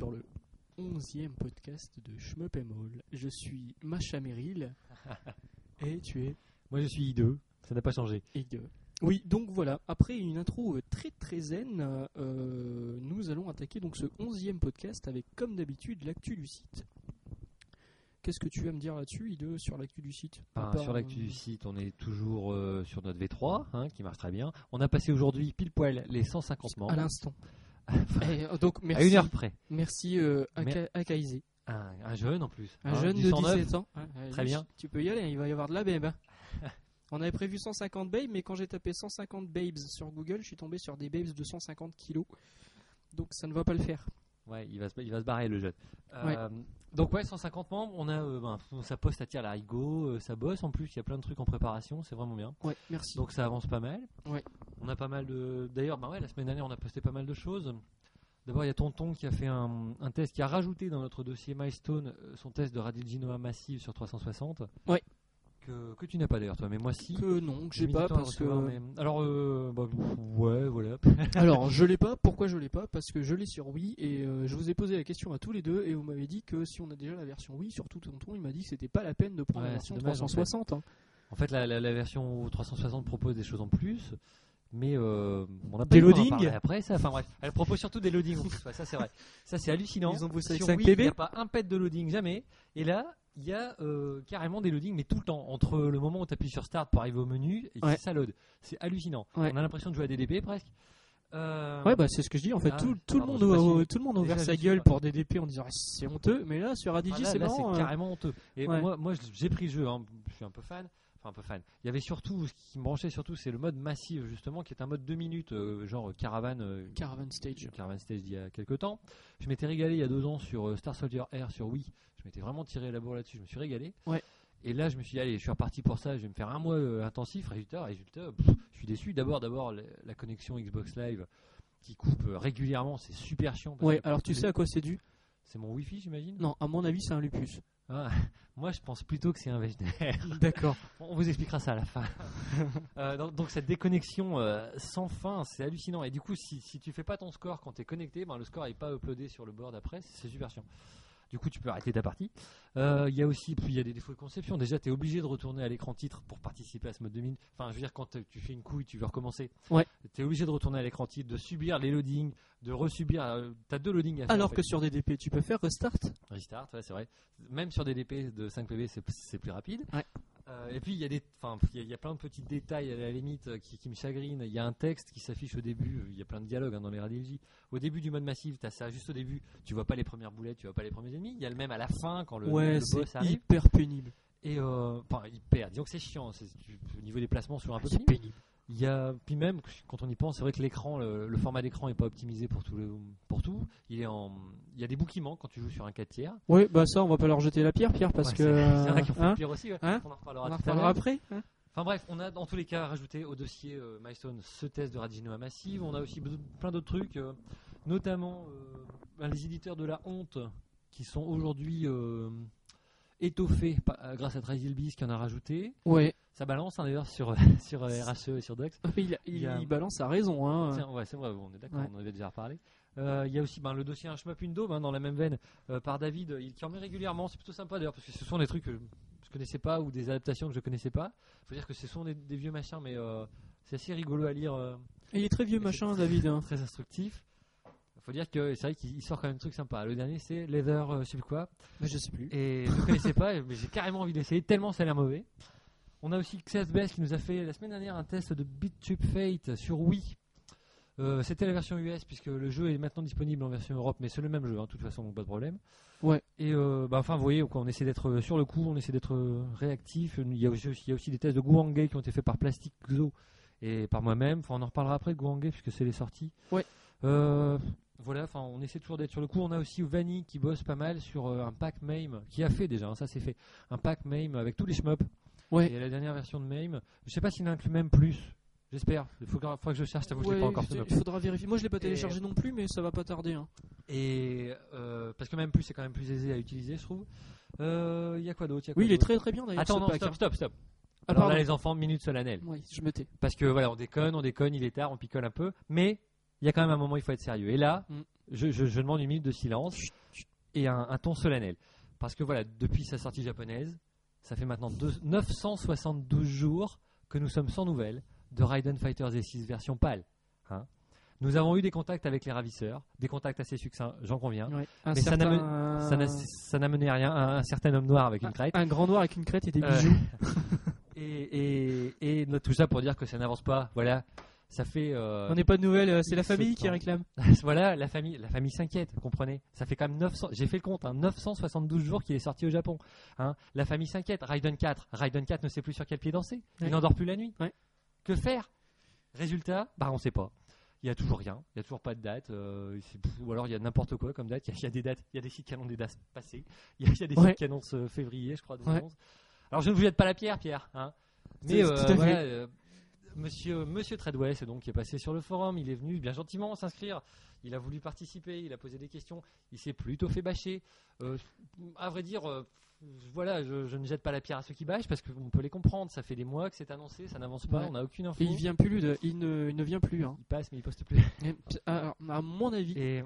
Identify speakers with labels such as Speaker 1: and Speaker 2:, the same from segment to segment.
Speaker 1: dans le onzième podcast de Shmup et Maul. Je suis Macha Merrill et tu es
Speaker 2: Moi, je suis I2. Ça n'a pas changé.
Speaker 1: Ig. Oui, donc voilà, après une intro euh, très très zen, euh, nous allons attaquer donc ce onzième podcast avec comme d'habitude l'actu du site. Qu'est-ce que tu vas me dire là-dessus, Ig, sur l'actu du site À
Speaker 2: Enfin,
Speaker 1: part,
Speaker 2: Bah, sur l'actu
Speaker 1: euh,
Speaker 2: du site, on est toujours euh, sur notre V3, hein, qui marche très bien. On a passé aujourd'hui pile poil les 150 membres.
Speaker 1: À l'instant. Et, euh, donc merci,
Speaker 2: À une heure près.
Speaker 1: merci euh,
Speaker 2: Mer-
Speaker 1: Aka- Akaizé.
Speaker 2: Un, un jeune en plus.
Speaker 1: Un
Speaker 2: hein,
Speaker 1: jeune
Speaker 2: du
Speaker 1: de
Speaker 2: 109.
Speaker 1: 17 ans. Hein, euh,
Speaker 2: Très
Speaker 1: lui,
Speaker 2: bien.
Speaker 1: Tu peux y aller, il va y avoir de la babe. hein. On avait prévu 150 babes, mais quand j'ai tapé 150 babes sur Google, je suis tombé sur des babes de 150 kilos. Donc ça ne va pas le faire.
Speaker 2: Ouais, il va, se, il va se barrer le jeune. Euh, Donc ouais, 150 membres. On a, euh, ben, ça poste à tir l'arigot, euh, ça bosse. En plus, il y a plein de trucs en préparation. C'est vraiment bien.
Speaker 1: Ouais, merci.
Speaker 2: Donc ça avance pas mal.
Speaker 1: Ouais.
Speaker 2: On a pas mal de. D'ailleurs, bah ouais, la semaine dernière, on a posté pas mal de choses. D'abord, il y a Tonton qui a fait un, un test, qui a rajouté dans notre dossier Milestone euh, son test de Radiogenoma massive sur 360.
Speaker 1: Ouais.
Speaker 2: Que, que tu n'as pas d'ailleurs, toi, mais moi si.
Speaker 1: que euh, non, que j'ai
Speaker 2: mis du
Speaker 1: pas
Speaker 2: temps à
Speaker 1: parce que.
Speaker 2: recevoir, mais- Alors, euh, bah, ouais, voilà.
Speaker 1: Alors je l'ai pas. Pourquoi je l'ai pas Parce que je l'ai sur Wii et euh, je vous ai posé la question à tous les deux et vous m'avez dit que si on a déjà la version Wii, surtout Tonton, il m'a dit que c'était pas la peine de prendre
Speaker 2: Ouais,
Speaker 1: la version
Speaker 2: c'est dommage, en fait.
Speaker 1: 360. hein.
Speaker 2: En fait, la, la- la version 360 propose des choses en plus, mais euh, on a pas
Speaker 1: Des
Speaker 2: le temps d'en
Speaker 1: loadings
Speaker 2: parler Après, ça, enfin bref, elle propose surtout des loadings. en plus, ouais, ça c'est vrai. Ça c'est hallucinant.
Speaker 1: Ils ont bossé avec
Speaker 2: Sur
Speaker 1: 5
Speaker 2: Wii, Il n'y
Speaker 1: PB.
Speaker 2: a pas un pet de loading jamais. Et là, il y a euh, carrément des loadings, mais tout le temps. Entre le moment où tu appuies sur Start pour arriver au menu, et
Speaker 1: Ouais.
Speaker 2: ça load. C'est hallucinant.
Speaker 1: Ouais.
Speaker 2: On a l'impression de jouer à DDP presque. Euh,
Speaker 1: Ouais, bah c'est ce que je dis. En fait,
Speaker 2: Ah,
Speaker 1: tout, tout le
Speaker 2: pardon,
Speaker 1: monde
Speaker 2: je sais pas
Speaker 1: au-
Speaker 2: si-
Speaker 1: tout le monde a
Speaker 2: Déjà,
Speaker 1: ouvert sa
Speaker 2: je sais
Speaker 1: gueule
Speaker 2: pas.
Speaker 1: pour des DP en disant Ah, c'est honteux, mais là sur
Speaker 2: enfin,
Speaker 1: Radigi
Speaker 2: Ah là,
Speaker 1: c'est
Speaker 2: là,
Speaker 1: marrant. hein.
Speaker 2: carrément honteux. Et
Speaker 1: Ouais.
Speaker 2: moi, moi je- j'ai pris le jeu. hein. Je suis un peu fan. Enfin, un peu fan. Il y avait surtout, ce qui me branchait surtout, c'est le mode massif, justement, qui est un mode 2 minutes, euh, genre caravane. euh,
Speaker 1: Caravan Stage.
Speaker 2: Caravan Stage d'il y a quelques temps. Je m'étais régalé il y a deux ans sur euh, Star Soldier Air sur Wii. Je m'étais vraiment tiré la bourre là-dessus. Je me suis régalé.
Speaker 1: Ouais.
Speaker 2: Et là, je me suis dit, allez, je suis reparti pour ça. Je vais me faire un mois euh, intensif. Résultat, résultat, pff, je suis déçu. D'abord, d'abord la, la connexion Xbox Live qui coupe euh, régulièrement. C'est super chiant. parce
Speaker 1: Ouais,
Speaker 2: que
Speaker 1: alors tu
Speaker 2: les-
Speaker 1: sais à quoi c'est dû
Speaker 2: C'est mon Wi-Fi, j'imagine
Speaker 1: Non, à mon avis, c'est un lupus.
Speaker 2: Ah, Moi, je pense plutôt que c'est un VHDR.
Speaker 1: D'accord.
Speaker 2: On vous expliquera ça à la fin. Euh, donc, donc cette déconnexion euh, sans fin, c'est hallucinant. Et du coup, si, si tu fais pas ton score quand tu es connecté, ben, le score n'est pas uploadé sur le board après, c'est super chiant. Du coup, tu peux arrêter ta partie. Euh, Il y a aussi, puis il y a des défauts de conception. Déjà, tu es obligé de retourner à l'écran titre pour participer à ce mode 2000. Enfin, je veux dire, quand euh, tu fais une couille, tu veux recommencer.
Speaker 1: Ouais.
Speaker 2: Tu es obligé de retourner à l'écran titre, de subir les loadings, de resubir. euh, T'as deux loadings à faire. en
Speaker 1: Alors
Speaker 2: fait.
Speaker 1: que sur des DP, tu peux faire restart
Speaker 2: Restart, ouais, c'est vrai. Même sur des DP de 5 PB, c'est- c'est plus rapide.
Speaker 1: Ouais.
Speaker 2: Euh, et puis, il y, a des- enfin, il y a- il y a plein de petits détails à la limite euh, qui, qui me chagrinent. Il y a un texte qui s'affiche au début. Il y a plein de dialogues hein, dans les radiologies. Au début du mode massif, tu as ça juste au début. Tu vois pas les premières boulettes, tu vois pas les premiers ennemis. Il y a le même à la fin quand le,
Speaker 1: ouais,
Speaker 2: le
Speaker 1: c'est
Speaker 2: boss arrive.
Speaker 1: hyper pénible.
Speaker 2: Et euh, enfin, hyper. Disons que c'est chiant. c'est- tu- Au niveau des placements, sur un peu
Speaker 1: C'est pénible.
Speaker 2: il y a, puis même quand on y pense, c'est vrai que l'écran, le, le format d'écran est pas optimisé pour tout. le- pour tout. Il, est en, il y a des bouts qui manquent quand tu joues sur un 4 tiers.
Speaker 1: Ouais, bah ça, on va pas leur jeter la pierre, Pierre, parce
Speaker 2: Ouais,
Speaker 1: que.
Speaker 2: c'est- Il y en a qui ont fait
Speaker 1: hein,
Speaker 2: pire aussi, ouais.
Speaker 1: Hein
Speaker 2: on en
Speaker 1: on
Speaker 2: reparlera
Speaker 1: en
Speaker 2: tout à
Speaker 1: reparlera
Speaker 2: l'heure.
Speaker 1: après. hein.
Speaker 2: Enfin bref, on a en tous les cas rajouté au dossier euh, Milestone ce test de Radinoa Massive. On a aussi b- plein d'autres trucs, euh, notamment euh, ben, les éditeurs de la honte qui sont aujourd'hui euh, étoffés par- euh, grâce à Travis Ilbis qui en a rajouté.
Speaker 1: Ouais.
Speaker 2: Ça balance hein, d'ailleurs sur, sur euh, RHE et sur Dex.
Speaker 1: Il, il-
Speaker 2: Il y a-
Speaker 1: il balance à raison. Hein.
Speaker 2: Tiens, ouais, c'est vrai, on est d'accord,
Speaker 1: Ouais.
Speaker 2: on en avait déjà reparlé. Euh, Il y a aussi ben, le dossier Un Shmup, une daube, hein, dans la même veine, euh, par David, il, qui en met régulièrement. C'est plutôt sympa d'ailleurs, parce que ce sont des trucs que je connaissais pas ou des adaptations que je connaissais pas. faut dire que ce sont des, des vieux machins, mais euh, c'est assez rigolo à lire, euh,
Speaker 1: Il est très vieux
Speaker 2: Mais
Speaker 1: machin,
Speaker 2: c'est-
Speaker 1: David. hein.
Speaker 2: très instructif. faut dire que c'est vrai qu'il sort quand même des trucs sympas. Le dernier, c'est Leather, euh, je sais plus quoi.
Speaker 1: Mais je sais plus.
Speaker 2: Et je ne connaissais pas, mais j'ai carrément envie d'essayer, tellement ça a l'air mauvais. On a aussi XSBS qui nous a fait la semaine dernière un test de BitTube Fate sur Wii. Euh, C'était la version US, puisque le jeu est maintenant disponible en version Europe, mais c'est le même jeu, hein, de toute façon, donc pas de problème.
Speaker 1: Ouais.
Speaker 2: Et euh, bah, enfin, vous voyez, quoi, on essaie d'être euh, sur le coup, on essaie d'être euh, réactif. Il y, a aussi, il y a aussi des tests de Guangay qui ont été faits par Plastic Xo et par moi-même. Enfin, on en reparlera après de Guangay, puisque c'est les sorties.
Speaker 1: Ouais.
Speaker 2: Euh, voilà, enfin, on essaie toujours d'être sur le coup. On a aussi Vanny qui bosse pas mal sur euh, un pack MAME, qui a fait déjà, hein, ça c'est fait, un pack MAME avec tous les shmups.
Speaker 1: Ouais.
Speaker 2: Et la dernière version de MAME, je sais pas s'il inclut même plus, j'espère. Il faut, que- faudra que je cherche, t'avoue, je l'ai
Speaker 1: Ouais,
Speaker 2: pas encore
Speaker 1: il-
Speaker 2: ce
Speaker 1: il
Speaker 2: mot.
Speaker 1: faudra vérifier. Moi, je l'ai pas
Speaker 2: Et-
Speaker 1: téléchargé non plus, mais ça va pas tarder. hein.
Speaker 2: Et euh, parce que même plus, c'est quand même plus aisé à utiliser, je trouve. Euh, Il y a quoi d'autre Il y a quoi
Speaker 1: Oui, il est
Speaker 2: d'autre
Speaker 1: très très bien d'ailleurs.
Speaker 2: Attends,
Speaker 1: ce
Speaker 2: non,
Speaker 1: pack,
Speaker 2: stop,
Speaker 1: hein.
Speaker 2: stop, stop.
Speaker 1: Ah,
Speaker 2: Alors
Speaker 1: pardon.
Speaker 2: là, les enfants, minute solennelle.
Speaker 1: Ouais, je me tais.
Speaker 2: Parce que voilà, on déconne, on déconne, il est tard, on picole un peu, mais il y a quand même un moment où il faut être sérieux. Et là,
Speaker 1: Mm.
Speaker 2: je, je- je demande une minute de silence et un, un ton solennel. Parce que voilà, depuis sa sortie japonaise, ça fait maintenant deux- 972 jours que nous sommes sans nouvelles de Raiden Fighter Z6 version PAL. hein. nous avons eu des contacts avec les ravisseurs, des contacts assez succincts, j'en conviens.
Speaker 1: Ouais. Un
Speaker 2: Hein. Mais ça n'a
Speaker 1: certain- euh,
Speaker 2: Ça n'a- Ça n'a mené à rien. Un, un certain homme noir avec une crête.
Speaker 1: Un grand noir avec une crête et des
Speaker 2: Euh,
Speaker 1: bijoux.
Speaker 2: Et, et, et no- tout ça pour dire que ça n'avance pas. Voilà, ça fait. euh,
Speaker 1: On n'est pas de nouvelles, euh, c'est la
Speaker 2: il se
Speaker 1: famille qui
Speaker 2: tend.
Speaker 1: réclame.
Speaker 2: voilà, la famille, la famille s'inquiète, comprenez. Ça fait quand même 900. J'ai fait le compte, hein, 972 jours qu'il est sorti au Japon. hein. La famille s'inquiète. Raiden 4, Raiden 4 ne sait plus sur quel pied danser.
Speaker 1: Ouais.
Speaker 2: Il n'endort plus la nuit.
Speaker 1: Ouais.
Speaker 2: Que faire Résultat, bah on sait pas. Il y a toujours rien. Il y a toujours pas de date. euh, c'est- pff, ou alors il y a n'importe quoi comme date. Il y, a- il y a des dates. Il y a des sites qui annoncent des dates passées. Il y a, il y a des
Speaker 1: Ouais.
Speaker 2: sites qui annoncent euh, février, je crois.
Speaker 1: Ouais.
Speaker 2: 2011. Alors je ne vous jette pas la pierre, Pierre. hein. Mais
Speaker 1: C'est-
Speaker 2: euh,
Speaker 1: tout à fait.
Speaker 2: voilà, euh, Monsieur, Monsieur Treadway, c'est donc qui est passé sur le forum. Il est venu bien gentiment s'inscrire. Il a voulu participer. Il a posé des questions. Il s'est plutôt fait bâcher. Euh, à vrai dire, euh, voilà, je, je ne jette pas la pierre à ceux qui bâchent parce qu'on peut les comprendre. Ça fait des mois que c'est annoncé, ça n'avance pas,
Speaker 1: Ouais.
Speaker 2: on n'a aucune info.
Speaker 1: Et il vient plus, de- il, ne, il ne vient plus. hein.
Speaker 2: Il passe, mais il poste plus.
Speaker 1: Et, alors, à mon avis,
Speaker 2: Et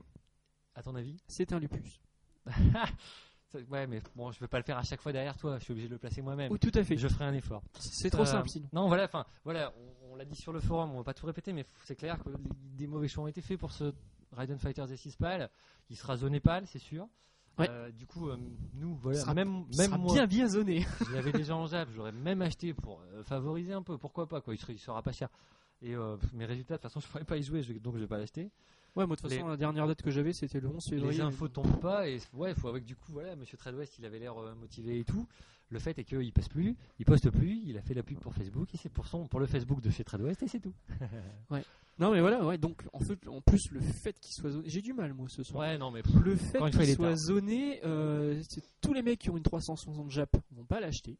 Speaker 2: à ton avis
Speaker 1: c'est un lupus.
Speaker 2: Ça- Ouais, mais bon, je ne vais pas le faire à chaque fois derrière toi. Je suis obligé de le placer moi-même.
Speaker 1: Ou Oh, tout à fait.
Speaker 2: Je ferai un effort.
Speaker 1: C'est trop
Speaker 2: Euh,
Speaker 1: simple sinon.
Speaker 2: Non, voilà, enfin, voilà, on, on l'a dit sur le forum, on va pas tout répéter, mais c'est clair que les- des mauvais choix ont été faits pour ce Raiden Fighter Z6 PAL. Il sera zoné PAL, c'est sûr.
Speaker 1: Ouais.
Speaker 2: Euh, du coup, euh, nous, voilà,
Speaker 1: Sera-
Speaker 2: même,
Speaker 1: Il
Speaker 2: même
Speaker 1: sera
Speaker 2: moi,
Speaker 1: bien bien zoné.
Speaker 2: je l'avais déjà en jab, j'aurais même acheté pour euh, favoriser un peu, pourquoi pas, quoi, il, serait- il sera pas cher. Et euh, pff, mes résultats, de toute façon, je pourrais pas y jouer, je- donc je vais pas l'acheter.
Speaker 1: Ouais, moi de toute façon, la dernière date que j'avais, c'était le 11 février.
Speaker 2: Les infos tombent pas, et ouais, faut avec du coup, voilà, monsieur Tradwest, il avait l'air euh, motivé et tout. Le fait est qu'il passe plus, il poste plus, il a fait la pub pour Facebook, et c'est pour, son- pour le Facebook de chez Tradwest, et c'est tout.
Speaker 1: Non, mais voilà, ouais. Donc, en, fait, en plus, le fait qu'il soit zoné. J'ai du mal, moi, ce soir.
Speaker 2: Ouais, non, mais
Speaker 1: Le fait
Speaker 2: Encore une
Speaker 1: qu'il
Speaker 2: fois, il est
Speaker 1: soit
Speaker 2: tard.
Speaker 1: zoné, euh, c'est- tous les mecs qui ont une 360 Jap vont pas l'acheter.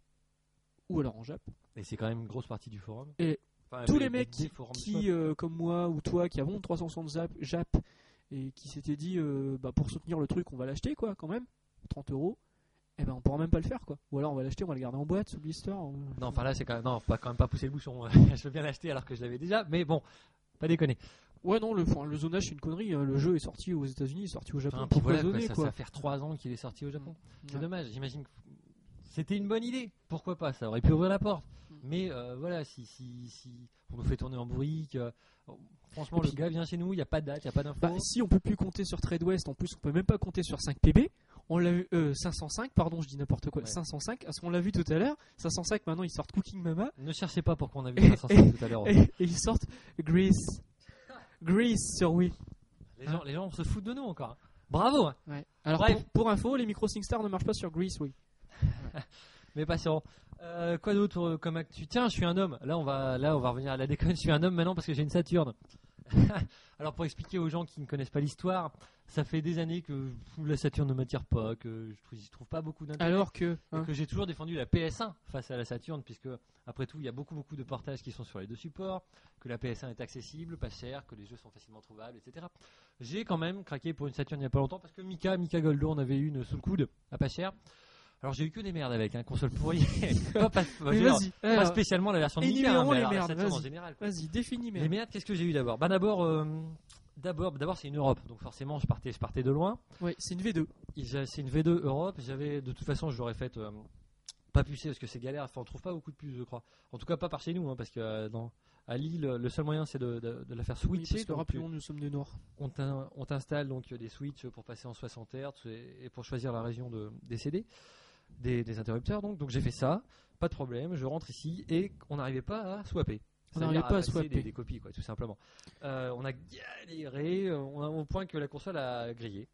Speaker 1: Ou alors en Jap.
Speaker 2: et c'est quand même une grosse partie du forum.
Speaker 1: Et
Speaker 2: Enfin,
Speaker 1: tous
Speaker 2: il y
Speaker 1: les
Speaker 2: a
Speaker 1: mecs
Speaker 2: des forums
Speaker 1: Qui, euh, comme moi ou toi, qui avons une 360 Jap, Jap et qui s'étaient dit, euh, bah, pour soutenir le truc, on va l'acheter, quoi, quand même. 30 euros. Eh ben, on pourra même pas le faire, quoi. Ou alors on va l'acheter, on va le garder en boîte sous blister. euh,
Speaker 2: Non, enfin là, c'est quand même, non, pas quand même pas pousser le bouchon. euh, je veux bien l'acheter alors que je l'avais déjà, mais bon, pas déconner.
Speaker 1: Ouais, non, le, enfin, le zonage, c'est une connerie. hein. Le jeu est sorti aux États-Unis, il est sorti au Japon.
Speaker 2: Enfin, puis
Speaker 1: Pourquoi
Speaker 2: voilà, quoi,
Speaker 1: zoner,
Speaker 2: ça,
Speaker 1: quoi
Speaker 2: ça fait 3 ans qu'il est sorti au Japon. C'est
Speaker 1: Ouais.
Speaker 2: dommage, j'imagine que c'était une bonne idée. Pourquoi pas Ça aurait pu ouvrir la porte.
Speaker 1: Mm.
Speaker 2: Mais euh, voilà, si, si, si on nous fait tourner en bourrique, euh, franchement,
Speaker 1: Et
Speaker 2: le
Speaker 1: puis-
Speaker 2: gars vient chez nous, il n'y a pas de date, il n'y a pas d'info.
Speaker 1: Bah, si on peut plus compter sur Trade West, en plus on peut même pas compter sur 5 PB. On l'a vu euh, 505, pardon, je dis n'importe quoi.
Speaker 2: Ouais.
Speaker 1: 505, parce qu'on l'a vu tout à l'heure. 505, maintenant ils sortent Cooking Mama
Speaker 2: ne cherchez pas pourquoi on a vu
Speaker 1: Et-
Speaker 2: 505 tout à l'heure.
Speaker 1: et, et ils sortent Grease. Grease sur Wii.
Speaker 2: Les gens, les gens se foutent de nous encore. Bravo, hein.
Speaker 1: Ouais. Alors
Speaker 2: Bref.
Speaker 1: pour, pour info, les micro SingStar ne marchent pas sur Grease, oui.
Speaker 2: Mais passons. Euh, quoi d'autre euh, comme actu Tiens, je suis un homme. Là, on va, là, on va revenir à la déconne. Je suis un homme maintenant parce que j'ai une Saturne. Alors, pour expliquer aux gens qui ne connaissent pas l'histoire, ça fait des années que pff, la Saturne ne m'attire pas, que je trouve, j'y trouve pas beaucoup d'intérêt.
Speaker 1: Alors que.
Speaker 2: et
Speaker 1: hein,
Speaker 2: que j'ai toujours défendu la PS1 face à la Saturne, puisque après tout, il y a beaucoup beaucoup de portages qui sont sur les deux supports, que la PS1 est accessible, pas chère, que les jeux sont facilement trouvables, etc. J'ai quand même craqué pour une Saturne il n'y a pas longtemps parce que Mika, Mika Goldo, on avait une sous le coude, à pas cher. Alors j'ai eu que des merdes avec, hein, console pourrie, pas, pas- pas-
Speaker 1: mais
Speaker 2: genre,
Speaker 1: vas-y,
Speaker 2: pas
Speaker 1: alors,
Speaker 2: spécialement la version de
Speaker 1: Et
Speaker 2: Mika, hein,
Speaker 1: numéro
Speaker 2: mais
Speaker 1: les
Speaker 2: alors la
Speaker 1: merdes,
Speaker 2: Saturne en
Speaker 1: vas-y.
Speaker 2: général.
Speaker 1: vas-y, définis,
Speaker 2: Les
Speaker 1: merde.
Speaker 2: merdes, qu'est-ce que j'ai eu d'abord Bah d'abord, euh, d'abord, d'abord c'est une Europe, donc forcément je partais, je partais de loin.
Speaker 1: Ouais, c'est une V2.
Speaker 2: Et j'ai- C'est une V2 Europe. J'avais de toute façon, je l'aurais faite euh, pas pucée parce que c'est galère. Enfin, on trouve pas beaucoup de puces, je crois. En tout cas, pas par chez nous, hein, parce que euh, dans- à Lille, le seul moyen c'est de, de- de la faire
Speaker 1: Oui,
Speaker 2: switcher.
Speaker 1: parce que
Speaker 2: Donc, tu-
Speaker 1: rappelons, nous sommes des Noirs.
Speaker 2: on t'in- on t'installe donc des switches pour passer en 60 Hz et, et pour choisir la région de, des CD, des, des interrupteurs. Donc, donc j'ai fait ça, pas de problème. Je rentre ici et on n'arrivait pas à swapper.
Speaker 1: On
Speaker 2: C'est-à-dire
Speaker 1: n'arrivait pas à
Speaker 2: passer
Speaker 1: swapper.
Speaker 2: Des, des copies, quoi, tout simplement. Euh, on a galéré euh, on a- au point que la console a grillé.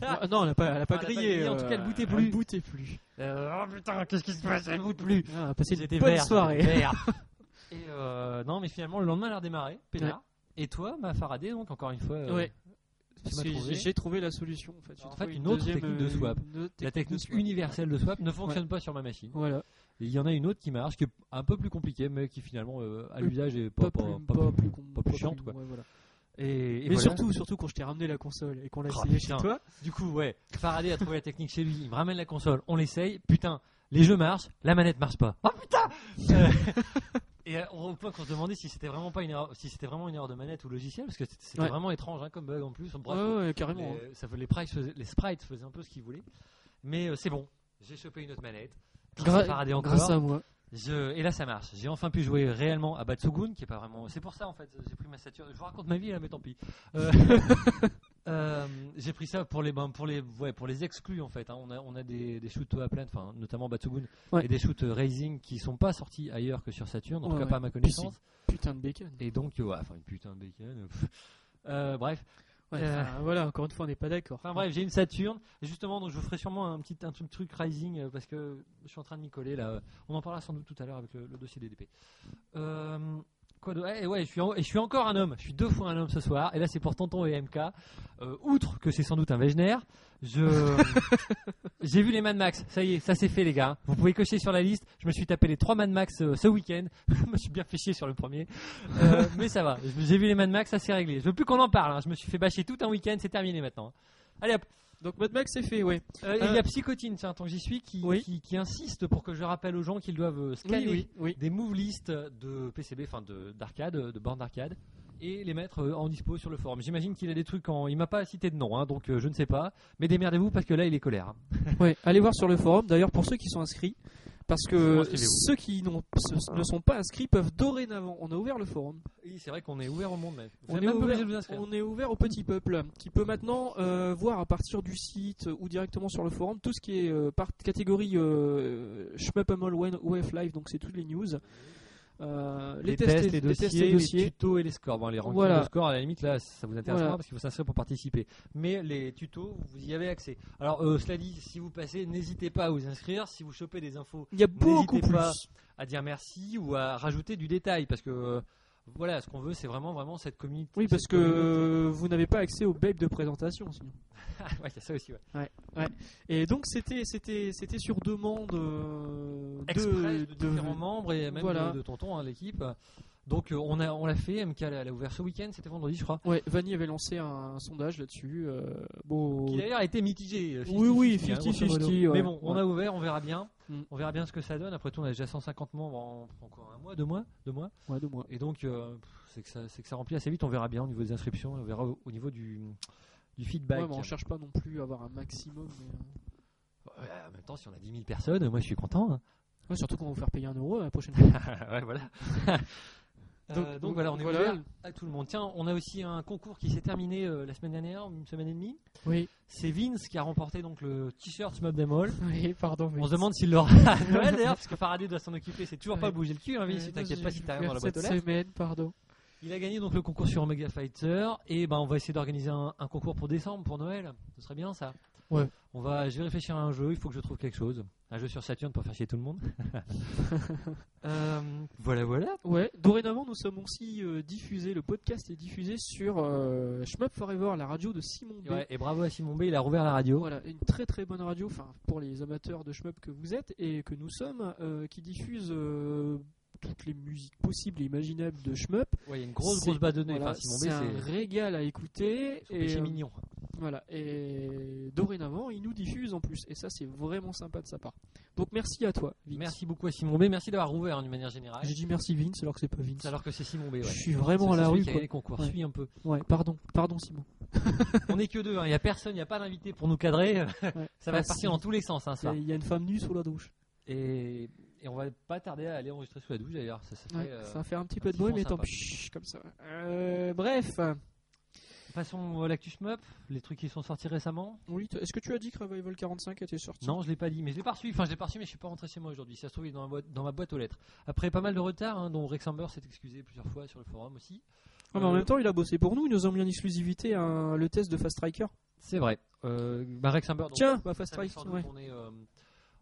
Speaker 1: Ah, non, elle a pas, elle a pas
Speaker 2: elle a pas
Speaker 1: grillé.
Speaker 2: grillé, en tout cas, elle
Speaker 1: euh,
Speaker 2: boutait plus.
Speaker 1: Elle boutait plus.
Speaker 2: Euh, oh putain, qu'est-ce qui se passe Elle boot plus.
Speaker 1: Ah, on a passé une
Speaker 2: C'était
Speaker 1: bonne
Speaker 2: vert,
Speaker 1: soirée.
Speaker 2: c'était vert. Et euh, non, mais finalement, le lendemain, elle a redémarré. Pénard. Et toi, ma Faraday, donc encore une fois, euh,
Speaker 1: Ouais.
Speaker 2: tu m'as
Speaker 1: J'ai-
Speaker 2: trouvé.
Speaker 1: J'ai trouvé la solution en fait. J'ai
Speaker 2: En
Speaker 1: trouvé
Speaker 2: fait, une autre
Speaker 1: deuxième,
Speaker 2: technique de
Speaker 1: euh,
Speaker 2: swap.
Speaker 1: une autre
Speaker 2: la
Speaker 1: technique de
Speaker 2: technique
Speaker 1: swap.
Speaker 2: universelle de swap ne fonctionne pas sur ma machine.
Speaker 1: Voilà.
Speaker 2: Et Il y en a une autre qui marche, qui est un peu plus compliquée, mais qui finalement, euh, à
Speaker 1: Euh,
Speaker 2: l'usage, est pas, pas- pas plus-
Speaker 1: con-
Speaker 2: pas plus chiante, quoi.
Speaker 1: ouais, voilà.
Speaker 2: Et, et
Speaker 1: Mais
Speaker 2: voilà.
Speaker 1: surtout, surtout quand je t'ai ramené la console et qu'on l'a
Speaker 2: Oh,
Speaker 1: essayé
Speaker 2: putain.
Speaker 1: chez toi.
Speaker 2: Du coup, ouais, Faraday a trouvé la technique chez lui. Il me ramène la console, on l'essaye. Putain, les jeux marchent, la manette marche pas. Oh putain Ah, Euh, Et euh, au point qu'on se demandait si c'était vraiment pas une erreur, si c'était vraiment une erreur de manette ou logiciel, parce que c'était c'était
Speaker 1: Ouais.
Speaker 2: vraiment étrange hein, comme bug en plus. Bref,
Speaker 1: Ouais, ouais, carrément. hein.
Speaker 2: les, ça, fait- les, price faisaient- les sprites faisaient un peu ce qu'ils voulaient. Mais euh, c'est bon, j'ai chopé une autre manette. Grâce à
Speaker 1: Gra-
Speaker 2: Faraday encore.
Speaker 1: Grâce à moi.
Speaker 2: Je- et là, ça marche. J'ai enfin pu jouer réellement à Batsugun, qui est pas vraiment. C'est pour ça, en fait, j'ai pris ma Saturn. Je vous raconte ma vie là, mais tant pis. Euh, euh, j'ai pris ça pour les, ben, pour les, ouais, pour les exclus en fait. hein. On a, on a des, des shoots à plein, enfin, notamment Batsugun,
Speaker 1: Ouais.
Speaker 2: et des shoots Raising qui sont pas sortis ailleurs que sur Saturn, en tout
Speaker 1: Ouais,
Speaker 2: cas
Speaker 1: ouais.
Speaker 2: pas à ma connaissance.
Speaker 1: Putain de bacon.
Speaker 2: Et donc, euh, ouais, enfin, une putain de bécane. pff. Euh, bref.
Speaker 1: Ouais,
Speaker 2: Euh.
Speaker 1: enfin, Voilà, encore une fois, on n'est pas d'accord.
Speaker 2: Enfin bref, j'ai une Saturne. Et justement, donc je vous ferai sûrement un petit un petit truc Rising euh, parce que je suis en train de m'y coller là. Euh, On en parlera sans doute tout à l'heure avec le, le dossier DDP. Euh, quoi de... eh, ouais, je suis en- et je suis encore un homme. Je suis deux fois un homme ce soir. Et là, c'est pour Tonton et MK. Euh, outre que c'est sans doute un Wegener, je j'ai vu les Mad Max. Ça y est, ça c'est fait les gars. Vous pouvez cocher sur la liste. Je me suis tapé les trois Mad Max euh, ce week-end. je me suis bien fait chier sur le premier, Euh, mais ça va. J'ai vu les Mad Max, ça c'est réglé. Je veux plus qu'on en parle. hein. Je me suis fait bâcher tout un week-end. C'est terminé maintenant. Allez hop.
Speaker 1: Donc Mad Max, c'est fait, ouais.
Speaker 2: Euh, et
Speaker 1: Euh,
Speaker 2: il y a Psychotine, tiens, tant que j'y suis, qui,
Speaker 1: Oui.
Speaker 2: qui, qui insiste pour que je rappelle aux gens qu'ils doivent euh, scanner
Speaker 1: oui, oui.
Speaker 2: des move lists de PCB, enfin de- d'arcade, de, bornes d'arcade, et les mettre euh, en dispo sur le forum. J'imagine qu'il a des trucs en. Il m'a pas cité de nom, hein, donc euh, je ne sais pas. Mais démerdez-vous parce que là, il est colère. hein.
Speaker 1: Ouais, allez voir sur le forum. D'ailleurs, pour ceux qui sont inscrits, parce que
Speaker 2: Inscrivez-vous.
Speaker 1: ceux qui n'ont- se- ne sont pas inscrits peuvent dorénavant. On a ouvert le forum.
Speaker 2: Oui, c'est vrai qu'on est ouvert au monde, mais.
Speaker 1: On est,
Speaker 2: même pas
Speaker 1: ouvert,
Speaker 2: obligé de vous inscrire.
Speaker 1: on est ouvert au petit peuple qui peut maintenant euh, voir à partir du site euh, ou directement sur le forum tout ce qui est euh, par catégorie euh, Shmup Amol Wen- OF Live, donc c'est toutes les news. Euh,
Speaker 2: Les, tests, les dossiers, les,
Speaker 1: dossiers.
Speaker 2: tutos et les scores. Bon, les rankings
Speaker 1: Voilà.
Speaker 2: de scores, à la limite, là, ça vous intéresse
Speaker 1: Voilà.
Speaker 2: pas parce qu'il faut s'inscrire pour participer. Mais les tutos, vous y avez accès. Alors, euh, cela dit, si vous passez, n'hésitez pas à vous inscrire. Si vous chopez des infos
Speaker 1: Il y a beaucoup
Speaker 2: N'hésitez
Speaker 1: plus.
Speaker 2: pas. à dire merci ou à rajouter du détail parce que euh, voilà ce qu'on veut c'est vraiment vraiment cette communauté
Speaker 1: Oui, parce
Speaker 2: cette
Speaker 1: que
Speaker 2: communauté.
Speaker 1: euh, vous n'avez pas accès aux babes de présentation sinon.
Speaker 2: ouais il y a ça aussi ouais.
Speaker 1: Et donc c'était c'était c'était sur demande euh,
Speaker 2: Exprès
Speaker 1: de,
Speaker 2: de, différents membres et même
Speaker 1: voilà.
Speaker 2: de, de tonton hein, l'équipe donc euh, on a on l'a fait MK l'a l'a ouvert ce week-end c'était vendredi je crois
Speaker 1: Ouais, Vanny avait lancé un, un sondage là-dessus. euh, bon,
Speaker 2: qui d'ailleurs a été mitigé euh, 50-50,
Speaker 1: Oui, oui,
Speaker 2: hein,
Speaker 1: 50-50,
Speaker 2: grosso modo.
Speaker 1: ouais.
Speaker 2: mais bon on
Speaker 1: Ouais.
Speaker 2: a ouvert on verra bien
Speaker 1: Mm.
Speaker 2: on verra bien ce que ça donne après tout on a déjà 150 membres en encore un mois deux mois deux mois
Speaker 1: ouais, de moi.
Speaker 2: Et donc, euh, pff, c'est que, ça- c'est que ça remplit assez vite. On verra bien au niveau des inscriptions, on verra au, au niveau du, du feedback.
Speaker 1: Ouais, mais on cherche pas non plus à avoir un maximum. mais, euh,
Speaker 2: Ouais, en même temps, si on a 10 000 personnes, moi je suis content. hein.
Speaker 1: ouais, surtout qu'on va vous faire payer un euro hein, la prochaine fois.
Speaker 2: ouais, voilà. Euh, donc,
Speaker 1: Donc,
Speaker 2: voilà, on est
Speaker 1: voilà.
Speaker 2: ouvert à tout le monde. Tiens, on a aussi un concours qui s'est terminé euh, la semaine dernière, une semaine et demie.
Speaker 1: Oui,
Speaker 2: C'est Vince qui a remporté donc le t-shirt Mob Them All.
Speaker 1: oui pardon.
Speaker 2: On se demande s'il l'aura à Noël d'ailleurs, parce que Faraday doit s'en occuper. C'est toujours
Speaker 1: Ouais.
Speaker 2: pas bougé le cul, hein, Vince. tu t'inquiètes pas si t'arrives dans la boîte aux
Speaker 1: cette
Speaker 2: lettres.
Speaker 1: semaine, pardon.
Speaker 2: Il a gagné donc le concours sur Omega Fighter et ben on va essayer d'organiser un, un concours pour décembre, pour Noël. Ce serait bien ça.
Speaker 1: Ouais.
Speaker 2: On va, je vais réfléchir à un jeu. Il faut que je trouve quelque chose. Un jeu sur Saturn pour faire chier tout le monde. Euh, voilà, voilà.
Speaker 1: Ouais, dorénavant, nous sommes aussi euh, diffusés, le podcast est diffusé sur euh, Shmup Forever, la radio de Simon
Speaker 2: Et,
Speaker 1: B.
Speaker 2: ouais, et bravo à Simon B. Il a rouvert la radio.
Speaker 1: Voilà, une très très bonne radio, enfin pour les amateurs de shmup que vous êtes et que nous sommes, euh, qui diffuse euh, toutes les musiques possibles et imaginables de shmup.
Speaker 2: Ouais, il y a une grosse
Speaker 1: C'est-
Speaker 2: grosse base de données.
Speaker 1: Voilà,
Speaker 2: Enfin, Simon B.
Speaker 1: c'est un
Speaker 2: C'est
Speaker 1: régal à écouter
Speaker 2: son péché
Speaker 1: euh,
Speaker 2: mignon.
Speaker 1: voilà et dorénavant il nous diffuse en plus et ça c'est vraiment sympa de sa part. Donc merci à toi. Vince.
Speaker 2: Merci beaucoup à Simon B. Merci d'avoir rouvert hein, d'une manière générale.
Speaker 1: J'ai dit merci Vince alors que c'est pas Vince.
Speaker 2: Alors que c'est Simon B. Ouais.
Speaker 1: Je suis vraiment à
Speaker 2: C'est
Speaker 1: la
Speaker 2: celui
Speaker 1: rue
Speaker 2: qui
Speaker 1: quoi.
Speaker 2: a gagné le concours.
Speaker 1: Ouais.
Speaker 2: Suis un peu.
Speaker 1: Ouais, pardon, pardon Simon.
Speaker 2: On est que deux. hein. Il y a personne. Il n'y a pas d'invité pour nous cadrer.
Speaker 1: Ouais.
Speaker 2: Ça va
Speaker 1: Ah,
Speaker 2: partir
Speaker 1: si.
Speaker 2: dans tous les sens. Hein, ça.
Speaker 1: Il y a une femme nue sous la douche.
Speaker 2: Et, et on va pas tarder à aller enregistrer sous la douche d'ailleurs. Ça, ça fait,
Speaker 1: Ouais,
Speaker 2: euh,
Speaker 1: ça va faire un petit
Speaker 2: un
Speaker 1: peu de
Speaker 2: petit
Speaker 1: bruit
Speaker 2: fond
Speaker 1: mais tant
Speaker 2: sympa.
Speaker 1: pis comme ça. Euh, bref.
Speaker 2: Passons à euh, l'actu shmup, les trucs qui sont sortis récemment.
Speaker 1: Oui, t- est-ce que tu as dit que Revival 45 était sorti
Speaker 2: Non, je l'ai pas dit, mais je l'ai pas reçu. Enfin, je l'ai pas reçu, mais je suis pas rentré chez moi aujourd'hui. Ça se trouve il est dans ma boîte, dans ma boîte aux lettres. Après pas mal de retard, hein, dont Rex Amber s'est excusé plusieurs fois sur le forum aussi.
Speaker 1: Ah, mais en
Speaker 2: Euh,
Speaker 1: même temps, il a bossé pour nous. Ils nous ont mis en exclusivité un- le test de Fast Striker.
Speaker 2: C'est vrai. Euh, bah, Rex Amber. donc,
Speaker 1: Tiens, bah, Fast
Speaker 2: ça,
Speaker 1: Striker,
Speaker 2: sans doute,
Speaker 1: ouais.
Speaker 2: on est euh,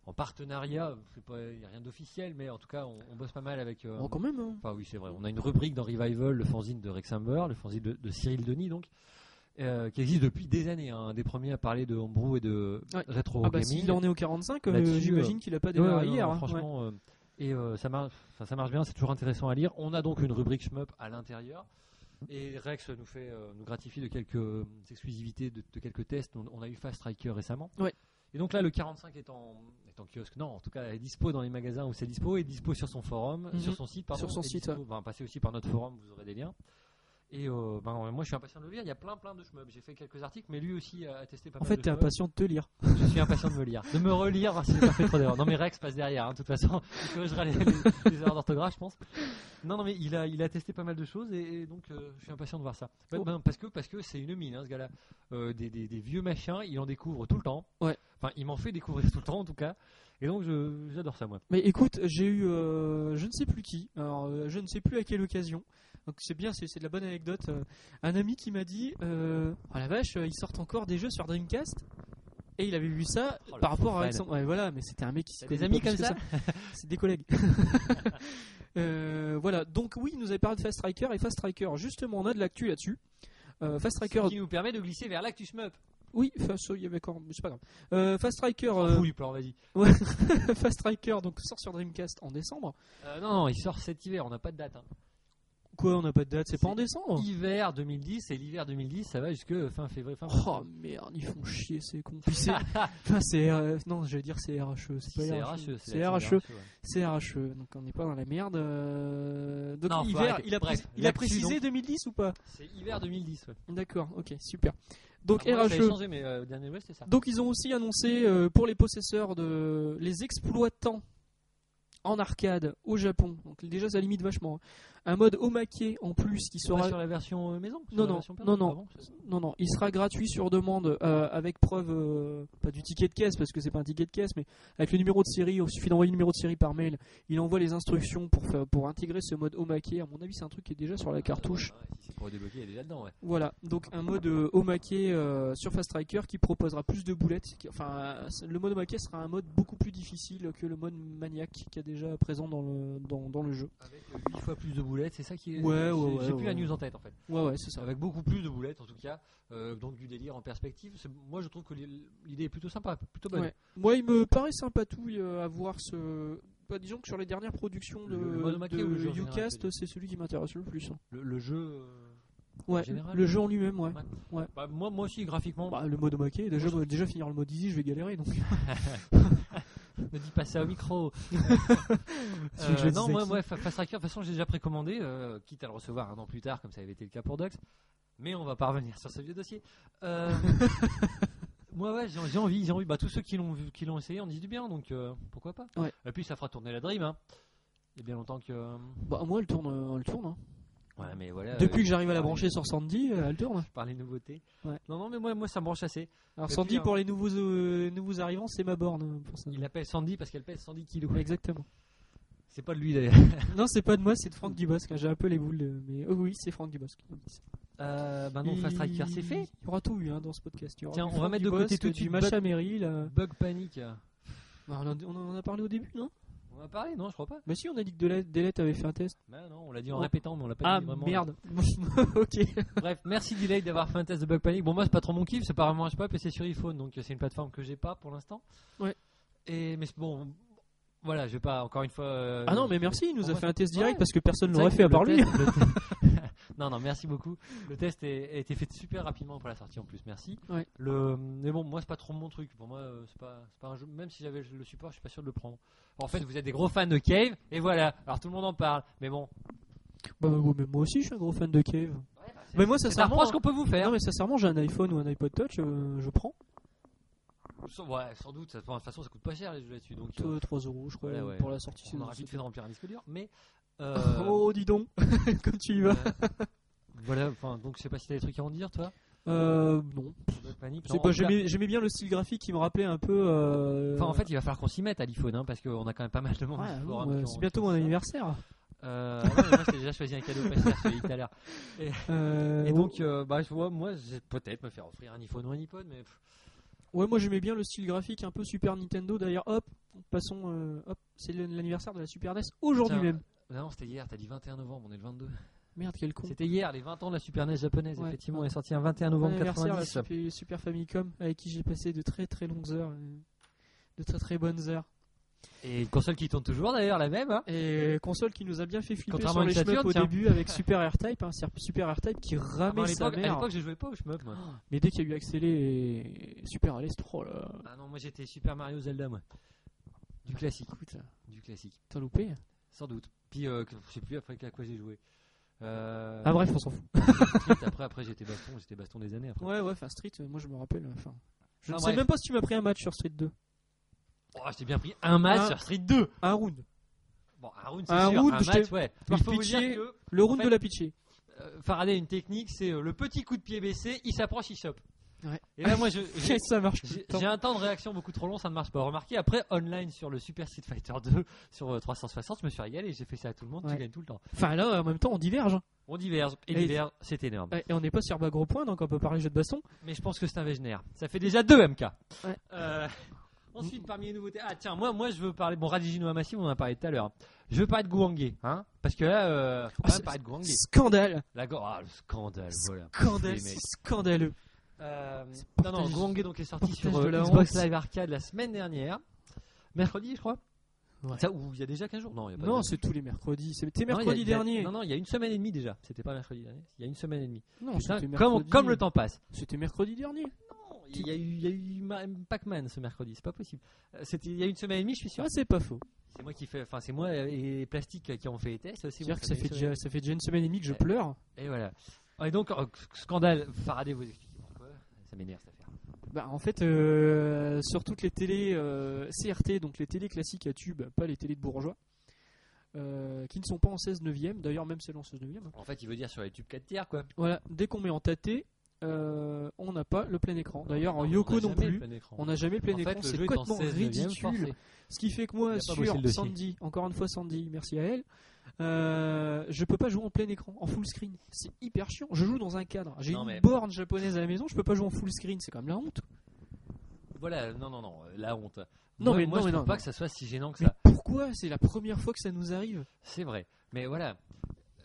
Speaker 2: en partenariat. C'est pas- Il n'y a rien d'officiel, mais en tout cas, on, on bosse pas mal avec. euh,
Speaker 1: Bon, quand même, hein.
Speaker 2: Enfin, oui, c'est vrai. On a une rubrique dans Revival, le fanzine de Rex Amber, le fanzine de, de Cyril Denis, donc, euh, qui existe depuis des années. hein. Un des premiers à parler de Homebrew et de
Speaker 1: Ouais.
Speaker 2: rétro
Speaker 1: Ah bah
Speaker 2: gaming.
Speaker 1: s'il en est au 45, euh,
Speaker 2: Là-dessus,
Speaker 1: j'imagine qu'il a pas
Speaker 2: Ouais,
Speaker 1: démarré
Speaker 2: ouais, non,
Speaker 1: hier.
Speaker 2: non,
Speaker 1: hein. Ouais.
Speaker 2: franchement, euh, et euh, ça, marche, enfin, ça marche bien, c'est toujours intéressant à lire. On a donc une rubrique shmup à l'intérieur. Et Rex nous, euh, fait, euh, nous gratifie de quelques exclusivités, de, de quelques tests. On, on a eu Fast Striker récemment.
Speaker 1: Ouais.
Speaker 2: Et donc là, le 45 est en, est en kiosque. Non, en tout cas, est dispo dans les magasins où c'est dispo et dispo sur son forum,
Speaker 1: Mhm.
Speaker 2: sur son site. Pardon,
Speaker 1: Sur son
Speaker 2: est
Speaker 1: site,
Speaker 2: dispo. Ben, passez aussi par notre forum, vous aurez des liens. Et euh, ben, moi, je suis impatient de le lire. Il y a plein, plein de shmups. J'ai fait quelques articles, mais lui aussi a a testé
Speaker 3: En
Speaker 2: pas mal
Speaker 3: fait,
Speaker 2: de
Speaker 3: t'es
Speaker 2: shmups.
Speaker 3: impatient de te lire.
Speaker 2: Je suis impatient de me lire, de me relire voir si j'ai pas fait trop d'erreurs. Non mais Rex passe derrière, hein, de toute façon, il corrigera les, les- les erreurs d'orthographe, je pense. Non non mais il a il a testé pas mal de choses et, et donc euh, je suis impatient de voir ça. Ben,
Speaker 1: Oh.
Speaker 2: ben, parce que parce que c'est une mine hein, ce gars-là, Euh, des, des- des vieux machins, il en découvre tout le temps.
Speaker 1: Ouais.
Speaker 2: Enfin il m'en fait découvrir tout le temps en tout cas. Et donc je- j'adore ça moi.
Speaker 1: Mais écoute, j'ai eu euh, je ne sais plus qui, alors euh, je ne sais plus à quelle occasion. Donc c'est bien, c'est c'est de la bonne anecdote. euh, un ami qui m'a dit, euh, oh la vache, euh, ils sortent encore des jeux sur Dreamcast. Et il avait vu ça
Speaker 2: Oh, le
Speaker 1: par
Speaker 2: pauvre
Speaker 1: rapport à
Speaker 2: fan.
Speaker 1: Alexandre. Ouais, voilà, mais c'était un mec qui s'est
Speaker 2: T'as des amis comme ça
Speaker 1: C'est des collègues. Euh, voilà, donc oui, il nous avait parlé de Fast Striker et Fast Striker. Justement, on a de l'actu là-dessus. Euh, Fast Striker,
Speaker 2: Ce qui nous permet de glisser vers l'actus mup.
Speaker 1: oui, Fast- il y avait encore, c'est pas grave. Euh, Fast Striker,
Speaker 2: Fou
Speaker 1: euh,
Speaker 2: du plan vas-y.
Speaker 1: Fast Striker, donc sort sur Dreamcast en décembre.
Speaker 2: Euh, non non il sort cet hiver, on n'a pas de date. hein.
Speaker 1: Quoi, on n'a pas de date, c'est pas
Speaker 2: C'est
Speaker 1: en décembre
Speaker 2: Hiver 2010 et l'hiver 2010 ça va jusque fin février fin.
Speaker 1: Oh merde, ils font chier ces cons. Puis c'est, enfin, c'est euh, non, j'allais dire c'est RHE, c'est pas E. RHE, c'est
Speaker 2: C'est E. RHE, la
Speaker 1: RHE,
Speaker 2: ouais.
Speaker 1: c'est RHE. Donc on n'est pas dans la merde. euh, Donc
Speaker 2: Non, faut
Speaker 1: hiver,
Speaker 2: arrêter.
Speaker 1: il a, pré-
Speaker 2: Bref,
Speaker 1: il a
Speaker 2: l'actu,
Speaker 1: précisé
Speaker 2: donc.
Speaker 1: 2010 ou pas
Speaker 2: C'est hiver 2010. Ouais.
Speaker 1: D'accord, ok, super. Donc E.
Speaker 2: Ah, moi, j'avais
Speaker 1: RHE.
Speaker 2: changé, mais euh, au dernier web, c'était ça.
Speaker 1: Donc ils ont aussi annoncé euh, pour les possesseurs de les exploitants en arcade au Japon. Donc déjà ça limite vachement. hein. Un mode Omake en plus qui
Speaker 2: C'est pas
Speaker 1: sera
Speaker 2: sur la version euh, maison sur
Speaker 1: Non,
Speaker 2: la
Speaker 1: non,
Speaker 2: version
Speaker 1: non,
Speaker 2: perso,
Speaker 1: non.
Speaker 2: avant, c'est ça
Speaker 1: Non, non, il sera gratuit sur demande euh, avec preuve, euh, pas du ticket de caisse parce que c'est pas un ticket de caisse, mais avec le numéro de série. Il suffit d'envoyer le numéro de série par mail. Il envoie les instructions pour, faire, pour intégrer ce mode Omake. À mon avis, c'est un truc qui est déjà sur la cartouche.
Speaker 2: Ah, ouais, si c'est pour débloquer, il est déjà dedans. Ouais.
Speaker 1: Voilà, donc un mode euh, Omake euh, sur Fast Striker qui proposera plus de boulettes. qui- enfin, euh, le mode Omake sera un mode beaucoup plus difficile que le mode Maniac qui est déjà présent dans le, dans, dans le jeu.
Speaker 2: Avec 8 fois plus de boulettes, c'est ça qui est.
Speaker 1: Ouais,
Speaker 2: j'ai-
Speaker 1: ouais,
Speaker 2: J'ai
Speaker 1: ouais,
Speaker 2: plus
Speaker 1: ouais.
Speaker 2: la news en tête en fait.
Speaker 1: Ouais, ouais, c'est ça.
Speaker 2: Avec beaucoup plus de boulettes en tout cas, euh, donc du délire en perspective. C'est- Moi je trouve que l'i- l'idée est plutôt sympa, plutôt bonne.
Speaker 1: Ouais. Moi, il me paraît sympatouille euh, à voir ce. bah, disons que sur les dernières productions de,
Speaker 2: Le- le mode maquet
Speaker 1: de
Speaker 2: ou le jeu en général, tu veux
Speaker 1: Ucast,
Speaker 2: dire
Speaker 1: c'est celui qui m'intéresse le plus. hein.
Speaker 2: Le, le jeu. euh,
Speaker 1: Ouais,
Speaker 2: général,
Speaker 1: le jeu en lui-même, ouais.
Speaker 2: bah, moi, moi aussi graphiquement,
Speaker 1: Bah, le mode maquet, déjà, bah, déjà finir le mode easy, je vais galérer donc.
Speaker 2: ne dis pas ça au micro. Euh,
Speaker 3: Tu veux que je le
Speaker 2: non,
Speaker 3: dise à
Speaker 2: moi,
Speaker 3: qui
Speaker 2: moi, Fa- Fast Tracker, de toute façon, j'ai déjà précommandé, euh, quitte à le recevoir un an plus tard, comme ça avait été le cas pour Dox. Mais on va pas revenir sur ce vieux dossier. Euh, moi, ouais, j'ai j'ai envie, j'ai envie. Bah, tous ceux qui l'ont vu- qui l'ont essayé en disent du bien, donc euh, pourquoi pas.
Speaker 1: Ouais.
Speaker 2: Et puis, ça fera tourner la Dream. Hein. Il y a bien longtemps que. euh,
Speaker 1: Bah, moi, elle tourne. euh, Elle tourne hein.
Speaker 2: Ouais, mais voilà.
Speaker 1: Depuis
Speaker 2: euh,
Speaker 1: que j'arrive à la
Speaker 2: ouais.
Speaker 1: brancher sur Sandy, euh, elle tourne.
Speaker 2: Par les nouveautés.
Speaker 1: Ouais.
Speaker 2: Non, non, mais moi, moi, ça me branche assez.
Speaker 1: Alors,
Speaker 2: Et
Speaker 1: Sandy,
Speaker 2: puis, hein.
Speaker 1: pour les nouveaux, euh, nouveaux arrivants, c'est ma borne. euh, Pour ça.
Speaker 2: Il l'appelle Sandy parce qu'elle pèse 110 kilos.
Speaker 1: Exactement.
Speaker 2: C'est pas de lui d'ailleurs.
Speaker 1: non, c'est pas de moi, c'est de Franck Dubosc. hein. J'ai un peu les boules, de- mais oh, oui, c'est Franck Dubosc.
Speaker 2: Euh, bah non, Fast Tracker, c'est fait.
Speaker 1: Il y aura tout eu hein, dans ce podcast. Il y aura
Speaker 2: Tiens,
Speaker 1: du
Speaker 2: on va
Speaker 1: Franck
Speaker 2: mettre de côté
Speaker 1: Dubosc,
Speaker 2: tout de
Speaker 1: du
Speaker 2: suite
Speaker 1: Macha
Speaker 2: Bud-
Speaker 1: Merrill. euh. là.
Speaker 2: Bug Panic.
Speaker 1: Bah, on en- on en a parlé au début, non
Speaker 2: On en a parlé, non, je crois pas.
Speaker 1: Bah si, on a dit que Dela- Delette avait fait un test.
Speaker 2: Bah non, on l'a dit en
Speaker 1: Oh.
Speaker 2: répétant, mais on l'a pas
Speaker 1: Ah
Speaker 2: dit vraiment.
Speaker 1: merde. ok.
Speaker 2: Bref, merci Delay d'avoir fait un test de Bug Panic. Bon, moi, c'est pas trop mon kiff, c'est pas vraiment un shmup et c'est sur iPhone, donc c'est une plateforme que j'ai pas pour l'instant.
Speaker 1: Ouais.
Speaker 2: Et, mais c'est bon, voilà, je vais pas encore une fois. euh,
Speaker 1: Ah non, mais merci, il nous a
Speaker 2: Ouais.
Speaker 1: fait un test direct
Speaker 2: Ouais.
Speaker 1: parce que personne
Speaker 2: c'est
Speaker 1: l'aurait
Speaker 2: vrai
Speaker 1: fait
Speaker 2: que
Speaker 1: à part
Speaker 2: le
Speaker 1: lui.
Speaker 2: test- le te- non, non, merci beaucoup. Le test est- a été fait super rapidement pour la sortie en plus, merci.
Speaker 1: Ouais.
Speaker 2: Le, mais bon, moi, c'est pas trop mon truc. Pour moi, euh, c'est pas, c'est pas un jeu. Même si j'avais le support, je suis pas sûr de le prendre. En fait, vous êtes des gros fans de Cave, et voilà. Alors tout le monde en parle, mais bon.
Speaker 1: Bah ouais, mais moi aussi, je suis un gros fan de Cave.
Speaker 2: c'est-
Speaker 1: Mais moi,
Speaker 2: C'est un
Speaker 1: sincèrement,
Speaker 2: reproche qu'on peut vous faire.
Speaker 1: non mais sincèrement, j'ai un iPhone ou un iPod Touch, euh, je prends
Speaker 2: Sans, ouais, sans doute. ça- De toute façon, ça coûte pas cher les jeux là-dessus. Donc, euh,
Speaker 1: 3 euros, je crois,
Speaker 2: Ouais, ouais.
Speaker 1: pour la sortie.
Speaker 2: on
Speaker 1: c'est-
Speaker 2: aura vite fait de remplir un disque dur. Mais euh,
Speaker 1: Oh, dis donc, comme tu y vas.
Speaker 2: euh, voilà. Enfin, donc, je sais pas si t'as des trucs à en dire, toi.
Speaker 1: Euh, non.
Speaker 2: Pas de panique.
Speaker 1: C'est
Speaker 2: Non, en
Speaker 1: pas-
Speaker 2: tout cas-
Speaker 1: J'aimais j'aimais bien le style graphique qui me rappelait un peu. euh,
Speaker 2: Enfin, en fait, il va falloir qu'on s'y mette à l'iPhone, hein, parce qu'on a quand même pas mal de monde.
Speaker 1: ouais,
Speaker 2: sur le
Speaker 1: non,
Speaker 2: forum
Speaker 1: euh,
Speaker 2: qui ont-
Speaker 1: c'est
Speaker 2: qui
Speaker 1: bientôt
Speaker 2: ont
Speaker 1: mon
Speaker 2: ça.
Speaker 1: anniversaire.
Speaker 2: Euh, non, mais moi, j'ai déjà choisi un cadeau pas cher, je l'ai dit tout à l'heure.
Speaker 1: Euh,
Speaker 2: Et donc, euh, bah, je vois, moi, j'ai peut-être me faire offrir un iPhone ou un iPod, mais pff, euh,
Speaker 1: Ouais, moi j'aimais bien le style graphique un peu Super Nintendo. D'ailleurs, hop, passons. euh, hop, c'est l'anniversaire de la Super NES aujourd'hui
Speaker 2: Tiens.
Speaker 1: même.
Speaker 2: non, c'était hier. T'as dit 21 novembre, on est le 22.
Speaker 1: Merde, quel con.
Speaker 2: C'était hier, les 20 ans de la Super NES japonaise.
Speaker 1: Ouais.
Speaker 2: Effectivement, elle est sortie un 21 novembre
Speaker 1: Anniversaire,
Speaker 2: 90.
Speaker 1: la Super, Super Famicom avec qui j'ai passé de très très longues heures, euh, de très très bonnes heures.
Speaker 2: Et une console qui tourne toujours d'ailleurs, la même. hein.
Speaker 1: Et euh, console qui nous a bien fait flipper
Speaker 2: Contrairement
Speaker 1: sur les
Speaker 2: à une
Speaker 1: shmups
Speaker 2: Saturn,
Speaker 1: au
Speaker 2: tiens.
Speaker 1: début avec Super R-Type, hein, c'est Super R-Type qui
Speaker 2: Ah, moi,
Speaker 1: ramait
Speaker 2: à
Speaker 1: sa
Speaker 2: l'époque, à
Speaker 1: mère.
Speaker 2: l'époque, je jouais pas au shmup, moi.
Speaker 1: Mais dès qu'il y a eu Accélé et Super à l'est, oh là,
Speaker 2: Ah non, moi j'étais Super Mario Zelda, moi. Du classique. Du classique.
Speaker 1: t'as loupé.
Speaker 2: Sans doute. Puis euh, que- je sais plus après à quoi j'ai joué. Euh,
Speaker 1: Ah bref, on s'en fout.
Speaker 2: ensuite, après, après j'étais baston, j'étais baston des années après.
Speaker 1: Ouais, ouais, enfin Street, euh, moi je me rappelle. Enfin, je
Speaker 2: Ah,
Speaker 1: ne sais
Speaker 2: bref.
Speaker 1: même pas si tu m'as pris un match sur Street 2.
Speaker 2: Oh, je t'ai bien pris un match
Speaker 1: Un-
Speaker 2: sur Street 2.
Speaker 1: Un round.
Speaker 2: Bon, un round, c'est
Speaker 1: Un
Speaker 2: sûr.
Speaker 1: round,
Speaker 2: un
Speaker 1: je t'ai-
Speaker 2: match, ouais.
Speaker 1: par
Speaker 2: Il faut vous
Speaker 1: pitié.
Speaker 2: dire que
Speaker 1: Le round
Speaker 2: fait-
Speaker 1: de la pitchée.
Speaker 2: euh, Faraday a une technique, c'est euh, le petit coup de pied baissé, il s'approche, il chope.
Speaker 1: Ouais.
Speaker 2: Et là, moi, je- j'ai-
Speaker 1: ça marche.
Speaker 2: j'ai j'ai un temps de réaction beaucoup trop long, ça ne marche pas. Remarquez, après, online sur le Super Street Fighter 2, sur euh, 360, je me suis régalé, j'ai fait ça à tout le monde,
Speaker 1: Ouais.
Speaker 2: tu gagnes tout le temps.
Speaker 1: Enfin là, en même temps, on diverge. hein.
Speaker 2: On diverge, et
Speaker 1: Et-
Speaker 2: diverge, c'est énorme.
Speaker 1: Ouais, Et on n'est pas sur Bagro Point, donc on peut parler jeu de baston.
Speaker 2: Mais je pense que c'est un Wegener. Ça fait déjà deux MK.
Speaker 1: Ouais.
Speaker 2: Euh, ensuite, parmi les nouveautés. Ah, tiens, moi, moi je veux parler. Bon, Radijino Amassi, on en a parlé tout à l'heure. Je veux parler de Gouangé. Hein Parce que là, euh, faut
Speaker 1: Ah,
Speaker 2: quand même
Speaker 1: c'est-
Speaker 2: parler de Gouangé.
Speaker 1: Scandale
Speaker 2: La go- Ah, le scandale, voilà.
Speaker 1: Scandale,
Speaker 2: Les
Speaker 1: c'est
Speaker 2: mecs.
Speaker 1: scandaleux.
Speaker 2: Euh,
Speaker 1: C'est
Speaker 2: non,
Speaker 1: portage-
Speaker 2: non, Gouangé donc, est sorti
Speaker 1: portage
Speaker 2: sur
Speaker 1: de
Speaker 2: euh,
Speaker 1: la
Speaker 2: Xbox
Speaker 1: honte.
Speaker 2: Live Arcade la semaine dernière. Mercredi, je crois.
Speaker 1: Ouais.
Speaker 2: Ça, ou il y a déjà 15 jours Non, il y a pas
Speaker 1: Non,
Speaker 2: de-
Speaker 1: c'est tous les mercredis. C'était
Speaker 2: Non, il y a-
Speaker 1: mercredi
Speaker 2: il y a-
Speaker 1: dernier.
Speaker 2: Non, non, il y a une semaine et demie déjà. C'était pas mercredi dernier. Il y a une semaine et demie.
Speaker 1: Non,
Speaker 2: Putain,
Speaker 1: c'était
Speaker 2: comme,
Speaker 1: mercredi.
Speaker 2: comme le temps passe.
Speaker 1: C'était mercredi dernier.
Speaker 2: Non, Il y a eu, il y a eu Ma- Pac-Man ce mercredi, c'est pas possible. Euh, C'était il y a une semaine et demie, je suis sûr.
Speaker 1: Ah, c'est pas faux.
Speaker 2: C'est moi qui fais, enfin c'est moi et Plastique qui ont fait les tests. C'est
Speaker 1: C'est-à-dire
Speaker 2: bon,
Speaker 1: que ça fait,
Speaker 2: une semaine.
Speaker 1: déjà, ça fait déjà une semaine et demie que je
Speaker 2: Ouais.
Speaker 1: pleure.
Speaker 2: Et voilà. Ah, Et donc euh, scandale, Faraday vous expliquez pourquoi. Ça m'énerve cette affaire.
Speaker 1: Bah, en fait, euh, sur toutes les télés euh, CRT, donc les télés classiques à tube, pas les télés de bourgeois, euh, qui ne sont pas en 16 neuvième, d'ailleurs même celles en 16 neuvième.
Speaker 2: En fait, il veut dire sur les tubes 4 tiers quoi.
Speaker 1: Voilà, dès qu'on met en tâté, euh, on n'a pas le plein écran. D'ailleurs, en Yoko non plus, on n'a jamais le plein
Speaker 2: en
Speaker 1: écran,
Speaker 2: fait, le
Speaker 1: c'est
Speaker 2: jeu est en
Speaker 1: complètement
Speaker 2: 16 neuvième,
Speaker 1: ridicule.
Speaker 2: forcé.
Speaker 1: Ce qui fait que
Speaker 2: Il a
Speaker 1: moi,
Speaker 2: pas bossé le
Speaker 1: sur
Speaker 2: dossier.
Speaker 1: Sandy, encore une fois Sandy, merci à elle, euh, je peux pas jouer en plein écran, en full screen. C'est hyper chiant. Je joue dans un cadre. J'ai
Speaker 2: Non,
Speaker 1: une
Speaker 2: mais-
Speaker 1: borne japonaise à la maison, je peux pas jouer en full screen, c'est quand même la honte.
Speaker 2: Voilà, non non non, euh, la honte.
Speaker 1: Non,
Speaker 2: moi,
Speaker 1: mais
Speaker 2: moi,
Speaker 1: non,
Speaker 2: je
Speaker 1: mais
Speaker 2: trouve
Speaker 1: non,
Speaker 2: pas
Speaker 1: non.
Speaker 2: que ça soit si gênant que
Speaker 1: Mais
Speaker 2: ça.
Speaker 1: pourquoi C'est la première fois que ça nous arrive.
Speaker 2: C'est vrai. Mais voilà,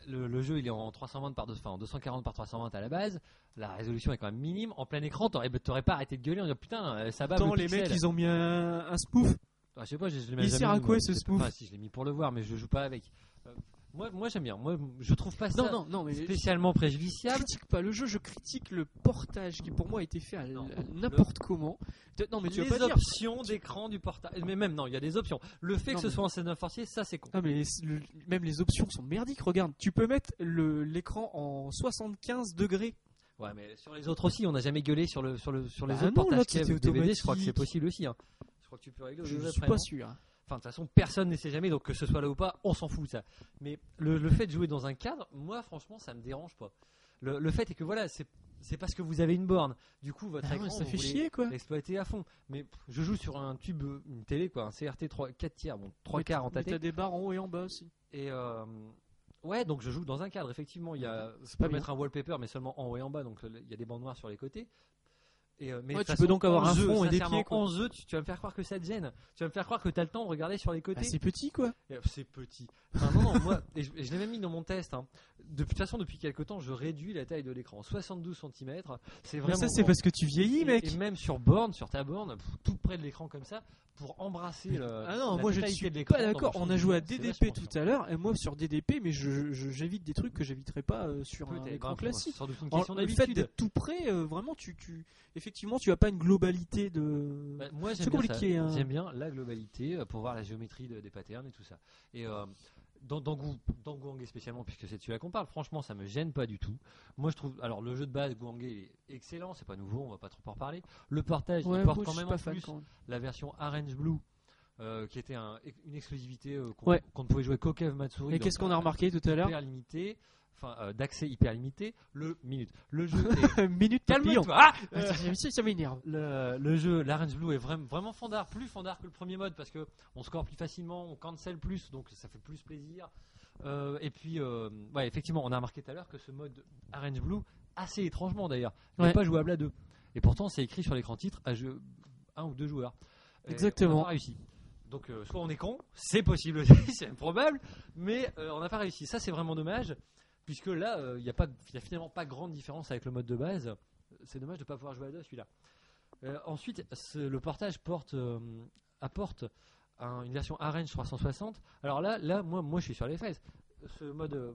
Speaker 2: le, le jeu il est en 320 par deux- enfin, en 240 par 320 à la base. La résolution est quand même minime. En plein écran, t'aurais t'aurais pas arrêté de gueuler en disant putain, euh, ça bat.
Speaker 1: Tant
Speaker 2: le
Speaker 1: les
Speaker 2: pixel.
Speaker 1: mecs, ils ont mis un, un spoof.
Speaker 2: Ah, je sais pas, je, je l'ai
Speaker 1: Il
Speaker 2: même jamais
Speaker 1: sert à
Speaker 2: mis,
Speaker 1: quoi,
Speaker 2: moi.
Speaker 1: ce
Speaker 2: Je sais pas,
Speaker 1: spoof
Speaker 2: enfin, si, je l'ai mis pour le voir, mais je joue pas avec. Euh, moi, moi j'aime bien. Moi, je trouve pas ça
Speaker 1: Non, non, non, mais je
Speaker 2: spécialement préjudiciable.
Speaker 1: critique pas le jeu, je critique le portage qui pour moi a été fait à l-
Speaker 2: Non.
Speaker 1: n'importe comment. De- Non, mais tu
Speaker 2: les
Speaker 1: vas pas dire.
Speaker 2: options d'écran du portable. Mais même, non, il y a des options. Le fait
Speaker 1: Non,
Speaker 2: que ce
Speaker 1: mais-
Speaker 2: soit en scène forcier, ça c'est con.
Speaker 1: Ah, mais le- même les options sont merdiques. Regarde, tu peux mettre le- l'écran en 75 degrés.
Speaker 2: Ouais, mais sur les autres aussi, on n'a jamais gueulé sur, le, sur, le, sur les
Speaker 1: Bah
Speaker 2: autres
Speaker 1: non,
Speaker 2: portages
Speaker 1: là, c'était
Speaker 2: cave DVD. Je crois que
Speaker 1: automatique.
Speaker 2: c'est possible aussi. hein. Je crois que tu peux régler au
Speaker 1: Je
Speaker 2: jeu
Speaker 1: ne suis
Speaker 2: après,
Speaker 1: pas
Speaker 2: non
Speaker 1: sûr. hein.
Speaker 2: Enfin, de toute façon, personne ne sait jamais, donc que ce soit là ou pas, on s'en fout de ça. Mais le, le fait de jouer dans un cadre, moi, franchement, ça me dérange pas. Le, le fait est que voilà, c'est c'est parce que vous avez une borne. Du coup, votre
Speaker 1: Ah
Speaker 2: écran,
Speaker 1: ouais, ça
Speaker 2: vous
Speaker 1: fait
Speaker 2: voulez
Speaker 1: chier quoi.
Speaker 2: l'exploiter à fond. Mais pff, je joue sur un tube, euh, une télé, quoi, un CRT 3, 4 tiers, bon, 3
Speaker 1: Mais
Speaker 2: quarts en
Speaker 1: mais
Speaker 2: tâté.
Speaker 1: T'as des barres en haut et en bas aussi.
Speaker 2: Et euh, ouais, donc je joue dans un cadre, effectivement. Il y a, je
Speaker 1: pas
Speaker 2: peux
Speaker 1: bien.
Speaker 2: mettre un wallpaper, mais seulement en haut et en bas, donc le- il y a des bandes noires sur les côtés. Et, euh, mais
Speaker 1: Ouais,
Speaker 2: de
Speaker 1: tu
Speaker 2: façon,
Speaker 1: peux donc avoir
Speaker 2: en
Speaker 1: un
Speaker 2: jeu,
Speaker 1: front et des
Speaker 2: sincèrement,
Speaker 1: pieds, quoi.
Speaker 2: En jeu, tu, tu vas me faire croire que ça te gêne. Tu vas me faire croire que t'as le temps de regarder sur les
Speaker 1: Ah,
Speaker 2: côtés.
Speaker 1: c'est petit quoi.
Speaker 2: Et, euh, C'est petit. Enfin, non, non, moi, et je, et je l'ai même mis dans mon test. hein. De toute façon, depuis quelques temps, je réduis la taille de l'écran. 72 cm, c'est
Speaker 1: Mais
Speaker 2: vraiment.
Speaker 1: ça, c'est
Speaker 2: grand.
Speaker 1: parce que tu vieillis,
Speaker 2: et,
Speaker 1: mec.
Speaker 2: et même sur borne, sur ta borne, pff, tout près de l'écran comme ça, pour embrasser le.
Speaker 1: Ah non,
Speaker 2: la
Speaker 1: moi je ne
Speaker 2: totalité
Speaker 1: suis
Speaker 2: de l'écran
Speaker 1: pas
Speaker 2: dans
Speaker 1: d'accord.
Speaker 2: mon
Speaker 1: On a
Speaker 2: champ
Speaker 1: joué à
Speaker 2: vision, c'est
Speaker 1: DDP
Speaker 2: vachement
Speaker 1: tout
Speaker 2: chiant.
Speaker 1: à l'heure, et moi sur DDP, mais je- je- j'évite des trucs que j'éviterais pas euh, sur un
Speaker 2: Peut-être,
Speaker 1: écran
Speaker 2: grave,
Speaker 1: classique.
Speaker 2: Sans doute une
Speaker 1: En-
Speaker 2: question
Speaker 1: le fait
Speaker 2: d'habitude.
Speaker 1: d'être tout près, euh, vraiment, tu, tu, effectivement, tu as pas une globalité de.
Speaker 2: Bah, moi,
Speaker 1: C'est
Speaker 2: j'aime bien ça.
Speaker 1: compliqué, hein.
Speaker 2: J'aime bien la globalité euh, pour voir la géométrie de- des patterns et tout ça. Et euh, dans, dans, Gu- dans Guangé spécialement, puisque c'est de celui-là qu'on parle, franchement, ça me gêne pas du tout. Moi, je trouve. Alors, le jeu de base Guangé est excellent, c'est pas nouveau, on va pas trop en parler. Le portage, il
Speaker 1: ouais,
Speaker 2: porte
Speaker 1: moi,
Speaker 2: quand
Speaker 1: je suis
Speaker 2: même
Speaker 1: pas
Speaker 2: en
Speaker 1: fan
Speaker 2: plus
Speaker 1: quand même.
Speaker 2: la version Orange Blue. euh, qui était un- une exclusivité euh, qu'on
Speaker 1: Ouais.
Speaker 2: qu'on ne pouvait jouer qu'au Cave Matsuri.
Speaker 1: Et
Speaker 2: donc,
Speaker 1: qu'est-ce qu'on a
Speaker 2: euh,
Speaker 1: remarqué tout à l'heure
Speaker 2: Hyper limité, enfin euh, d'accès hyper limité. Le minute, le jeu. est-
Speaker 1: Minute papillon.
Speaker 2: Calme-toi. ah
Speaker 1: Ah, ça- ça- ça m'énerve.
Speaker 2: le, le jeu, l'Orange Blue est vraiment, vraiment fandard, plus fandard que le premier mode parce que on score plus facilement, on cancel plus, donc ça fait plus plaisir. Euh, et puis, euh, ouais, effectivement, on a remarqué tout à l'heure que ce mode Orange Blue, assez étrangement d'ailleurs, n'est
Speaker 1: Ouais.
Speaker 2: pas jouable à deux. Et pourtant, c'est écrit sur l'écran titre à jeu, un ou deux joueurs. Et
Speaker 1: Exactement.
Speaker 2: On n'a pas réussi. Donc, euh, soit on est con, c'est possible aussi, c'est probable, mais euh, on n'a pas réussi. Ça, c'est vraiment dommage, puisque là, euh, il n'y a, pas- il y a finalement pas grande différence avec le mode de base. C'est dommage de ne pas pouvoir jouer à deux à celui-là. Euh, ensuite, ce- le portage porte, euh, apporte un- une version Arrange 360. Alors là, là moi, moi, je suis sur les fesses. Ce mode euh,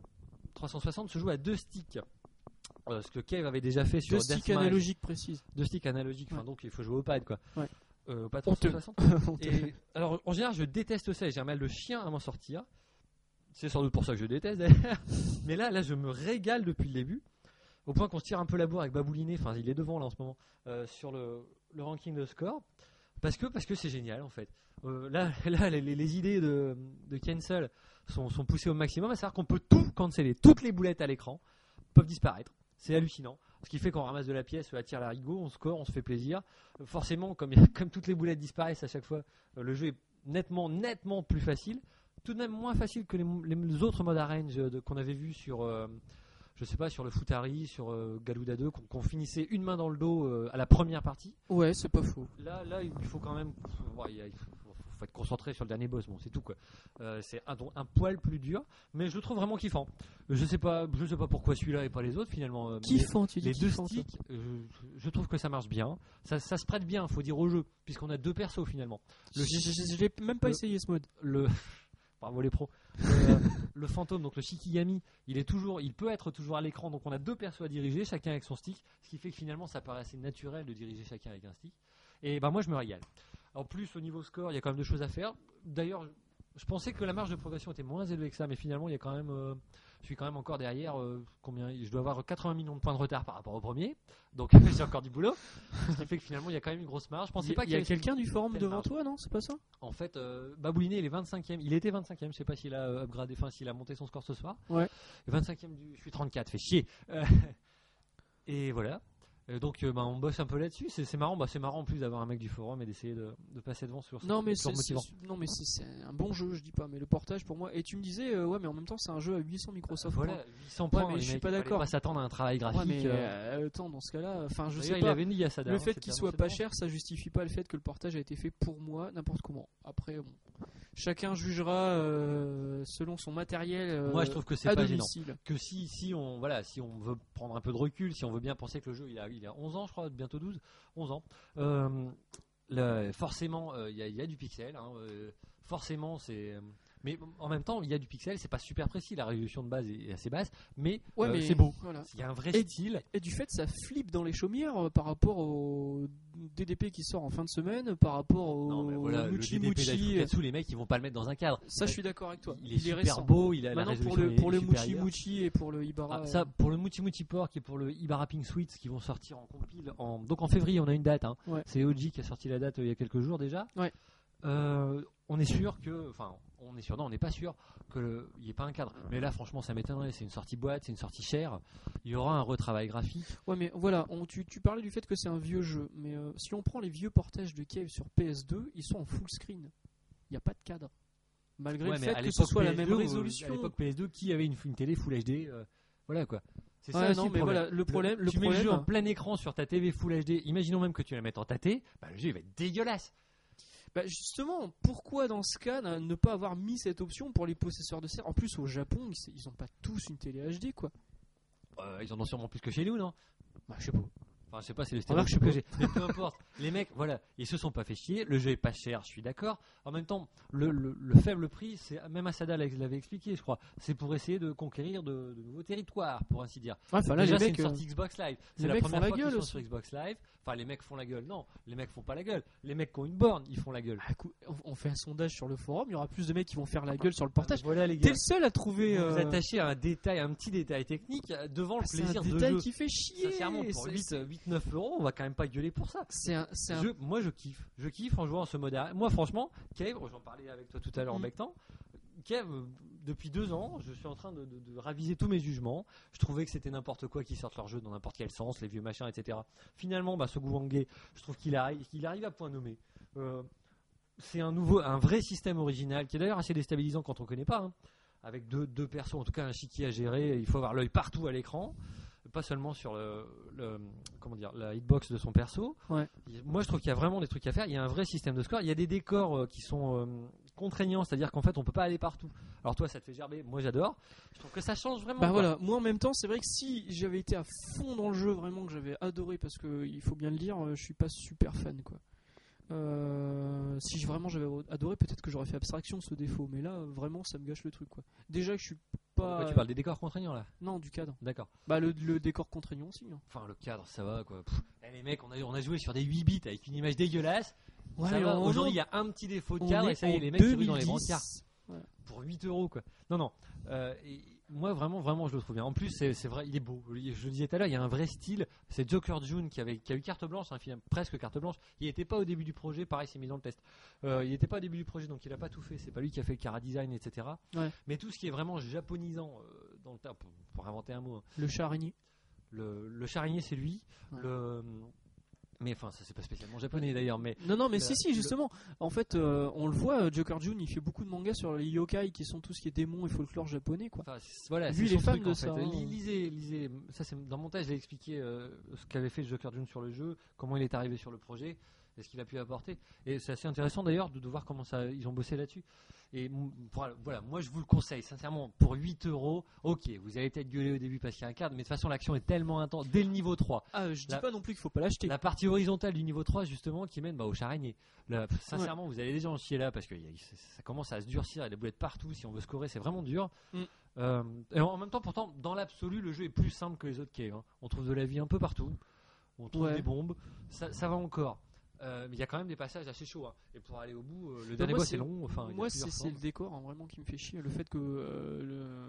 Speaker 2: 360 se joue à deux sticks. Euh, ce que Cave avait déjà fait sur
Speaker 1: Deux sticks
Speaker 2: Deathmatch.
Speaker 1: analogiques précises.
Speaker 2: Deux sticks analogiques, enfin,
Speaker 1: Ouais.
Speaker 2: donc il faut jouer au pad quoi.
Speaker 1: Ouais.
Speaker 2: Euh, au pad
Speaker 1: Honteux.
Speaker 2: 360. Et, alors, en général, je déteste ça et j'ai un mal de chien à m'en sortir. C'est sans doute pour ça que je déteste d'ailleurs. Mais là, là, je me régale depuis le début. Au point qu'on se tire un peu la bourre avec Babouliné, enfin, il est devant là en ce moment, euh, sur le, le ranking de score. Parce que parce que c'est génial en fait. Euh, là, là les, les- les idées de, de cancel sont, sont poussées au maximum, à savoir qu'on peut tout canceller. Toutes les boulettes à l'écran peuvent disparaître. C'est hallucinant. Ce qui fait qu'on ramasse de la pièce, euh, attire la rigo, on score, on se fait plaisir. Euh, Forcément, comme, comme toutes les boulettes disparaissent à chaque fois, euh, le jeu est nettement, nettement plus facile. Tout de même moins facile que les, mo- les- les autres modes arrange euh, de- qu'on avait vu sur, euh, je sais pas, sur le Futari, sur euh, Galuda 2, qu'on qu'on finissait une main dans le dos euh, à la première partie.
Speaker 1: Ouais, c'est pas faux.
Speaker 2: Là, là, il faut quand même, ouais, il y a- il faut, faut être concentré sur le dernier boss. Bon, c'est tout quoi. Euh, c'est un, un poil plus dur, mais je le trouve vraiment kiffant. Euh, Je sais pas, je sais pas pourquoi celui-là et pas les autres finalement. euh, mais-
Speaker 1: Kiffant, tu dis
Speaker 2: les deux
Speaker 1: kiffant, toi.
Speaker 2: sticks, euh, je, je trouve que ça marche bien. Ça, ça se prête bien, faut dire au jeu, puisqu'on a deux persos finalement. Le
Speaker 1: Je- je- je- je l'ai même pas
Speaker 2: le-
Speaker 1: essayé ce mode.
Speaker 2: Le bravo les pros. Le, euh, le fantôme, donc le Shikigami, il est toujours, il peut être toujours à l'écran, donc on a deux persos à diriger, chacun avec son stick, ce qui fait que finalement ça paraît assez naturel de diriger chacun avec un stick. Et ben moi je me régale. En plus au niveau score, il y a quand même deux choses à faire. D'ailleurs, je pensais que la marge de progression était moins élevée que ça, mais finalement il y a quand même, euh, je suis quand même encore derrière. euh, combien Je dois avoir 80 millions de points de retard par rapport au premier, donc j'ai encore du boulot. Ce qui fait que finalement il y a quand même une grosse marge. Je
Speaker 1: Il
Speaker 2: pensais
Speaker 1: y
Speaker 2: pas
Speaker 1: a,
Speaker 2: qu'il y avait
Speaker 1: quelqu'un du forum
Speaker 2: telle
Speaker 1: devant
Speaker 2: marge.
Speaker 1: toi, non C'est pas ça
Speaker 2: en fait, euh, Babouliné, il est 25e. Il était 25e. Je sais pas s'il a euh, upgradé, enfin s'il a monté son score ce soir.
Speaker 1: Ouais.
Speaker 2: 25e du. Je suis 34, fait chier. Euh, et voilà. Euh, donc, euh, bah, on bosse un peu là-dessus. C'est c'est marrant. Bah, c'est marrant en plus d'avoir un mec du forum et d'essayer de, de passer devant sur.
Speaker 1: Non mais
Speaker 2: sur
Speaker 1: c'est
Speaker 2: motivant.
Speaker 1: c'est- non mais c'est- c'est un bon jeu, je dis pas. Mais le portage pour moi. Et tu me disais euh, ouais, mais en même temps c'est un jeu à 800 Microsoft.
Speaker 2: Voilà,
Speaker 1: points.
Speaker 2: 800
Speaker 1: Ouais,
Speaker 2: points.
Speaker 1: mais
Speaker 2: les
Speaker 1: je suis
Speaker 2: mecs,
Speaker 1: pas
Speaker 2: il fallait
Speaker 1: d'accord.
Speaker 2: pas s'attendre à un travail
Speaker 1: Ouais,
Speaker 2: graphique.
Speaker 1: mais
Speaker 2: euh.
Speaker 1: euh, attends, dans ce cas-là, enfin je
Speaker 2: D'ailleurs,
Speaker 1: sais
Speaker 2: il
Speaker 1: pas.
Speaker 2: avait dit à Sada,
Speaker 1: Le
Speaker 2: hein,
Speaker 1: fait
Speaker 2: c'était
Speaker 1: qu'il
Speaker 2: un
Speaker 1: soit
Speaker 2: bon
Speaker 1: pas
Speaker 2: moment.
Speaker 1: cher, ça justifie pas le fait que le portage a été fait pour moi n'importe comment. Après, bon, chacun jugera euh, selon son matériel. euh,
Speaker 2: Moi, je trouve que c'est
Speaker 1: à
Speaker 2: pas gênant. Euh,
Speaker 1: domicile.
Speaker 2: que si, si on voilà si on veut prendre un peu de recul, si on veut bien penser que le jeu il a, il a 11 ans je crois, bientôt 12, 11 ans, euh, le- forcément euh, il y, a- il y a du pixel, hein, euh, forcément c'est... Mais en même temps il y a du pixel, c'est pas super précis, la résolution de base est, est assez basse, mais,
Speaker 1: Ouais,
Speaker 2: euh,
Speaker 1: mais
Speaker 2: c'est beau.
Speaker 1: Voilà.
Speaker 2: Il y a un vrai
Speaker 1: Et-
Speaker 2: style.
Speaker 1: Et du fait, ça flippe dans les chaumières euh, par rapport au DDP qui sort en fin de semaine, par rapport au
Speaker 2: Non, mais voilà, le
Speaker 1: Muchi
Speaker 2: DDP
Speaker 1: Muchi.
Speaker 2: d'Aikukatsu, euh, les mecs ils vont pas le mettre dans un cadre.
Speaker 1: Ça, je suis d'accord avec toi.
Speaker 2: Il est super
Speaker 1: récent.
Speaker 2: beau, il a la
Speaker 1: Maintenant, pour
Speaker 2: résolution,
Speaker 1: le,
Speaker 2: il est
Speaker 1: pour le Muchi
Speaker 2: supérieure.
Speaker 1: Muchi et pour le Ibarra. euh,
Speaker 2: Ah, ça, pour le Muti Muti Pork et pour le Ibarra Pink Sweets qui vont sortir en compile. En... Donc en février, on a une date. hein.
Speaker 1: Ouais.
Speaker 2: C'est OG qui a sorti la date euh, il y a quelques jours déjà.
Speaker 1: Ouais.
Speaker 2: Euh, on est sûr que. Enfin, on est sûr. Non, on n'est pas sûr qu'il n'y ait pas un cadre. Mais là, franchement, ça m'étonnerait. C'est une sortie boîte, c'est une sortie chère. Il y aura un retravail graphique.
Speaker 1: Ouais, mais voilà, on- tu, tu parlais du fait que c'est un vieux jeu, mais euh, si on prend les vieux portages de Cave sur PS2, ils sont en full screen. Il n'y a pas de cadre. Malgré
Speaker 2: Ouais,
Speaker 1: le
Speaker 2: mais
Speaker 1: fait
Speaker 2: à
Speaker 1: que ce
Speaker 2: l'époque
Speaker 1: soit la
Speaker 2: PS2,
Speaker 1: même
Speaker 2: euh,
Speaker 1: résolution.
Speaker 2: À l'époque PS2, qui avait une, une télé Full HD euh, Voilà quoi. C'est
Speaker 1: Ouais,
Speaker 2: aussi
Speaker 1: non,
Speaker 2: le
Speaker 1: mais
Speaker 2: problème.
Speaker 1: voilà, le problème, le
Speaker 2: tu mets
Speaker 1: problème,
Speaker 2: le jeu hein. en plein écran sur ta TV Full HD. Imaginons même que tu la mettes en tâté. Bah, le jeu il va être dégueulasse.
Speaker 1: Bah, justement, pourquoi dans ce cas n- ne pas avoir mis cette option pour les possesseurs de serre En plus, au Japon, ils- ils n'ont pas tous une télé HD, quoi.
Speaker 2: Euh, ils en ont sûrement plus que chez nous, non
Speaker 1: Bah, je sais pas.
Speaker 2: Enfin, je sais pas, c'est le
Speaker 1: Remarque,
Speaker 2: stéréotype que
Speaker 1: je
Speaker 2: j'ai. Mais peu importe. Les mecs, voilà, ils se sont pas fait chier. Le jeu est pas cher, je suis d'accord. En même temps, le, le- le faible prix, c'est même Asada l'a- l'avait expliqué, je crois. C'est pour essayer de conquérir de, de nouveaux territoires, pour ainsi dire.
Speaker 1: Ouais, enfin, là,
Speaker 2: Déjà,
Speaker 1: les
Speaker 2: c'est
Speaker 1: mecs.
Speaker 2: une
Speaker 1: euh,
Speaker 2: sortie Xbox Live.
Speaker 1: les
Speaker 2: C'est la
Speaker 1: mecs
Speaker 2: première
Speaker 1: font la
Speaker 2: fois qu'ils
Speaker 1: gueule
Speaker 2: sont
Speaker 1: aussi.
Speaker 2: sur Xbox Live. Enfin, les mecs font la gueule. Non, les mecs font pas la gueule. Les mecs qui ont une borne, ils font la gueule.
Speaker 1: à coup- Ah, on- on fait un sondage sur le forum, il y aura plus de mecs qui vont faire la gueule sur le portage.
Speaker 2: Ah, mais Voilà les
Speaker 1: T'es
Speaker 2: gars.
Speaker 1: le seul à
Speaker 2: Vous
Speaker 1: trouver.
Speaker 2: vous
Speaker 1: euh,
Speaker 2: attachez à un détail, un petit détail technique euh, devant
Speaker 1: ah,
Speaker 2: le
Speaker 1: C'est un
Speaker 2: plaisir de
Speaker 1: détail
Speaker 2: jeu.
Speaker 1: qui fait chier.
Speaker 2: Sincèrement, pour euh,
Speaker 1: c'est-
Speaker 2: 8-9 euros, on va quand même pas gueuler pour ça.
Speaker 1: C'est un, c'est un-
Speaker 2: Je- moi je kiffe, je kiffe en jouant à ce mode. arrêt. Moi franchement, Cave, j'en parlais avec toi tout à l'heure en
Speaker 1: Mm.
Speaker 2: bectant. Cave, euh, depuis deux ans, je suis en train de, de- de raviser tous mes jugements. Je trouvais que c'était n'importe quoi qui sortent leur jeu dans n'importe quel sens, les vieux machins, etc. Finalement, bah, ce Gouwangé, je trouve qu'il arrive, qu'il arrive à point nommé. Euh, c'est un nouveau, un vrai système original qui est d'ailleurs assez déstabilisant quand on connaît pas. hein. Avec deux, deux persos, en tout cas un chiqui à gérer, il faut avoir l'œil partout à l'écran, pas seulement sur le, le- comment dire, la hitbox de son perso.
Speaker 1: Ouais.
Speaker 2: Il- Moi, je trouve qu'il y a vraiment des trucs à faire. Il y a un vrai système de score. Il y a des décors euh, qui sont euh, contraignants, c'est-à-dire qu'en fait, on peut pas aller partout. Alors toi, ça te fait gerber. Moi, j'adore. Je trouve que ça change vraiment.
Speaker 1: Bah
Speaker 2: quoi.
Speaker 1: voilà, moi en même temps, c'est vrai que si j'avais été à fond dans le jeu, vraiment que j'avais adoré, parce que il faut bien le dire, euh, je suis pas super fan quoi. Euh, si je- vraiment j'avais adoré, peut-être que j'aurais fait abstraction de ce défaut. Mais là, vraiment, ça me gâche le truc. Quoi. Déjà que je suis pas.
Speaker 2: Pourquoi bah, tu parles des décors contraignants là
Speaker 1: Non, du cadre.
Speaker 2: D'accord.
Speaker 1: Bah, le, le décor contraignant aussi. hein.
Speaker 2: Enfin, le cadre, ça va quoi. Pff, eh, les mecs, on a, on a joué sur des 8 bits avec une image dégueulasse. Ça
Speaker 1: mais
Speaker 2: va,
Speaker 1: on-
Speaker 2: Aujourd'hui, il y a un petit défaut de
Speaker 1: on
Speaker 2: cadre
Speaker 1: est
Speaker 2: et ça y est,
Speaker 1: en
Speaker 2: les mecs se ruent dans
Speaker 1: 2010.
Speaker 2: les brancards. pour 8 euros quoi. Non non. Euh, et moi vraiment vraiment je le trouve bien. En plus c'est c'est vrai il est beau. Je le disais tout à l'heure il y a un vrai style. C'est Joker June qui avait qui a eu carte blanche un film presque carte blanche. Il n'était pas au début du projet pareil c'est mis dans le test. Euh, il n'était pas au début du projet donc il a pas tout fait. C'est pas lui qui a fait le cara design etc.
Speaker 1: Ouais.
Speaker 2: Mais tout ce qui est vraiment japonisant euh, dans le terme pour, pour inventer un mot. hein.
Speaker 1: Le chat araignée.
Speaker 2: Le, le charnier c'est lui.
Speaker 1: Ouais.
Speaker 2: Le mais enfin ça c'est pas spécialement japonais d'ailleurs mais
Speaker 1: Non, non, mais
Speaker 2: Le-
Speaker 1: si, si,
Speaker 2: le-
Speaker 1: justement. En fait, euh, on le voit, euh, Joker June, il fait beaucoup de mangas sur les yokai qui sont tout ce qui est démons et folklore japonais, quoi.
Speaker 2: Enfin, c'est- voilà,
Speaker 1: Lui,
Speaker 2: c'est
Speaker 1: il
Speaker 2: son
Speaker 1: est fan
Speaker 2: truc,
Speaker 1: de
Speaker 2: en fait.
Speaker 1: ça, hein.
Speaker 2: Li- Lisez, lisez. Ça, c'est dans mon test, j'ai expliqué euh, ce qu'avait fait Joker June sur le jeu, comment il est arrivé sur le projet, et ce qu'il a pu apporter. Et c'est assez intéressant d'ailleurs de, de voir comment ça, ils ont bossé là-dessus. Et m- voilà, voilà, moi je vous le conseille sincèrement pour 8 euros. Ok, vous allez peut-être gueuler au début parce qu'il y a un cadre, mais de toute façon l'action est tellement intense dès le niveau 3.
Speaker 1: Ah, je dis
Speaker 2: La-
Speaker 1: pas non plus qu'il faut pas l'acheter.
Speaker 2: La partie horizontale du niveau 3 justement qui mène bah, au charnier. Là, pff, sincèrement, vous allez déjà en chier là parce que y a- ça- ça commence à se durcir, il y a des boulettes partout. Si on veut scorer, c'est vraiment dur.
Speaker 1: Mm.
Speaker 2: Euh, et en en même temps, pourtant, dans l'absolu, le jeu est plus simple que les autres caves. hein. On trouve de la vie un peu partout, on trouve
Speaker 1: Ouais.
Speaker 2: des bombes, ça, ça va encore. Euh, mais il y a quand même des passages assez chauds. hein. Et pour aller au bout, euh, le dernier
Speaker 1: moi,
Speaker 2: boss
Speaker 1: c'est-
Speaker 2: est long. Enfin, il y a
Speaker 1: Moi,
Speaker 2: plusieurs
Speaker 1: c'est c'est le
Speaker 2: formes.
Speaker 1: décor hein, vraiment qui me fait chier. Le fait que euh,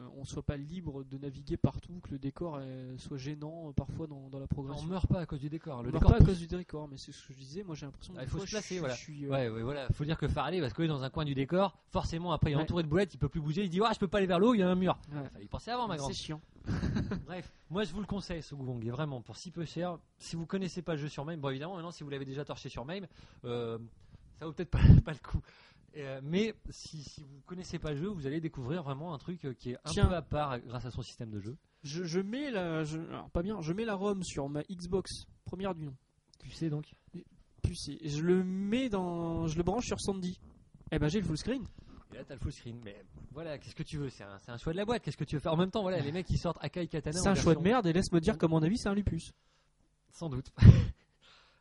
Speaker 1: le- on soit pas libre de naviguer partout, que le décor euh, soit gênant euh, parfois dans, dans la
Speaker 2: on
Speaker 1: progression.
Speaker 2: meurt pas à cause du décor. Le
Speaker 1: On meurt
Speaker 2: décor
Speaker 1: pas à
Speaker 2: pousse.
Speaker 1: cause du décor, mais c'est ce que je disais. Moi, j'ai l'impression que
Speaker 2: Ah, il
Speaker 1: des
Speaker 2: faut
Speaker 1: fois,
Speaker 2: se placer,
Speaker 1: je,
Speaker 2: voilà.
Speaker 1: je suis, euh,
Speaker 2: Ouais, ouais, voilà. Faut dire que Farley va se coller dans un coin du décor. Forcément, après, il est
Speaker 1: Ouais.
Speaker 2: entouré de boulettes, il peut plus bouger. Il dit, ah, je peux pas aller vers l'eau, il y a un mur.
Speaker 1: ouais.
Speaker 2: Fallait y penser avant, Oh, ma grande.
Speaker 1: C'est chiant.
Speaker 2: Bref, moi je vous le conseille ce Guvong et vraiment pour si peu cher. Si vous connaissez pas le jeu sur MAME, bon évidemment maintenant si vous l'avez déjà torché sur MAME, euh, ça vaut peut-être pas, pas le coup. Euh, mais si, si vous connaissez pas le jeu, vous allez découvrir vraiment un truc euh, qui est un
Speaker 1: Tiens.
Speaker 2: peu à part grâce à son système de jeu.
Speaker 1: Je, je mets la, je- alors, pas bien. Je mets la ROM sur ma Xbox première du nom.
Speaker 2: Tu sais donc.
Speaker 1: Pucé. Je le mets dans, je le branche sur Sandy. Eh ben, j'ai le full screen.
Speaker 2: Et là t'as le full screen. Mais voilà, qu'est-ce que tu veux C'est un, c'est un choix de la boîte. Qu'est-ce que tu veux faire En même temps, voilà, les mecs qui sortent Akai Katana.
Speaker 1: C'est
Speaker 2: en
Speaker 1: un choix de
Speaker 2: version-
Speaker 1: merde et laisse-moi dire qu'à mon avis, c'est un lupus.
Speaker 2: Sans doute.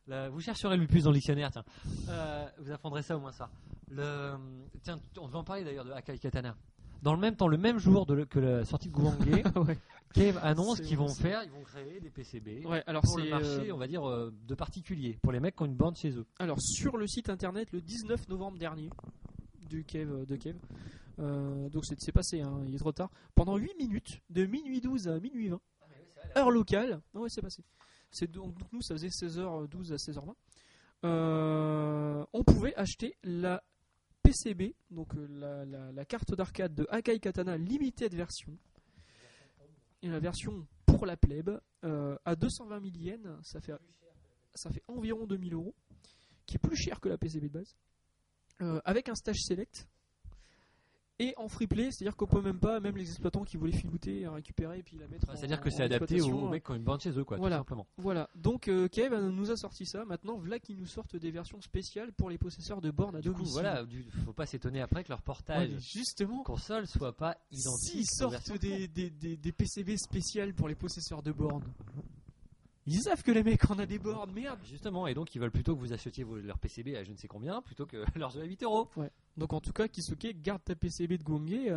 Speaker 2: Là, vous chercherez le plus dans le dictionnaire, tiens. Euh, vous apprendrez ça au moins ça. Le, tiens, on devait en parler d'ailleurs de Akai Katana. Dans le même temps, le même jour de le- que la sortie de Gouangé,
Speaker 1: ouais.
Speaker 2: Cave annonce
Speaker 1: C'est
Speaker 2: qu'ils
Speaker 1: bon,
Speaker 2: vont
Speaker 1: c'est-
Speaker 2: faire, ils vont créer des PCB
Speaker 1: alors
Speaker 2: pour
Speaker 1: c'est
Speaker 2: le marché,
Speaker 1: euh,
Speaker 2: on va dire, euh, de particuliers, pour les mecs qui ont une bande chez eux.
Speaker 1: Alors sur le site internet le 19 novembre dernier du Kev, de Kev, euh, donc c'est c'est passé, hein, il est trop tard. Pendant 8 minutes, de minuit 12 à minuit 20, heure locale, ah ouais c'est passé. C'est donc donc nous ça faisait 16h12 à 16h20. Euh, on pouvait acheter la PCB, donc euh, la, la- la carte d'arcade de Akai Katana Limited Version, et la version pour la plèbe, euh, à 220 000 yens, ça fait, ça fait environ 2000 euros qui est plus cher que la PCB de base, euh, avec un stage select et en free play, c'est-à-dire qu'on peut même pas, même les exploitants qui voulaient filouter, euh, récupérer et puis la mettre.
Speaker 2: Enfin,
Speaker 1: en-
Speaker 2: Bah, C'est-à-dire que
Speaker 1: en
Speaker 2: c'est adapté aux
Speaker 1: exploitation. hein.
Speaker 2: mecs qui ont une bande chez eux, quoi,
Speaker 1: Voilà.
Speaker 2: tout simplement.
Speaker 1: Voilà. Donc euh, Kev euh, nous a sorti ça. Maintenant, voilà qu'ils nous sortent des versions spéciales pour les possesseurs de bornes à
Speaker 2: Du coup,
Speaker 1: domicile.
Speaker 2: voilà, du- faut pas s'étonner après que leur
Speaker 1: Ouais,
Speaker 2: portage
Speaker 1: mais justement.
Speaker 2: console soit pas identique.
Speaker 1: S'ils
Speaker 2: aux
Speaker 1: sortent
Speaker 2: versions
Speaker 1: des, des, des, des PCB spéciales pour les possesseurs de bornes, ils savent que les mecs en a des bornes, merde.
Speaker 2: Justement, et donc ils veulent plutôt que vous achetiez vos- leur PCB à je ne sais combien plutôt que leur jeu à 8 euros.
Speaker 1: Donc en tout cas, Kisuke, garde ta PCB de Gongé.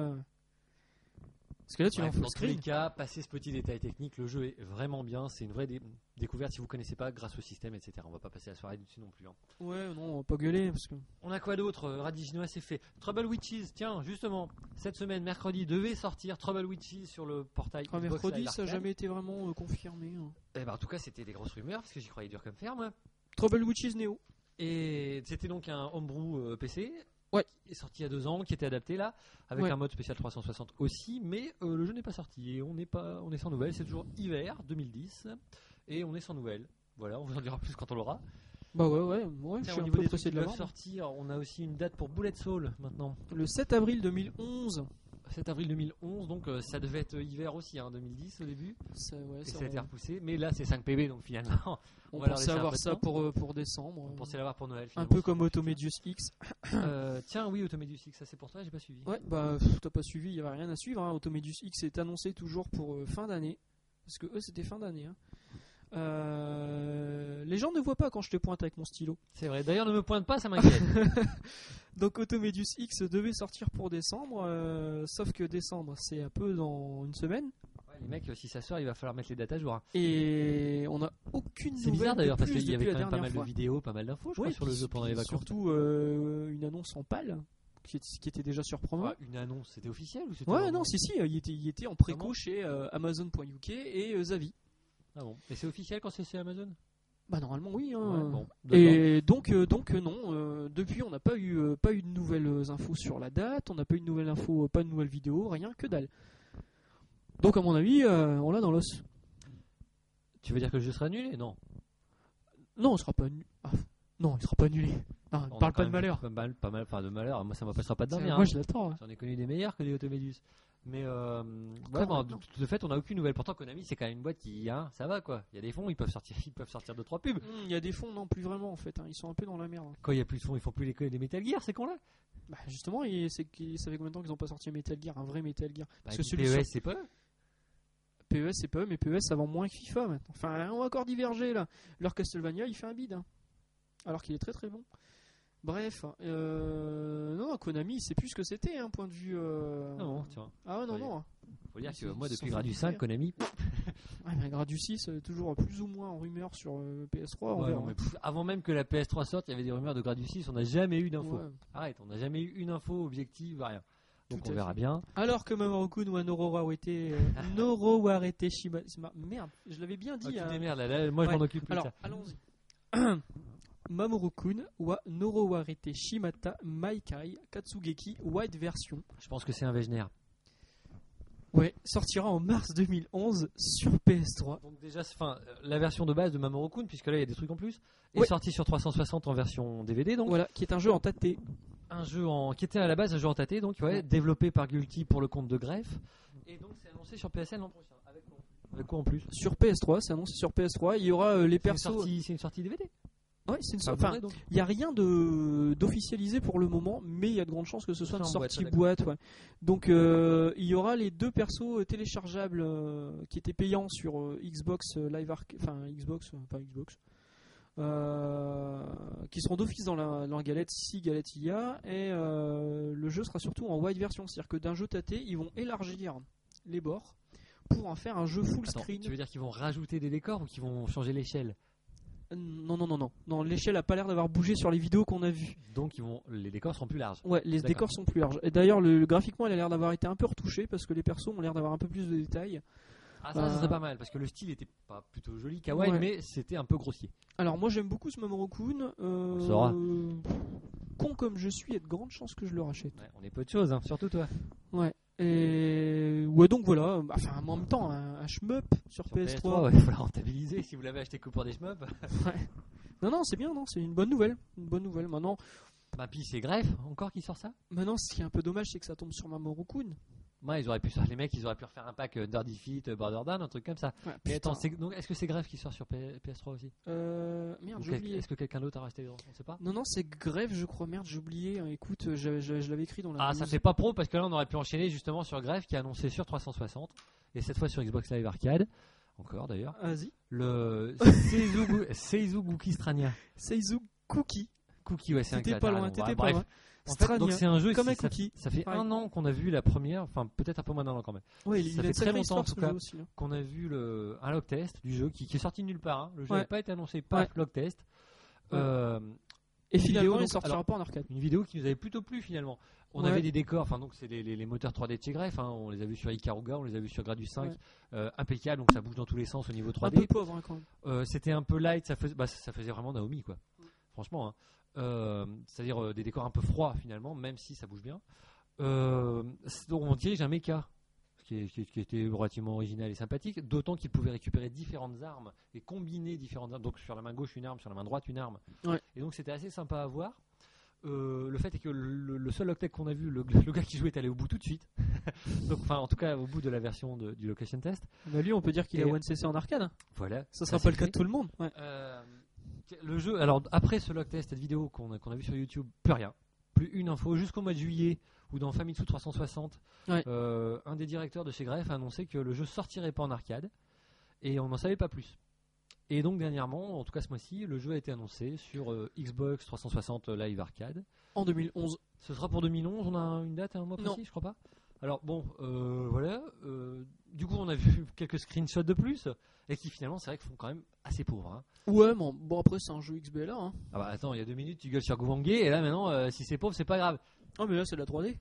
Speaker 1: Parce que là, tu l'as en
Speaker 2: Bref,
Speaker 1: full
Speaker 2: dans tous les
Speaker 1: screen.
Speaker 2: cas, passez ce petit détail technique, le jeu est vraiment bien, c'est une vraie dé- découverte si vous connaissez pas grâce au système, etc. On va pas passer la soirée dessus non plus. hein.
Speaker 1: Ouais, non, on va pas gueuler. Parce que...
Speaker 2: On a quoi d'autre Euh, Radiginois, c'est fait. Trouble Witches, tiens, justement, cette semaine, mercredi, devait sortir Trouble Witches sur le portail.
Speaker 1: Enfin,
Speaker 2: Xbox
Speaker 1: mercredi,
Speaker 2: Live
Speaker 1: ça n'a
Speaker 2: Arcade.
Speaker 1: jamais été vraiment euh, confirmé. hein.
Speaker 2: Eh ben, en tout cas, c'était des grosses rumeurs parce que j'y croyais dur comme fer, moi.
Speaker 1: Trouble Witches Neo.
Speaker 2: Et c'était donc un homebrew euh, PC.
Speaker 1: Ouais.
Speaker 2: Qui est sorti il y a deux ans, qui était adapté là, avec
Speaker 1: Ouais.
Speaker 2: un mode spécial 360 aussi, mais euh, le jeu n'est pas sorti et on n'est pas, on est sans nouvelles. C'est toujours hiver 2010 et on est sans nouvelles. Voilà, on vous en dira plus quand on l'aura.
Speaker 1: Bah ouais, ouais, ouais je
Speaker 2: Tiens,
Speaker 1: suis
Speaker 2: au
Speaker 1: un
Speaker 2: niveau
Speaker 1: peu
Speaker 2: des trucs
Speaker 1: pressé
Speaker 2: qui
Speaker 1: de la
Speaker 2: doivent sortir, on a aussi une date pour Bullet Soul maintenant.
Speaker 1: Le 7 avril 2011.
Speaker 2: 7 avril 2011, donc euh, ça devait être hiver aussi, hein, 2010 au début.
Speaker 1: Ça, ouais,
Speaker 2: Et
Speaker 1: ça,
Speaker 2: ça a été
Speaker 1: on
Speaker 2: repoussé, mais là c'est 5 PB donc finalement
Speaker 1: on
Speaker 2: on va leur
Speaker 1: pensait
Speaker 2: laisser un peu
Speaker 1: avoir
Speaker 2: de
Speaker 1: ça
Speaker 2: temps.
Speaker 1: pour, euh, pour décembre.
Speaker 2: on pensait l'avoir pour Noël.
Speaker 1: un
Speaker 2: finalement,
Speaker 1: peu
Speaker 2: c'est
Speaker 1: comme
Speaker 2: compliqué.
Speaker 1: Automedius X.
Speaker 2: Euh, tiens, oui, Automedius X, ça c'est pour toi, j'ai pas suivi.
Speaker 1: Ouais, bah pff, t'as pas suivi, il y avait rien à suivre. hein. Automedius X est annoncé toujours pour euh, fin d'année. Parce que eux, c'était fin d'année. hein. Euh, les gens ne voient pas quand je te pointe avec mon stylo.
Speaker 2: C'est vrai. D'ailleurs, ne me pointe pas, ça m'inquiète.
Speaker 1: Donc Automedius X devait sortir pour décembre, euh, sauf que décembre c'est un peu dans une semaine
Speaker 2: Ouais, les mecs, euh, si ça sort, il va falloir mettre les dates à jour. hein.
Speaker 1: et on n'a aucune
Speaker 2: C'est
Speaker 1: nouvelle.
Speaker 2: bizarre
Speaker 1: de
Speaker 2: d'ailleurs parce
Speaker 1: plus
Speaker 2: qu'il y avait
Speaker 1: depuis
Speaker 2: quand
Speaker 1: la
Speaker 2: même pas
Speaker 1: dernière
Speaker 2: mal
Speaker 1: fois.
Speaker 2: de vidéos, pas mal d'infos, je
Speaker 1: Ouais,
Speaker 2: crois, sur le
Speaker 1: puis-
Speaker 2: jeu pendant
Speaker 1: puis
Speaker 2: les vacances.
Speaker 1: Surtout euh, une annonce en pâle qui, est- qui était déjà surprenante.
Speaker 2: Enfin, une annonce, c'était officiel ou c'était
Speaker 1: Ouais,
Speaker 2: vraiment-
Speaker 1: non, si, si, euh, il était, il était en
Speaker 2: Vraiment
Speaker 1: préco chez euh, Amazon.uk et euh, Zavi.
Speaker 2: Ah bon. Et c'est officiel quand c'est chez Amazon
Speaker 1: Bah, normalement, oui. hein.
Speaker 2: Ouais, bon, d'accord.
Speaker 1: Et donc, euh, donc euh, non, euh, depuis on n'a pas eu, euh, pas eu de nouvelles euh, infos sur la date, on n'a pas eu de nouvelles infos, euh, pas de nouvelles vidéos, rien que dalle. Donc, à mon avis, euh, on l'a dans l'os.
Speaker 2: Tu veux dire que le jeu sera annulé Non.
Speaker 1: Non, il sera pas annulé. non, il sera pas annulé. Non,
Speaker 2: On
Speaker 1: parle
Speaker 2: a
Speaker 1: pas
Speaker 2: quand
Speaker 1: de
Speaker 2: même
Speaker 1: malheur.
Speaker 2: Pas mal, pas mal, enfin de malheur. Moi, ça m'appellera pas de dormir.
Speaker 1: Moi,
Speaker 2: hein.
Speaker 1: je Ah, l'attends. hein.
Speaker 2: J'en ai connu des meilleurs que des Automédus. Mais euh,
Speaker 1: Encore
Speaker 2: ouais, bon, de,
Speaker 1: maintenant.
Speaker 2: de fait, on n'a aucune nouvelle. Pourtant, Konami, c'est quand même une boîte qui, hein, ça va quoi. Il y a des fonds, ils peuvent sortir, ils peuvent sortir deux trois pubs.
Speaker 1: Hmm, Il y a des fonds, non, plus vraiment en fait. hein, Ils sont un peu dans la merde.
Speaker 2: Quand il y a plus de fonds, ils font plus les, les Metal Gear, c'est qu'on l'a.
Speaker 1: Bah justement, et c'est qu'ils- ça fait combien de temps qu'ils n'ont pas sorti un Metal Gear, un vrai Metal Gear Parce que
Speaker 2: avec
Speaker 1: celui
Speaker 2: PES,
Speaker 1: sur
Speaker 2: E
Speaker 1: Ah.
Speaker 2: c'est pas. eux.
Speaker 1: PES, c'est pas eux, mais PES, ça vend moins que FIFA maintenant. Enfin, là, on va encore diverger là. Leur Castlevania, il fait un bide. hein. Alors qu'il est très très bon. Bref, euh, non, Konami, c'est plus ce que c'était, hein, point de vue. euh,
Speaker 2: Ah bon, tu vois.
Speaker 1: Ah ouais, non,
Speaker 2: Ouais.
Speaker 1: non.
Speaker 2: Faut dire que
Speaker 1: Ils
Speaker 2: moi,
Speaker 1: se
Speaker 2: depuis
Speaker 1: sont
Speaker 2: Gradu
Speaker 1: fait
Speaker 2: 5,
Speaker 1: plaisir.
Speaker 2: Konami.
Speaker 1: Ouais, Ah, mais Gradu 6, euh, toujours plus ou moins en rumeur sur euh, PS3. on
Speaker 2: Ouais,
Speaker 1: verra.
Speaker 2: non, mais pff, avant même que la PS3 sorte, il y avait des rumeurs de Gradu 6. On n'a jamais eu d'infos.
Speaker 1: Ouais.
Speaker 2: Arrête, on n'a jamais eu une info objective, rien. Donc
Speaker 1: Tout
Speaker 2: on
Speaker 1: à
Speaker 2: verra
Speaker 1: fait. Bah,
Speaker 2: bien.
Speaker 1: Alors que Mamoru ou Noro Warete, euh, Noro Warete Shima. c'est ma- Merde, je l'avais bien
Speaker 2: Ah,
Speaker 1: dit.
Speaker 2: tu
Speaker 1: hein.
Speaker 2: démerdes, là, là, moi je
Speaker 1: Ouais.
Speaker 2: m'en occupe plus.
Speaker 1: Alors,
Speaker 2: ça.
Speaker 1: allons-y. Mamoru-kun wa Norowarete Shimata Maikai Katsugeki White Version.
Speaker 2: Je pense que c'est un Wegener.
Speaker 1: Ouais, sortira en mars 2011 sur PS3.
Speaker 2: Donc déjà, c'est- enfin, euh, la version de base de Mamoru Kun, puisque là il y a des trucs en plus, est
Speaker 1: Ouais.
Speaker 2: sortie sur 360 en version DVD, donc
Speaker 1: Voilà, qui est un jeu en tâte
Speaker 2: un jeu en qui était à la base un jeu en tâté, donc ouais,
Speaker 1: Ouais.
Speaker 2: développé par Gulti pour le compte de Greff, et donc c'est annoncé sur PSN l'an prochain. Avec quoi, Avec quoi en plus
Speaker 1: sur PS3. C'est annoncé sur PS3. Il Ah, y aura euh, les
Speaker 2: C'est une
Speaker 1: persos.
Speaker 2: sortie- C'est une sortie DVD.
Speaker 1: Ouais, c'est une
Speaker 2: Enfin,
Speaker 1: sorte- enfin,
Speaker 2: vrai, donc.
Speaker 1: Il n'y a rien de d'officialisé pour le moment, mais il y a de grandes chances que ce soit
Speaker 2: soit
Speaker 1: une
Speaker 2: en boîte,
Speaker 1: sortie
Speaker 2: ouais,
Speaker 1: boîte. ouais. Donc euh, il y aura les deux persos euh, téléchargeables euh, qui étaient payants sur euh, Xbox euh, Live Arc, enfin Xbox, euh, pas Xbox, euh, qui seront d'office dans la, dans la galette si galette il y a, et euh, le jeu sera surtout en wide version, c'est-à-dire que d'un jeu tâté, ils vont élargir les bords pour en faire un jeu full
Speaker 2: Attends,
Speaker 1: screen.
Speaker 2: tu veux dire qu'ils vont rajouter des décors ou qu'ils vont changer l'échelle
Speaker 1: Euh, Non non non non, non l'échelle a pas l'air d'avoir bougé sur les vidéos qu'on a vues.
Speaker 2: Donc ils vont, les décors seront plus larges.
Speaker 1: Ouais, les
Speaker 2: D'accord.
Speaker 1: décors sont plus larges. Et d'ailleurs, le, le graphiquement, elle a l'air d'avoir été un peu retouchée parce que les persos ont l'air d'avoir un peu plus de détails.
Speaker 2: Ah ça, ça
Speaker 1: Euh.
Speaker 2: serait pas mal parce que le style était pas plutôt joli, kawaii,
Speaker 1: Ouais.
Speaker 2: mais c'était un peu grossier.
Speaker 1: Alors, moi, j'aime beaucoup ce Mamoru Kun.
Speaker 2: le
Speaker 1: Euh,
Speaker 2: saura.
Speaker 1: Con comme je suis, il y a de grandes chances que je le rachète.
Speaker 2: Ouais, on est peu de choses, hein, surtout toi.
Speaker 1: Ouais. Et ouais, donc voilà. Enfin, en même temps, un, un shmup sur,
Speaker 2: Sur
Speaker 1: PS3.
Speaker 2: PS3, ouais, il faut la rentabiliser si vous l'avez acheté que pour des shmups.
Speaker 1: Non, non, c'est bien, non, c'est une bonne nouvelle. Une bonne nouvelle. Maintenant,
Speaker 2: Bah puis c'est Greff encore qui sort ça
Speaker 1: maintenant, ce qui est un peu dommage, c'est que ça tombe sur Mamoru Kun.
Speaker 2: Ouais, Bah, ils auraient pu les mecs, ils auraient pu refaire un pack euh, Dirty Feet, euh, Borderland, un truc comme ça.
Speaker 1: Ouais,
Speaker 2: Mais attends,
Speaker 1: putain.
Speaker 2: c'est- donc est-ce que c'est Greff qui sort sur P- PS3 aussi
Speaker 1: Euh, merde,
Speaker 2: Ou
Speaker 1: j'ai
Speaker 2: quel-
Speaker 1: oublié.
Speaker 2: Est-ce que quelqu'un d'autre a racheté les droits On sait pas.
Speaker 1: Non, non, c'est grève, je crois. Merde, j'ai oublié. Écoute, je, je- je l'avais écrit dans la.
Speaker 2: Ah, ça
Speaker 1: news.
Speaker 2: fait pas pro parce que là on aurait pu enchaîner justement sur Greff qui a annoncé sur 360 et cette fois sur Xbox Live Arcade. Encore d'ailleurs.
Speaker 1: Ah, Vas-y.
Speaker 2: Le Seizugu- Seizuguki Strania.
Speaker 1: Seizu Cookie.
Speaker 2: Cookie, ouais, c'est un
Speaker 1: T'étais
Speaker 2: gars,
Speaker 1: pas
Speaker 2: t'as
Speaker 1: loin,
Speaker 2: raison.
Speaker 1: t'étais
Speaker 2: Ouais,
Speaker 1: pas
Speaker 2: bref.
Speaker 1: loin.
Speaker 2: En fait,
Speaker 1: Strania.
Speaker 2: donc c'est un jeu
Speaker 1: Comme
Speaker 2: ça-
Speaker 1: un
Speaker 2: ça,
Speaker 1: cookie.
Speaker 2: ça fait
Speaker 1: Ouais.
Speaker 2: un an qu'on a vu la première, enfin peut-être un peu moins d'un an quand même.
Speaker 1: Ouais,
Speaker 2: Ça
Speaker 1: il
Speaker 2: fait
Speaker 1: a
Speaker 2: très
Speaker 1: une sacrée
Speaker 2: longtemps,
Speaker 1: histoire,
Speaker 2: en
Speaker 1: ce
Speaker 2: tout cas.
Speaker 1: jeu aussi, hein.
Speaker 2: qu'on a vu le, un log test du jeu qui, qui est sorti de nulle part. hein. Le jeu
Speaker 1: Ouais.
Speaker 2: n'avait pas été annoncé, paf, log test. Euh,
Speaker 1: Et
Speaker 2: Vidéo,
Speaker 1: finalement, il
Speaker 2: donc,
Speaker 1: sortira
Speaker 2: alors-
Speaker 1: pas en arcade.
Speaker 2: une vidéo qui nous avait plutôt plu finalement. On
Speaker 1: Ouais.
Speaker 2: avait des décors, enfin donc c'est les, les- les moteurs 3D de chez Greff, hein. on les a vus sur Ikaruga, on les a vus sur Gradus 5,
Speaker 1: Ouais.
Speaker 2: euh, impeccable, donc ça bouge dans tous les sens au niveau
Speaker 1: Un peu
Speaker 2: 3D.
Speaker 1: pauvre hein, quand même.
Speaker 2: Euh, C'était un peu light, ça, fais- bah, ça- ça faisait vraiment Naomi quoi, franchement. hein. Euh, C'est-à-dire euh, des décors un peu froids finalement, même si ça bouge bien. Euh, c'est- donc on dirige un mecha, ce qui, est- ce qui est- ce qui était relativement original et sympathique, d'autant qu'il pouvait récupérer différentes armes et combiner différentes armes. Donc sur la main gauche une arme, sur la main droite une arme.
Speaker 1: Ouais.
Speaker 2: Et donc c'était assez sympa à voir. Euh, le fait est que le, le seul Logitech qu'on a vu, le, le gars qui jouait est allé au bout tout de suite. donc enfin en tout cas au bout de la version de- du location test.
Speaker 1: Bah, lui, on peut dire qu'il
Speaker 2: Et-
Speaker 1: a 1cc en arcade. hein.
Speaker 2: Voilà.
Speaker 1: Ça sera
Speaker 2: c'est
Speaker 1: pas le
Speaker 2: fait.
Speaker 1: cas de tout le monde. Ouais.
Speaker 2: Euh, le jeu, alors après ce log test, cette vidéo qu'on a, qu'on a vu sur YouTube, plus rien, plus une info, jusqu'au mois de juillet où dans Famitsu 360,
Speaker 1: Ouais.
Speaker 2: euh, un des directeurs de chez Greff a annoncé que le jeu sortirait pas en arcade et on n'en savait pas plus. Et donc dernièrement, en tout cas ce mois-ci, le jeu a été annoncé sur euh, Xbox 360 euh, Live Arcade.
Speaker 1: En 2011.
Speaker 2: Ce sera pour 2011, on a une date, un mois
Speaker 1: Non.
Speaker 2: précis, je crois pas. Alors bon, euh, voilà. euh, du coup, on a vu quelques screenshots de plus, et qui finalement, c'est vrai qu'ils font quand même assez pauvres. hein.
Speaker 1: Ouais, mais bon, après, c'est un jeu XBLA. Hein.
Speaker 2: Ah bah attends, il y a deux minutes, tu gueules sur Gouvangué, et là maintenant, euh, si c'est pauvre, c'est pas grave.
Speaker 1: Ah, mais là, c'est de la 3D.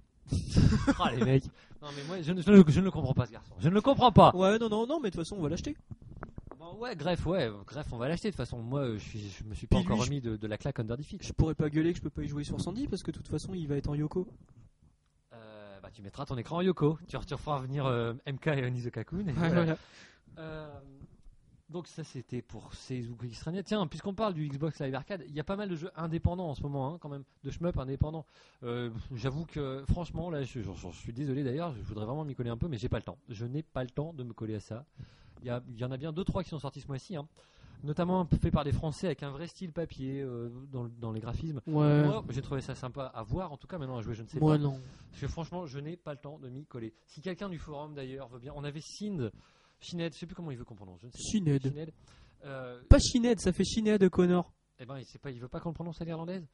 Speaker 2: Ah les mecs. Non mais moi, je, ne- je ne- je ne le comprends pas ce garçon. Je ne le comprends pas.
Speaker 1: Ah. Ouais, non, non, non, mais de toute façon, on va l'acheter.
Speaker 2: Bon, ouais, greffe, ouais, greffe, on va l'acheter. De toute façon, moi, euh, je, suis, je me suis pas
Speaker 1: Puis lui,
Speaker 2: encore
Speaker 1: je-
Speaker 2: remis de, de la claque Under Defeat.
Speaker 1: Je pourrais pas gueuler que je peux pas y jouer sur Sandy parce que de toute façon, il va être en Yoko.
Speaker 2: Euh, bah, tu mettras ton écran en Yoko. Tu, re- tu referas venir euh, MK et Onizokakun. Et voilà. Euh, donc ça, c'était pour ces outils extraña. Tiens, puisqu'on parle du Xbox Live Arcade, il y a pas mal de jeux indépendants en ce moment, hein, quand même, de shmup indépendants. Euh, J'avoue que, franchement, là, je, je- je suis désolé d'ailleurs, je voudrais vraiment m'y coller un peu, mais j'ai pas le temps. Je n'ai pas le temps de me coller à ça. Il y, a- il y en a bien deux trois qui sont sortis ce mois-ci, hein. notamment un peu fait par des Français avec un vrai style papier euh, dans, le- dans les graphismes.
Speaker 1: Ouais.
Speaker 2: Moi, j'ai trouvé ça sympa à voir, en tout cas maintenant à jouer, je ne sais pas.
Speaker 1: Moi, non.
Speaker 2: Parce que franchement, je n'ai pas le temps de m'y coller. Si quelqu'un du forum d'ailleurs veut bien, on avait Sind, Shined, je sais plus comment il veut qu'on prononce. Je ne sais
Speaker 1: Shined.
Speaker 2: Pas, Shined. Euh,
Speaker 1: Pas Shined, ça fait Shined de Connor.
Speaker 2: eh ben, il sait pas, il veut pas qu'on le prononce à l'irlandaise.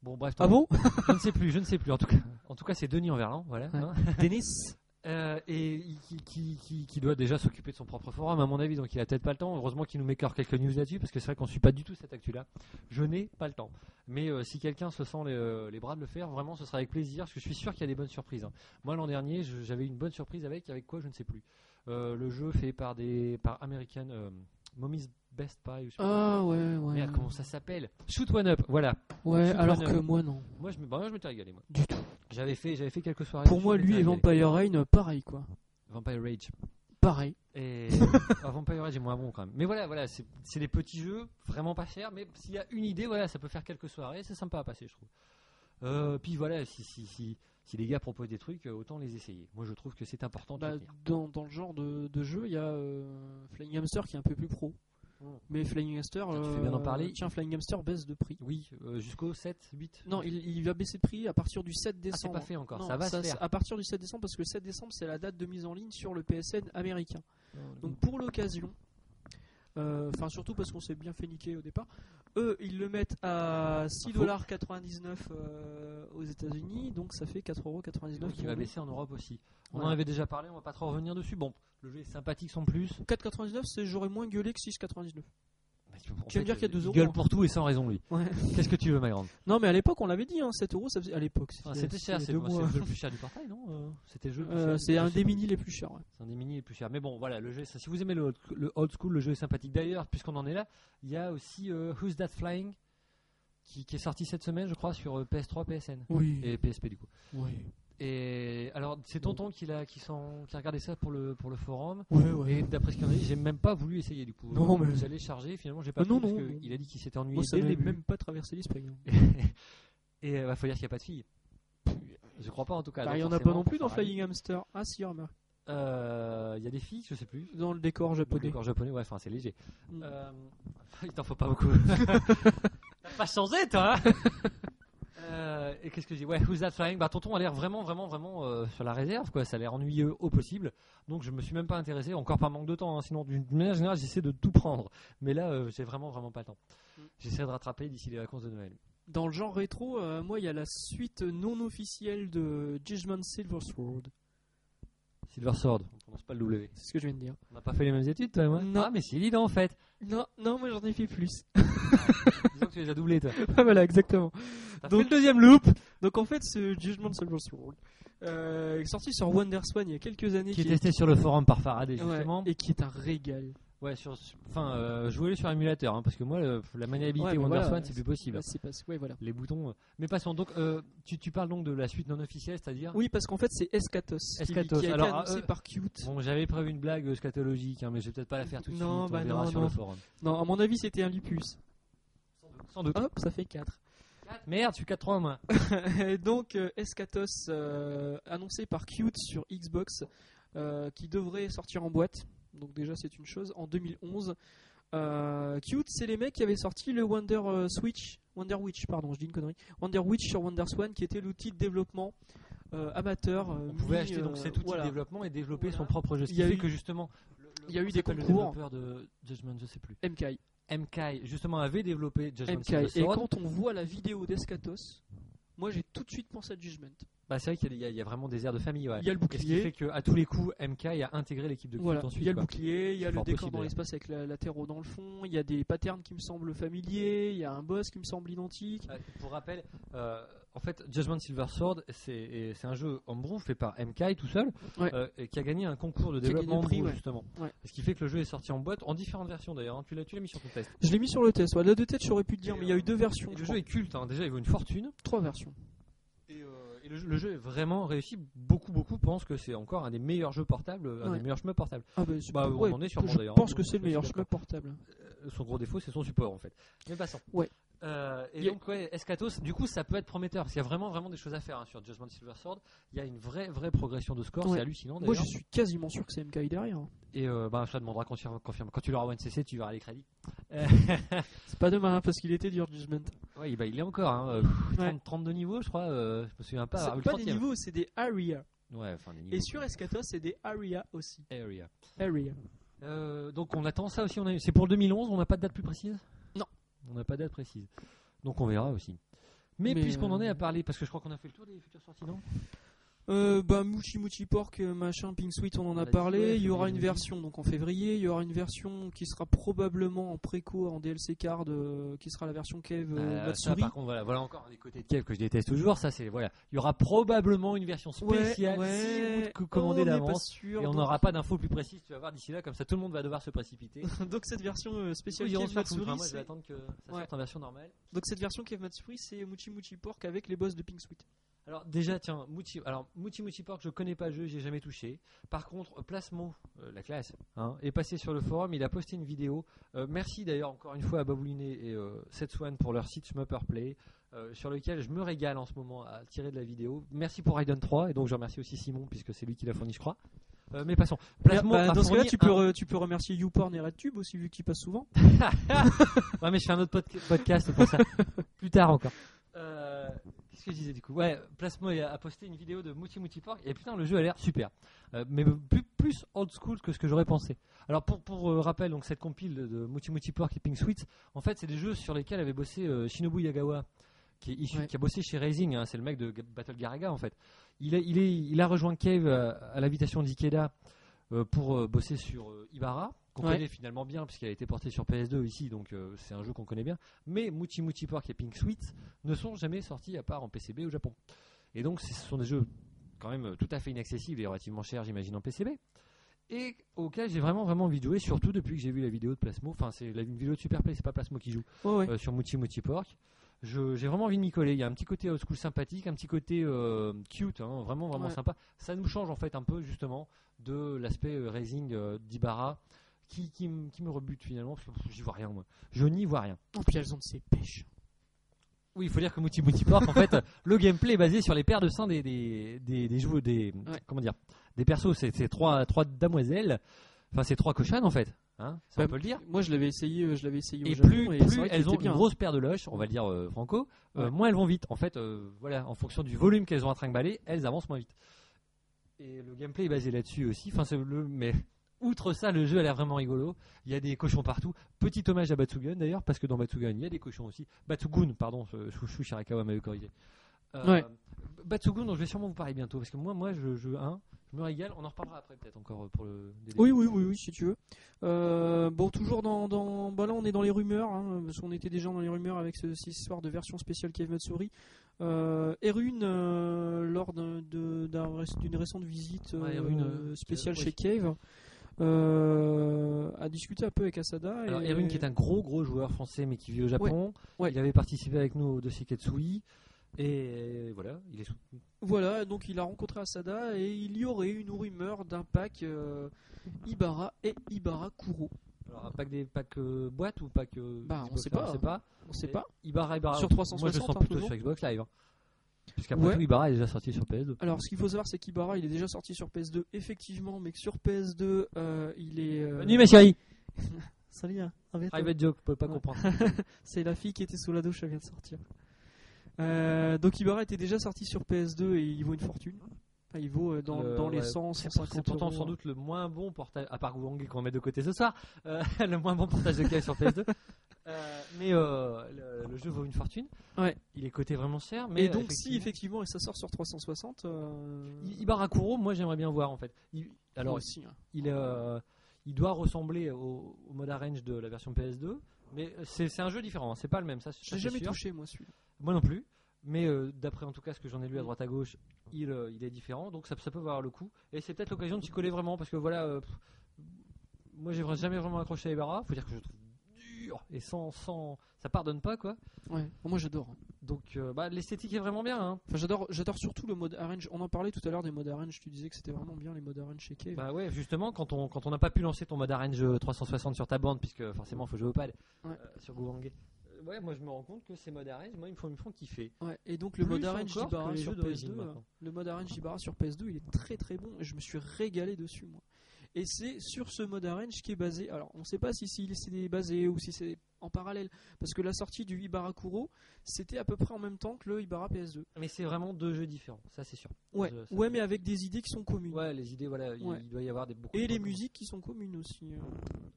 Speaker 2: Bon, bref.
Speaker 1: Ah
Speaker 2: tant
Speaker 1: bon
Speaker 2: pis. Je ne sais plus, je ne sais plus. En tout cas, en tout cas, c'est Denis Enverlan, voilà.
Speaker 1: Ouais.
Speaker 2: hein.
Speaker 1: Dennis
Speaker 2: Euh, et qui, qui, qui, qui doit déjà s'occuper de son propre forum, à mon avis. Donc, il a peut-être pas le temps. Heureusement qu'il nous met encore quelques news là-dessus, parce que c'est vrai qu'on suit pas du tout cette actu-là. Je n'ai pas le temps. Mais euh, si quelqu'un se sent les, euh, les bras de le faire, vraiment, ce sera avec plaisir, parce que je suis sûr qu'il y a des bonnes surprises. hein. Moi, l'an dernier, je- j'avais une bonne surprise avec avec quoi, je ne sais plus. Euh, le jeu fait par des par American euh, Mommy's Best Pie. ou je sais pas.
Speaker 1: Ah, ouais, ouais.
Speaker 2: Merde, comment ça s'appelle Shoot One Up. Voilà.
Speaker 1: Ouais,
Speaker 2: Shoot
Speaker 1: alors
Speaker 2: one
Speaker 1: que
Speaker 2: up.
Speaker 1: moi, non.
Speaker 2: Moi, je, me- bah, moi, je m'étais régalé. Moi.
Speaker 1: Du tout.
Speaker 2: J'avais fait, j'avais fait quelques soirées.
Speaker 1: Pour
Speaker 2: dessus,
Speaker 1: moi,
Speaker 2: je m'étais
Speaker 1: lui et
Speaker 2: régalé.
Speaker 1: Vampire Rain, pareil, quoi.
Speaker 2: Vampire Rage.
Speaker 1: Pareil.
Speaker 2: Et ah, Vampire Rage est moins bon quand même. Mais voilà, voilà, c'est c'est des petits jeux, vraiment pas chers. Mais s'il y a une idée, voilà, ça peut faire quelques soirées, c'est sympa à passer, je trouve. Euh, puis voilà, si, si, si, si les gars proposent des trucs, euh, autant les essayer. Moi, je trouve que c'est important de
Speaker 1: Bah,
Speaker 2: soutenir.
Speaker 1: dans, dans le genre de, de jeu, il y a euh, Flying Hamster qui est un peu plus pro.
Speaker 2: Mm.
Speaker 1: Mais Flying Hamster.
Speaker 2: Tiens, tu
Speaker 1: euh,
Speaker 2: fais bien d'en parler.
Speaker 1: Tiens, Flying Hamster baisse de prix.
Speaker 2: Oui, euh, jusqu'au 7, 8.
Speaker 1: Non, il, il va baisser de prix à partir du 7
Speaker 2: Ah, c'est
Speaker 1: décembre.
Speaker 2: pas fait encore,
Speaker 1: Non,
Speaker 2: ça va se
Speaker 1: c'est
Speaker 2: faire.
Speaker 1: À partir du 7 décembre, parce que le 7 décembre, c'est la date de mise en ligne sur le PSN américain. ah,
Speaker 2: Mm.
Speaker 1: Donc pour l'occasion, euh, enfin surtout parce qu'on s'est bien fait niquer au départ, eux ils le mettent à 6,99$ euh, aux États-Unis, donc ça fait 4,99€
Speaker 2: qui va baisser en Europe aussi. On en
Speaker 1: Voilà.
Speaker 2: avait déjà parlé, on va pas trop revenir dessus. Bon, le jeu est sympathique sans plus.
Speaker 1: 4,99, c'est j'aurais moins gueulé que 6,99.
Speaker 2: Mais tu en
Speaker 1: Tu vas me
Speaker 2: fait,
Speaker 1: dire qu'il y a
Speaker 2: euh,
Speaker 1: deux
Speaker 2: il
Speaker 1: euros,
Speaker 2: gueule
Speaker 1: hein.
Speaker 2: pour tout et sans raison, lui.
Speaker 1: Ouais.
Speaker 2: Qu'est-ce que tu veux, ma grande
Speaker 1: Non, mais à l'époque, on l'avait dit, hein, 7 euros, ça faisait- à l'époque.
Speaker 2: Ah, C'était cher, c'est
Speaker 1: deux
Speaker 2: moi, c'est
Speaker 1: mois.
Speaker 2: le jeu le plus cher du portail, non Euh, C'était le jeu. le plus
Speaker 1: Euh,
Speaker 2: cher
Speaker 1: c'est
Speaker 2: du-
Speaker 1: un
Speaker 2: je sais
Speaker 1: des
Speaker 2: plus.
Speaker 1: mini les plus chers. ouais.
Speaker 2: C'est un des mini les plus chers. Mais bon, voilà, le jeu, est- si vous aimez le, old- le old school, le jeu est sympathique. D'ailleurs, puisqu'on en est là, il y a aussi euh, Who's That Flying qui, qui est sorti cette semaine, je crois, sur euh, PS3, PSN
Speaker 1: Oui.
Speaker 2: et PSP du coup.
Speaker 1: Ouais.
Speaker 2: Et alors, c'est Tonton qui, l'a- qui, s'en- qui a regardé ça pour le, pour le forum.
Speaker 1: Ouais, ouais.
Speaker 2: Et d'après ce qu'on a dit, j'ai même pas voulu essayer du coup.
Speaker 1: Non,
Speaker 2: Euh,
Speaker 1: mais-
Speaker 2: J'allais charger, finalement, j'ai pas
Speaker 1: Ah, non,
Speaker 2: pu, parce
Speaker 1: non,
Speaker 2: que
Speaker 1: non.
Speaker 2: Il a dit qu'il s'était ennuyé
Speaker 1: Moi, ça
Speaker 2: dès le
Speaker 1: m'avait
Speaker 2: début.
Speaker 1: même pas traversé hein. l'esprit.
Speaker 2: Et il faut dire qu'il n'y a pas de fille. Je crois pas en tout cas.
Speaker 1: Bah,
Speaker 2: donc
Speaker 1: il y en a pas
Speaker 2: forcément,
Speaker 1: non plus dans
Speaker 2: pareil.
Speaker 1: Flying Hamster. Ah, si, remarque.
Speaker 2: Euh, Il y a des filles, je sais plus.
Speaker 1: Dans le décor
Speaker 2: Le
Speaker 1: japonais.
Speaker 2: décor japonais, ouais, enfin c'est léger.
Speaker 1: Mm.
Speaker 2: Euh, il t'en faut pas beaucoup. T'as pas changé, toi hein Euh, Et qu'est-ce que j'ai Ouais, Who's That Flying Bah, tonton a l'air vraiment, vraiment, vraiment euh, sur la réserve, quoi. Ça a l'air ennuyeux au possible. Donc, je me suis même pas intéressé, encore par manque de temps. hein. Sinon, d'une manière générale, j'essaie de tout prendre. Mais là, euh, j'ai vraiment, vraiment pas le temps.
Speaker 1: Mm.
Speaker 2: J'essaie de rattraper d'ici les vacances de Noël.
Speaker 1: Dans le genre rétro, euh, moi, il y a la suite non officielle de Judgment Silver Sword.
Speaker 2: Silver Sword, on prononce pas le W.
Speaker 1: C'est ce que je viens de dire.
Speaker 2: On n'a pas fait les mêmes études, toi et moi
Speaker 1: Non.
Speaker 2: Ah, mais si, dis donc, en fait.
Speaker 1: Non, non, moi j'en ai fait plus.
Speaker 2: Disons que tu les as doublés, toi.
Speaker 1: voilà, exactement.
Speaker 2: T'as
Speaker 1: Donc-
Speaker 2: fait le deuxième loop
Speaker 1: Donc en fait, ce Judgment Silver Sword euh, est sorti sur WonderSwan il y a quelques années.
Speaker 2: Qui est
Speaker 1: qui
Speaker 2: testé sur le forum par Faraday,
Speaker 1: est- ouais,
Speaker 2: justement.
Speaker 1: et qui est un régal.
Speaker 2: Ouais, sur, enfin, euh, jouez-le sur émulateur, hein, parce que moi, le- la maniabilité
Speaker 1: Ouais, mais
Speaker 2: Wonder
Speaker 1: voilà,
Speaker 2: Swan, c'est plus possible.
Speaker 1: Là, c'est pas- ouais, voilà.
Speaker 2: Les boutons. euh. Mais passons donc. euh, tu, tu parles donc de la suite non officielle, c'est-à-dire.
Speaker 1: Oui, parce qu'en fait, c'est Escatos. qui-
Speaker 2: Eschatos,
Speaker 1: Qui a
Speaker 2: alors,
Speaker 1: été annoncé
Speaker 2: euh,
Speaker 1: par Cute.
Speaker 2: Bon, j'avais prévu une blague euh, scatologique, hein, mais je vais peut-être pas la faire tout de
Speaker 1: Non,
Speaker 2: suite.
Speaker 1: bah
Speaker 2: on verra
Speaker 1: non,
Speaker 2: sur
Speaker 1: non.
Speaker 2: le forum.
Speaker 1: Non, à mon avis, c'était un lupus.
Speaker 2: Sans doute.
Speaker 1: Hop, ça fait 4.
Speaker 2: Ah, Merde, je suis 4 3 moi.
Speaker 1: Et donc euh, Eschatos euh, annoncé par Cute sur Xbox euh, qui devrait sortir en boîte. Donc déjà c'est une chose en 2011. Euh, Cute c'est les mecs qui avaient sorti le Wonder euh, Switch, Wonder Witch pardon, je dis une connerie. Wonder Witch sur Wonder Swan qui était l'outil de développement euh, amateur. euh,
Speaker 2: On pouvait
Speaker 1: mis,
Speaker 2: acheter donc
Speaker 1: euh,
Speaker 2: cet outil
Speaker 1: voilà.
Speaker 2: de développement et développer
Speaker 1: Voilà.
Speaker 2: son propre jeu. Ce
Speaker 1: Il
Speaker 2: qui
Speaker 1: y a
Speaker 2: fait
Speaker 1: eu-
Speaker 2: que justement, le, le-
Speaker 1: Il y a eu des
Speaker 2: comment s'appelle le
Speaker 1: concours.
Speaker 2: développeur de Judgment, je sais plus.
Speaker 1: MKI.
Speaker 2: MKI, justement, avait développé Judgment.
Speaker 1: MKI.
Speaker 2: Silver
Speaker 1: Et
Speaker 2: Sword.
Speaker 1: quand on voit la vidéo d'Escatos, moi j'ai tout de suite pensé à Judgment.
Speaker 2: Bah, c'est vrai qu'il y, a- il y a vraiment des airs de famille. Ouais.
Speaker 1: Il y a le
Speaker 2: Et ce qui
Speaker 1: bouclier.
Speaker 2: fait qu'à tous les coups, MKI a intégré l'équipe de culte
Speaker 1: Voilà,
Speaker 2: ensuite.
Speaker 1: il y a le
Speaker 2: quoi.
Speaker 1: bouclier, il y a
Speaker 2: C'est
Speaker 1: le
Speaker 2: fort
Speaker 1: décor
Speaker 2: possible,
Speaker 1: dans
Speaker 2: d'ailleurs.
Speaker 1: l'espace avec la, la terre au dans le fond, il y a des patterns qui me semblent familiers, il y a un boss qui me semble identique.
Speaker 2: Euh, Pour rappel, euh, en fait, Judgment Silver Sword, c'est et c'est un jeu homebrew fait par MKI tout seul,
Speaker 1: Ouais.
Speaker 2: euh, et qui a gagné un concours de
Speaker 1: Qui a gagné
Speaker 2: développement
Speaker 1: le prix,
Speaker 2: homebrew,
Speaker 1: ouais.
Speaker 2: justement.
Speaker 1: Ouais.
Speaker 2: Ce qui fait que le jeu est sorti en boîte, en différentes versions d'ailleurs. hein. Tu l'as tu l'as mis sur ton test.
Speaker 1: Je l'ai mis sur le test, ouais, là de tête j'aurais pu te dire,
Speaker 2: Et,
Speaker 1: mais il y a
Speaker 2: euh,
Speaker 1: eu deux versions.
Speaker 2: Et
Speaker 1: je
Speaker 2: le
Speaker 1: crois.
Speaker 2: jeu est culte, hein. déjà il vaut une fortune.
Speaker 1: Trois versions.
Speaker 2: Et, euh, et le, jeu- le jeu est vraiment réussi. Beaucoup, beaucoup pensent que c'est encore un des meilleurs jeux portables, un
Speaker 1: Ouais.
Speaker 2: des meilleurs chemins portables.
Speaker 1: Ah bah, c'est-
Speaker 2: Bah, on
Speaker 1: ouais,
Speaker 2: en est sûrement,
Speaker 1: Je
Speaker 2: d'ailleurs,
Speaker 1: pense
Speaker 2: hein,
Speaker 1: que c'est le
Speaker 2: je
Speaker 1: meilleur
Speaker 2: suis
Speaker 1: chemin portable.
Speaker 2: Euh, Son gros défaut, c'est son support en fait. Mais passons.
Speaker 1: Ouais.
Speaker 2: Euh, et
Speaker 1: Il y a-
Speaker 2: donc, ouais, Escatos, du coup, ça peut être prometteur parce qu'il y a vraiment, vraiment des choses à faire hein, sur Judgment Silver Sword. Il y a une vraie, vraie progression de score,
Speaker 1: Ouais.
Speaker 2: c'est hallucinant.
Speaker 1: Moi je
Speaker 2: d'ailleurs.
Speaker 1: suis quasiment sûr que c'est MKI derrière. hein.
Speaker 2: Et euh, bah, ça demandera confirme, confirme. Quand tu l'auras au NCC, tu verras les crédits.
Speaker 1: C'est pas dommage hein, parce qu'il était dur Judgment.
Speaker 2: Oui, bah, il est encore. Hein, euh,
Speaker 1: Ouais.
Speaker 2: 30 32 niveaux, je crois. euh, je me souviens pas.
Speaker 1: C'est
Speaker 2: ah, le
Speaker 1: pas des
Speaker 2: 30e.
Speaker 1: niveaux, c'est des areas.
Speaker 2: Ouais, enfin, des niveaux.
Speaker 1: Et sur Escatos, c'est des areas aussi.
Speaker 2: Area.
Speaker 1: Area.
Speaker 2: Euh, donc, on attend ça aussi. on a- C'est pour le 2011, on n'a pas de date plus précise
Speaker 1: Non.
Speaker 2: On n'a pas de date précise. Donc, on verra aussi. Mais,
Speaker 1: Mais,
Speaker 2: puisqu'on en est
Speaker 1: euh,
Speaker 2: à parler, parce que je crois qu'on a fait le tour des futures sorties, non
Speaker 1: Euh, bah, Mouchi Mouchi Pork, euh, machin, Pink Sweet, on en
Speaker 2: On
Speaker 1: a
Speaker 2: l'a dit,
Speaker 1: parlé.
Speaker 2: ouais,
Speaker 1: il y aura
Speaker 2: février
Speaker 1: une
Speaker 2: 2018.
Speaker 1: version donc en février. Il y aura une version qui sera probablement en préco, en DLC card, euh, qui sera la version Cave euh,
Speaker 2: Euh, ça,
Speaker 1: Matsuri.
Speaker 2: par contre, voilà, voilà encore un des côtés de Kev que je déteste toujours. Ça, c'est voilà, il y aura probablement une version spéciale si vous co-
Speaker 1: Oh, on
Speaker 2: commandez
Speaker 1: n'est pas
Speaker 2: d'avance.
Speaker 1: sûr,
Speaker 2: Et on
Speaker 1: donc-
Speaker 2: n'aura pas d'infos plus précises, tu vas voir d'ici là, comme ça tout le monde va devoir se précipiter.
Speaker 1: Donc cette version euh, spéciale
Speaker 2: Ils iront
Speaker 1: Cave
Speaker 2: se faire foutre,
Speaker 1: Matsuri,
Speaker 2: hein, moi je vais
Speaker 1: c'est-
Speaker 2: attendre que ça
Speaker 1: Ouais.
Speaker 2: sorte en version normale.
Speaker 1: donc cette version Cave Matsuri, c'est Mouchi Mouchi Pork avec les boss de Pink Sweet.
Speaker 2: Alors déjà, tiens, Mouti, alors Mouti Mouti Pork, je connais pas le jeu, j'ai jamais touché. Par contre, Plasmo, euh, la classe, hein, est passé sur le forum, il a posté une vidéo. Euh, merci d'ailleurs encore une fois à Babouliné et euh, Setswan pour leur site Smupper Play, euh, sur lequel je me régale en ce moment à tirer de la vidéo. Merci pour Raiden 3, et donc je remercie aussi Simon, puisque c'est lui qui l'a fourni, je crois. Euh, mais passons. Plasmo,
Speaker 1: Bah,
Speaker 2: a
Speaker 1: dans ce cas-là,
Speaker 2: fourni
Speaker 1: tu peux,
Speaker 2: un-
Speaker 1: re- tu peux remercier YouPorn et RedTube aussi vu qu'ils passent souvent.
Speaker 2: Ouais, mais je fais un autre podca- podcast pour ça. Plus tard encore. Euh, Qu'est-ce que je disais du coup Ouais, Plasmo a a posté une vidéo de Mouti Mouti Pork et putain, le jeu a l'air super. Euh, mais plus, plus old school que ce que j'aurais pensé. Alors, pour, pour euh, rappel, donc, cette compile de Mouti Mouti Pork et Pink Sweets, en fait, c'est des jeux sur lesquels avait bossé euh, Shinobu Yagawa, qui, est issu-
Speaker 1: Ouais.
Speaker 2: qui a bossé chez Raising, hein, c'est le mec de Ga- Battle Garaga en fait. Il a, il est, il a rejoint Cave euh, à l'invitation d'Ikeda euh, pour euh, bosser sur euh, Ibarra, qu'on
Speaker 1: Ouais.
Speaker 2: connaît finalement bien, puisqu'il a été porté sur PS2 ici, donc euh, c'est un jeu qu'on connaît bien. Mais Mouti Mouti Pork et Pink Sweets ne sont jamais sortis à part en PCB au Japon. Et donc, ce sont des jeux quand même euh, tout à fait inaccessibles et relativement chers, j'imagine, en PCB. Et auquel j'ai vraiment, vraiment envie de jouer, surtout depuis que j'ai vu la vidéo de Plasmo. Enfin, c'est la- une vidéo de Superplay, c'est pas Plasmo qui joue.
Speaker 1: Ouais, ouais.
Speaker 2: Euh, sur Mouti Mouti Pork. Je- J'ai vraiment envie de m'y coller. Il y a un petit côté old school sympathique, un petit côté euh, cute, hein, vraiment vraiment
Speaker 1: Ouais.
Speaker 2: sympa. Ça nous change en fait un peu justement de l'aspect euh, raising euh, d'Ibarra qui, qui, me- qui me rebute finalement parce que pff, j'y vois rien moi. Je n'y vois rien.
Speaker 1: Et Oh, puis elles ont de ces pêches.
Speaker 2: Oui, il faut dire que Mouti Mouti Pork en fait, le gameplay est basé sur les paires de seins des, des, des, des joueurs, des,
Speaker 1: Ouais.
Speaker 2: comment dire, des persos. C'est c'est trois, trois damoiselles, enfin c'est trois cochonnes en fait, hein, ça on
Speaker 1: Bah,
Speaker 2: peut le dire.
Speaker 1: Moi, je l'avais essayé, euh, je l'avais essayé au
Speaker 2: Et
Speaker 1: Japon,
Speaker 2: plus,
Speaker 1: et
Speaker 2: plus
Speaker 1: c'est vrai qu'il
Speaker 2: elles ont
Speaker 1: était bien. hein.
Speaker 2: une grosse paire de loches, on va le dire euh, franco, euh,
Speaker 1: Ouais.
Speaker 2: moins elles vont vite. En fait, euh, voilà, en fonction du volume qu'elles ont à trimballer, elles avancent moins vite. Et le gameplay est basé là-dessus aussi. Enfin, c'est le, mais outre ça, le jeu a l'air vraiment rigolo. Il y a des cochons partout. Petit hommage à Batsugun d'ailleurs, parce que dans Batsugun, il y a des cochons aussi. Batsugun, pardon, euh, Chouchou Shirakawa m'avait corrigé. Euh,
Speaker 1: Ouais.
Speaker 2: Batsugun, dont je vais sûrement vous parler bientôt, parce que moi, moi, je, je, hein, je me régale. On en reparlera après peut-être encore euh, pour le. délai.
Speaker 1: Oui, oui, oui, oui, si tu veux. Euh, bon, toujours dans, dans. Bah là, on est dans les rumeurs, hein, parce qu'on était déjà dans les rumeurs avec ce, cette histoire de version spéciale Cave Matsuri. Euh, Erune, euh, lors d'un- de- d'un ré- d'une récente visite
Speaker 2: Ouais,
Speaker 1: euh,
Speaker 2: Erune, euh,
Speaker 1: spéciale
Speaker 2: euh,
Speaker 1: chez Cave, euh, a discuté un peu avec Asada.
Speaker 2: Alors,
Speaker 1: et-
Speaker 2: Erwin, qui est un gros gros joueur français, mais qui vit au Japon,
Speaker 1: Ouais.
Speaker 2: il avait participé avec nous au dossier Ketsui. Et euh, voilà, il est soutenu.
Speaker 1: Voilà, donc il a rencontré Asada et il y aurait une rumeur d'un pack euh, Ibarra et Ibarra Kuro.
Speaker 2: Alors, un pack des packs euh, boîte ou pack. euh,
Speaker 1: Bah, on
Speaker 2: Xbox,
Speaker 1: sait pas.
Speaker 2: On sait pas.
Speaker 1: On sait
Speaker 2: Et
Speaker 1: pas.
Speaker 2: Ibarra, Ibarra.
Speaker 1: Sur
Speaker 2: Moi, je
Speaker 1: 360,
Speaker 2: le sens
Speaker 1: hein,
Speaker 2: plutôt
Speaker 1: toujours.
Speaker 2: sur Xbox Live. hein. Parce qu'après
Speaker 1: Ouais.
Speaker 2: tout, Ibarra est déjà sorti sur PS2.
Speaker 1: Alors, ce qu'il faut savoir, c'est qu'Ibarra, il est déjà sorti sur PS2, effectivement, mais que sur PS2, euh, il est. euh,
Speaker 2: Bonne nuit, ma chérie.
Speaker 1: Salut, hein. À bientôt.
Speaker 2: Private joke, vous pouvez pas
Speaker 1: Ouais.
Speaker 2: comprendre.
Speaker 1: C'est la fille qui était sous la douche, elle vient de sortir. Euh, donc, Ibarra était déjà sorti sur PS2 et il vaut une fortune. Ah, il vaut euh, dans,
Speaker 2: Le-
Speaker 1: dans les
Speaker 2: ouais.
Speaker 1: 100,
Speaker 2: C'est pour-
Speaker 1: 150
Speaker 2: c'est pourtant
Speaker 1: euros,
Speaker 2: sans
Speaker 1: hein.
Speaker 2: doute le moins bon portage, à part Gouangui qu'on va mettre de côté ce soir, euh, le moins bon portage de cas sur PS2. Euh, mais euh, le, le jeu vaut une fortune.
Speaker 1: Ouais.
Speaker 2: Il est coté vraiment cher. Mais euh,
Speaker 1: Et donc, si
Speaker 2: effectivement,
Speaker 1: effectivement ça sort sur 360, euh,
Speaker 2: I- Ibarakuro, moi j'aimerais bien voir en fait. Il-
Speaker 1: moi
Speaker 2: alors
Speaker 1: aussi, hein.
Speaker 2: il, euh, il doit ressembler au, au mode arrange de la version PS2, mais c'est c'est un jeu différent, hein, c'est pas le même. Ça, ça,
Speaker 1: j'ai
Speaker 2: c'est
Speaker 1: jamais
Speaker 2: sûr.
Speaker 1: touché moi celui-là.
Speaker 2: Moi non plus. Mais euh, d'après en tout cas ce que j'en ai lu à droite à gauche, il, euh, il est différent, donc ça, ça peut valoir le coup. Et c'est peut-être l'occasion de s'y coller vraiment, parce que voilà, euh, pff, moi j'ai vra- jamais vraiment accroché à Ibarra, faut dire que je le trouve dur et sans, sans, ça pardonne pas quoi.
Speaker 1: Ouais, moi j'adore. hein.
Speaker 2: Donc euh, bah, l'esthétique est vraiment bien. hein.
Speaker 1: Enfin, j'adore, j'adore surtout le mode arrange. On en parlait tout à l'heure des modes arrange. Tu disais que c'était vraiment bien les modes arrange chez Cave.
Speaker 2: Bah ouais, justement, quand on quand on n'a pas pu lancer ton euh, mode arrange 360 sur ta bande, puisque forcément faut jouer au pad
Speaker 1: Ouais.
Speaker 2: euh, sur Gouvangé. Euh, Ouais, moi je me rends compte que ces modes arrange, moi ils me font, ils me font kiffer.
Speaker 1: Ouais, et donc le
Speaker 2: Plus
Speaker 1: mode arrange
Speaker 2: encore que
Speaker 1: d'Ibarra
Speaker 2: les
Speaker 1: sur
Speaker 2: jeux d'origine,
Speaker 1: PS2,
Speaker 2: maintenant.
Speaker 1: le mode arrange d'Ibarra sur PS2, il est très très bon et je me suis régalé dessus moi. Et c'est sur ce mode arrange qui est basé. Alors on ne sait pas si si c'est basé ou si c'est en parallèle parce que la sortie du Ibarra Kuro, c'était à peu près en même temps que le Ibarra PS2.
Speaker 2: Mais c'est vraiment deux jeux différents, ça c'est sûr.
Speaker 1: Ouais,
Speaker 2: Je- ça-
Speaker 1: ouais, mais avec des idées qui sont communes.
Speaker 2: Ouais, les idées, voilà, il-
Speaker 1: Ouais.
Speaker 2: il doit y avoir des beaucoup. de
Speaker 1: Et les
Speaker 2: points communs.
Speaker 1: musiques qui sont communes aussi. euh,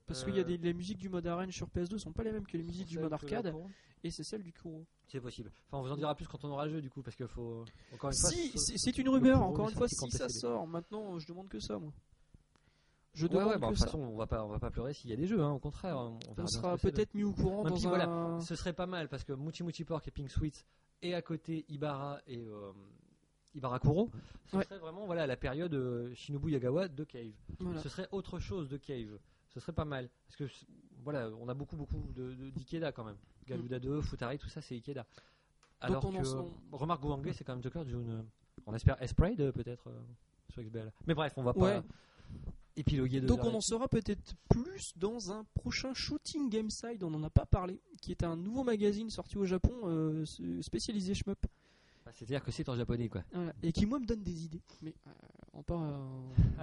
Speaker 1: parce qu'il y a
Speaker 2: Euh.
Speaker 1: des, les musiques du mode arrange sur PS2 sont pas les mêmes que les musiques du
Speaker 2: Celles
Speaker 1: mode
Speaker 2: que
Speaker 1: arcade
Speaker 2: l'on prend.
Speaker 1: et c'est celle du Kuro.
Speaker 2: C'est possible. Enfin, on vous en dira plus quand on aura le jeu, du coup, parce que faut encore une fois.
Speaker 1: Si,
Speaker 2: faut-
Speaker 1: c'est c'est une
Speaker 2: le
Speaker 1: rumeur,
Speaker 2: Kuro
Speaker 1: encore
Speaker 2: est
Speaker 1: une fois,
Speaker 2: sorti
Speaker 1: si
Speaker 2: quand
Speaker 1: ça
Speaker 2: TCD.
Speaker 1: sort, maintenant euh, je demande que ça moi. Je
Speaker 2: Ouais,
Speaker 1: demande
Speaker 2: ouais, bah, de
Speaker 1: que
Speaker 2: toute
Speaker 1: ça.
Speaker 2: façon, on va pas, on va pas pleurer s'il y a des jeux, hein, au contraire. On, verra bien
Speaker 1: On
Speaker 2: ce
Speaker 1: sera
Speaker 2: que ça
Speaker 1: peut-être mis au courant
Speaker 2: Non,
Speaker 1: dans
Speaker 2: puis
Speaker 1: un.
Speaker 2: voilà, donne. Ce serait pas mal parce que Mouchi Mouchi Pork et Pink Sweets et à côté Ibarra et euh, Ibarra Kuro, ce
Speaker 1: Ouais.
Speaker 2: serait vraiment voilà la période euh, Shinobu Yagawa de Cave.
Speaker 1: voilà.
Speaker 2: Ce serait autre chose de Cave. Ce serait pas mal parce que c- voilà, on a beaucoup beaucoup de de- d'Ikeda quand même. Galuda 2, Futari, tout ça c'est Ikeda. Alors
Speaker 1: Mm. on en
Speaker 2: que
Speaker 1: sent-
Speaker 2: remarque Gouangé, c'est quand même Joker June. On espère Esprade euh, peut-être euh, sur XBL. Mais bref, on va pas
Speaker 1: Ouais.
Speaker 2: épiloguer de
Speaker 1: Donc
Speaker 2: là
Speaker 1: on en saura peut-être plus dans un prochain Shooting Game Side, on n'en a pas parlé, qui est un nouveau magazine sorti au Japon euh, spécialisé shmup.
Speaker 2: là-dessus. Bah, C'est-à-dire que c'est en japonais quoi.
Speaker 1: Voilà. Et qui, moi, me donne des idées. Mais euh, on, par- euh,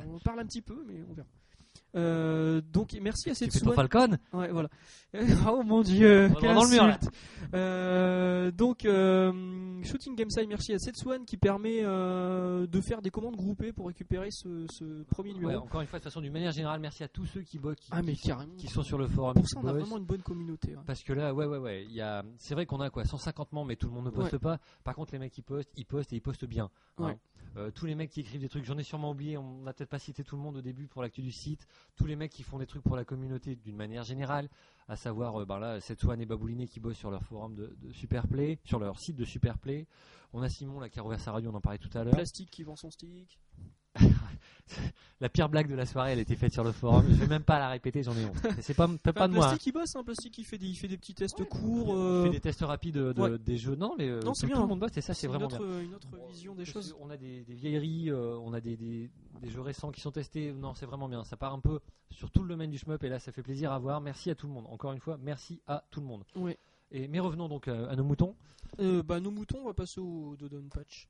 Speaker 1: on en parle un petit peu, mais on verra. Euh, donc, merci à
Speaker 2: Tu
Speaker 1: cette
Speaker 2: fais ton Falcon
Speaker 1: Ouais, voilà. oh mon dieu,
Speaker 2: On va
Speaker 1: quelle
Speaker 2: dans le mur, là.
Speaker 1: insulte. Euh, donc, euh, Shooting Game Side, merci à Setsuan qui permet euh, de faire des commandes groupées pour récupérer ce, ce premier numéro.
Speaker 2: Ouais, encore une fois, de toute façon, d'une manière générale, merci à tous ceux qui, bo- qui,
Speaker 1: ah, mais
Speaker 2: qui sont,
Speaker 1: carrément.
Speaker 2: qui sont sur le forum.
Speaker 1: Pour ça, on a
Speaker 2: Boys.
Speaker 1: vraiment une bonne communauté. ouais.
Speaker 2: Parce que là, ouais, ouais, ouais. il y a- C'est vrai qu'on a quoi 150 membres, mais tout le monde ne poste pas. Par contre, les mecs qui postent, ils postent et ils postent bien. hein.
Speaker 1: Ouais.
Speaker 2: Euh, tous les mecs qui écrivent des trucs, j'en ai sûrement oublié. On n'a peut-être pas cité tout le monde au début pour l'actu du site. Tous les mecs qui font des trucs pour la communauté d'une manière générale, à savoir, euh, ben là, Setsuan et Babouliné qui bossent sur leur forum de, de Superplay, sur leur site de Superplay. On a Simon là qui a rouvert sa radio, on en parlait tout à l'heure.
Speaker 1: Plastique qui vend son stick.
Speaker 2: La pire blague de la soirée, elle était faite sur le forum. Je vais même pas la répéter, j'en ai honte. Et C'est pas, pas
Speaker 1: Enfin,
Speaker 2: de moi. hein.
Speaker 1: plastique qui bosse, hein, plastique qui fait des, il fait des petits tests courts.
Speaker 2: On
Speaker 1: euh,
Speaker 2: fait des tests rapides de- de-
Speaker 1: ouais.
Speaker 2: des jeux. Non, les,
Speaker 1: Non, c'est
Speaker 2: tout,
Speaker 1: bien,
Speaker 2: tout
Speaker 1: hein.
Speaker 2: le monde bosse et ça, c'est vraiment
Speaker 1: une
Speaker 2: bien.
Speaker 1: autre, une autre vision des
Speaker 2: Parce
Speaker 1: choses.
Speaker 2: que On a des, des vieilleries, euh, on a des, des- des jeux récents qui sont testés. Non, c'est vraiment bien. Ça part un peu sur tout le domaine du shmup et là, ça fait plaisir à voir. Merci à tout le monde. Encore une fois, merci à tout le monde.
Speaker 1: Ouais.
Speaker 2: Et, mais revenons donc euh, à nos moutons.
Speaker 1: Euh, bah, nos moutons, on va passer au Dodon Patch.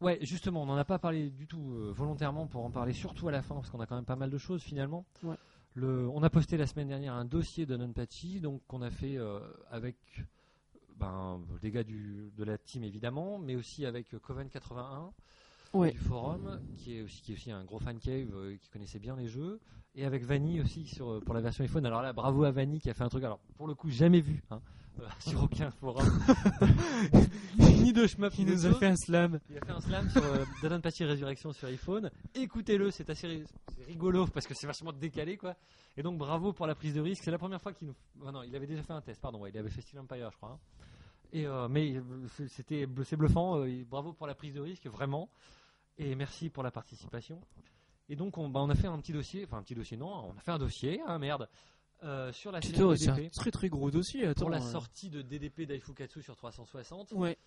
Speaker 2: Ouais, justement, on n'en a pas parlé du tout euh, volontairement pour en parler surtout à la fin parce qu'on a quand même pas mal de choses finalement.
Speaker 1: Ouais.
Speaker 2: Le, on a posté la semaine dernière un dossier de Nonpachi, donc qu'on a fait euh, avec ben, les gars du, de la team évidemment, mais aussi avec euh, Coven 81
Speaker 1: Ouais.
Speaker 2: du forum, qui est aussi qui est aussi un gros fan cave euh, qui connaissait bien les jeux, et avec Vanny aussi sur, euh, pour la version iPhone. Alors là, bravo à Vanny qui a fait un truc. Alors pour le coup, jamais vu hein, euh, sur aucun forum, ni de shmup, ni de choses.
Speaker 3: un slam.
Speaker 2: Il a fait un slam sur euh, Dodon Pachi Résurrection sur iPhone. Écoutez-le, c'est assez ri- c'est rigolo parce que c'est vachement décalé quoi. Et donc bravo pour la prise de risque. C'est la première fois qu'il nous. Ah non, il avait déjà fait un test, pardon. ouais, il avait fait Steel Empire, je crois. hein. Et, euh, mais euh, c'est- c'était c'est bluffant. euh, et bravo pour la prise de risque, vraiment. Et merci pour la participation. Et donc on, bah, on a fait un petit dossier, enfin un petit dossier non, on a fait un dossier, hein, merde, euh, sur la série
Speaker 1: Putain, c'est un
Speaker 2: DDP,
Speaker 1: très très gros dossier. Attends,
Speaker 2: pour la
Speaker 1: euh,
Speaker 2: sortie de DDP d'Aifukatsu sur 360.
Speaker 1: Ouais.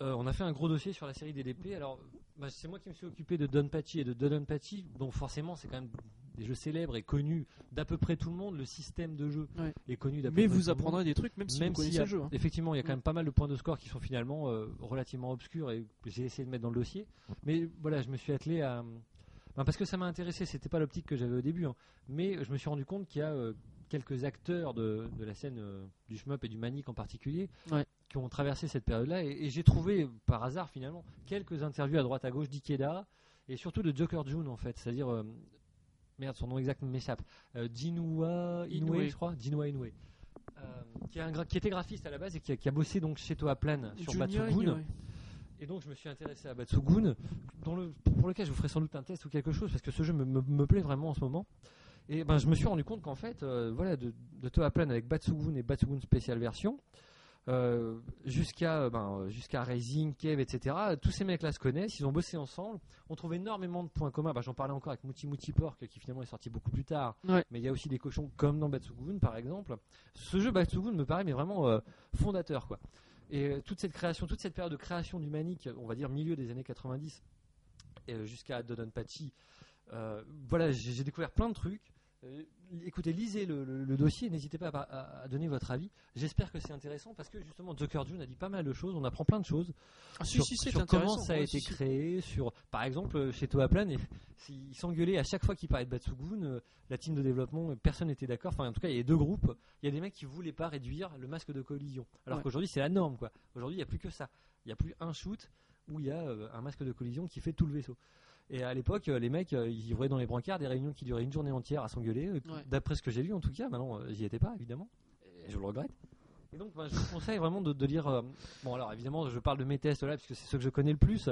Speaker 2: Euh, on a fait un gros dossier sur la série DDP. Alors, bah, c'est moi qui me suis occupé de Don Pachi et de Don Pachi, donc forcément, c'est quand même des jeux célèbres et connus d'à peu près tout le monde. Le système de jeu
Speaker 1: Ouais.
Speaker 2: est connu d'à peu près
Speaker 1: Mais
Speaker 2: tout le
Speaker 1: vous
Speaker 2: monde.
Speaker 1: apprendrez des trucs même si vous
Speaker 2: Même
Speaker 1: connaissez
Speaker 2: s'il y a-
Speaker 1: le jeu. hein.
Speaker 2: Effectivement, il y a quand
Speaker 1: Mm.
Speaker 2: même pas mal de points de score qui sont finalement euh, relativement obscurs et que j'ai essayé de mettre dans le dossier. Mais voilà, je me suis attelé à. ben, parce que ça m'a intéressé, c'était pas l'optique que j'avais au début, hein. mais je me suis rendu compte qu'il y a euh, quelques acteurs de, de la scène euh, du shmup et du manic en particulier
Speaker 1: Ouais.
Speaker 2: qui ont traversé cette période-là. Et, et j'ai trouvé par hasard finalement quelques interviews à droite à gauche d'Ikeda et surtout de Joker June en fait, c'est-à-dire euh, merde son nom exact m'échappe, euh, Jinua Inoue,
Speaker 1: Inoue.
Speaker 2: je crois, Jinua Inoue, euh, qui, est un gra- qui était graphiste à la base et qui a, qui a bossé donc chez Toaplan sur
Speaker 1: Junior
Speaker 2: Batsugun.
Speaker 1: Inoue.
Speaker 2: Et donc je me suis intéressé à Batsugun, dont le- pour lequel je vous ferai sans doute un test ou quelque chose, parce que ce jeu me, me- me plaît vraiment en ce moment. Et ben, je me suis rendu compte qu'en fait, euh, voilà, de, de Toa Plan avec Batsugun et Batsugun Special Version, euh, jusqu'à euh, ben, euh, jusqu'à Rising, Cave, etc., tous ces mecs-là se connaissent, ils ont bossé ensemble, on trouve énormément de points communs. Ben, J'en parlais encore avec Mouti Mouti Pork, qui finalement est sorti beaucoup plus tard,
Speaker 1: Ouais.
Speaker 2: mais il y a aussi des cochons comme dans Batsugun, par exemple. Ce jeu Batsugun me paraît mais vraiment euh, fondateur, quoi. Et euh, toute cette création, toute cette période de création du manique, on va dire milieu des années 90 et, euh, jusqu'à Dodonpachi, euh, voilà, j'ai j'ai découvert plein de trucs. Euh, écoutez, lisez le, le- le dossier, n'hésitez pas à, à- à donner votre avis. J'espère que c'est intéressant parce que justement, Joker June a dit pas mal de choses, on apprend plein de choses
Speaker 1: Ah, si,
Speaker 2: sur,
Speaker 1: si, c'est
Speaker 2: sur comment
Speaker 1: intéressant.
Speaker 2: ça a
Speaker 1: Ouais,
Speaker 2: été
Speaker 1: si, si.
Speaker 2: créé, sur par exemple euh, chez Toaplan, et- ils s'engueulaient à chaque fois qu'ils parlaient de Batsugun, euh, la team de développement, euh, personne n'était d'accord, enfin en tout cas il y avait deux groupes, il y a des mecs qui voulaient pas réduire le masque de collision, alors
Speaker 1: Ouais.
Speaker 2: qu'aujourd'hui c'est la norme quoi, aujourd'hui il n'y a plus que ça, il n'y a plus un shoot où il y a euh, un masque de collision qui fait tout le vaisseau. Et à l'époque, euh, les mecs, euh, ils voyaient dans les brancards des réunions qui duraient une journée entière à s'engueuler. euh,
Speaker 1: Ouais.
Speaker 2: D'après ce que j'ai lu, en tout cas, maintenant, euh, j'y étais pas, évidemment. Et je le regrette. Et donc, ben, je vous conseille vraiment de, de lire. euh, bon, alors évidemment, je parle de mes tests là, puisque c'est ceux que je connais le plus.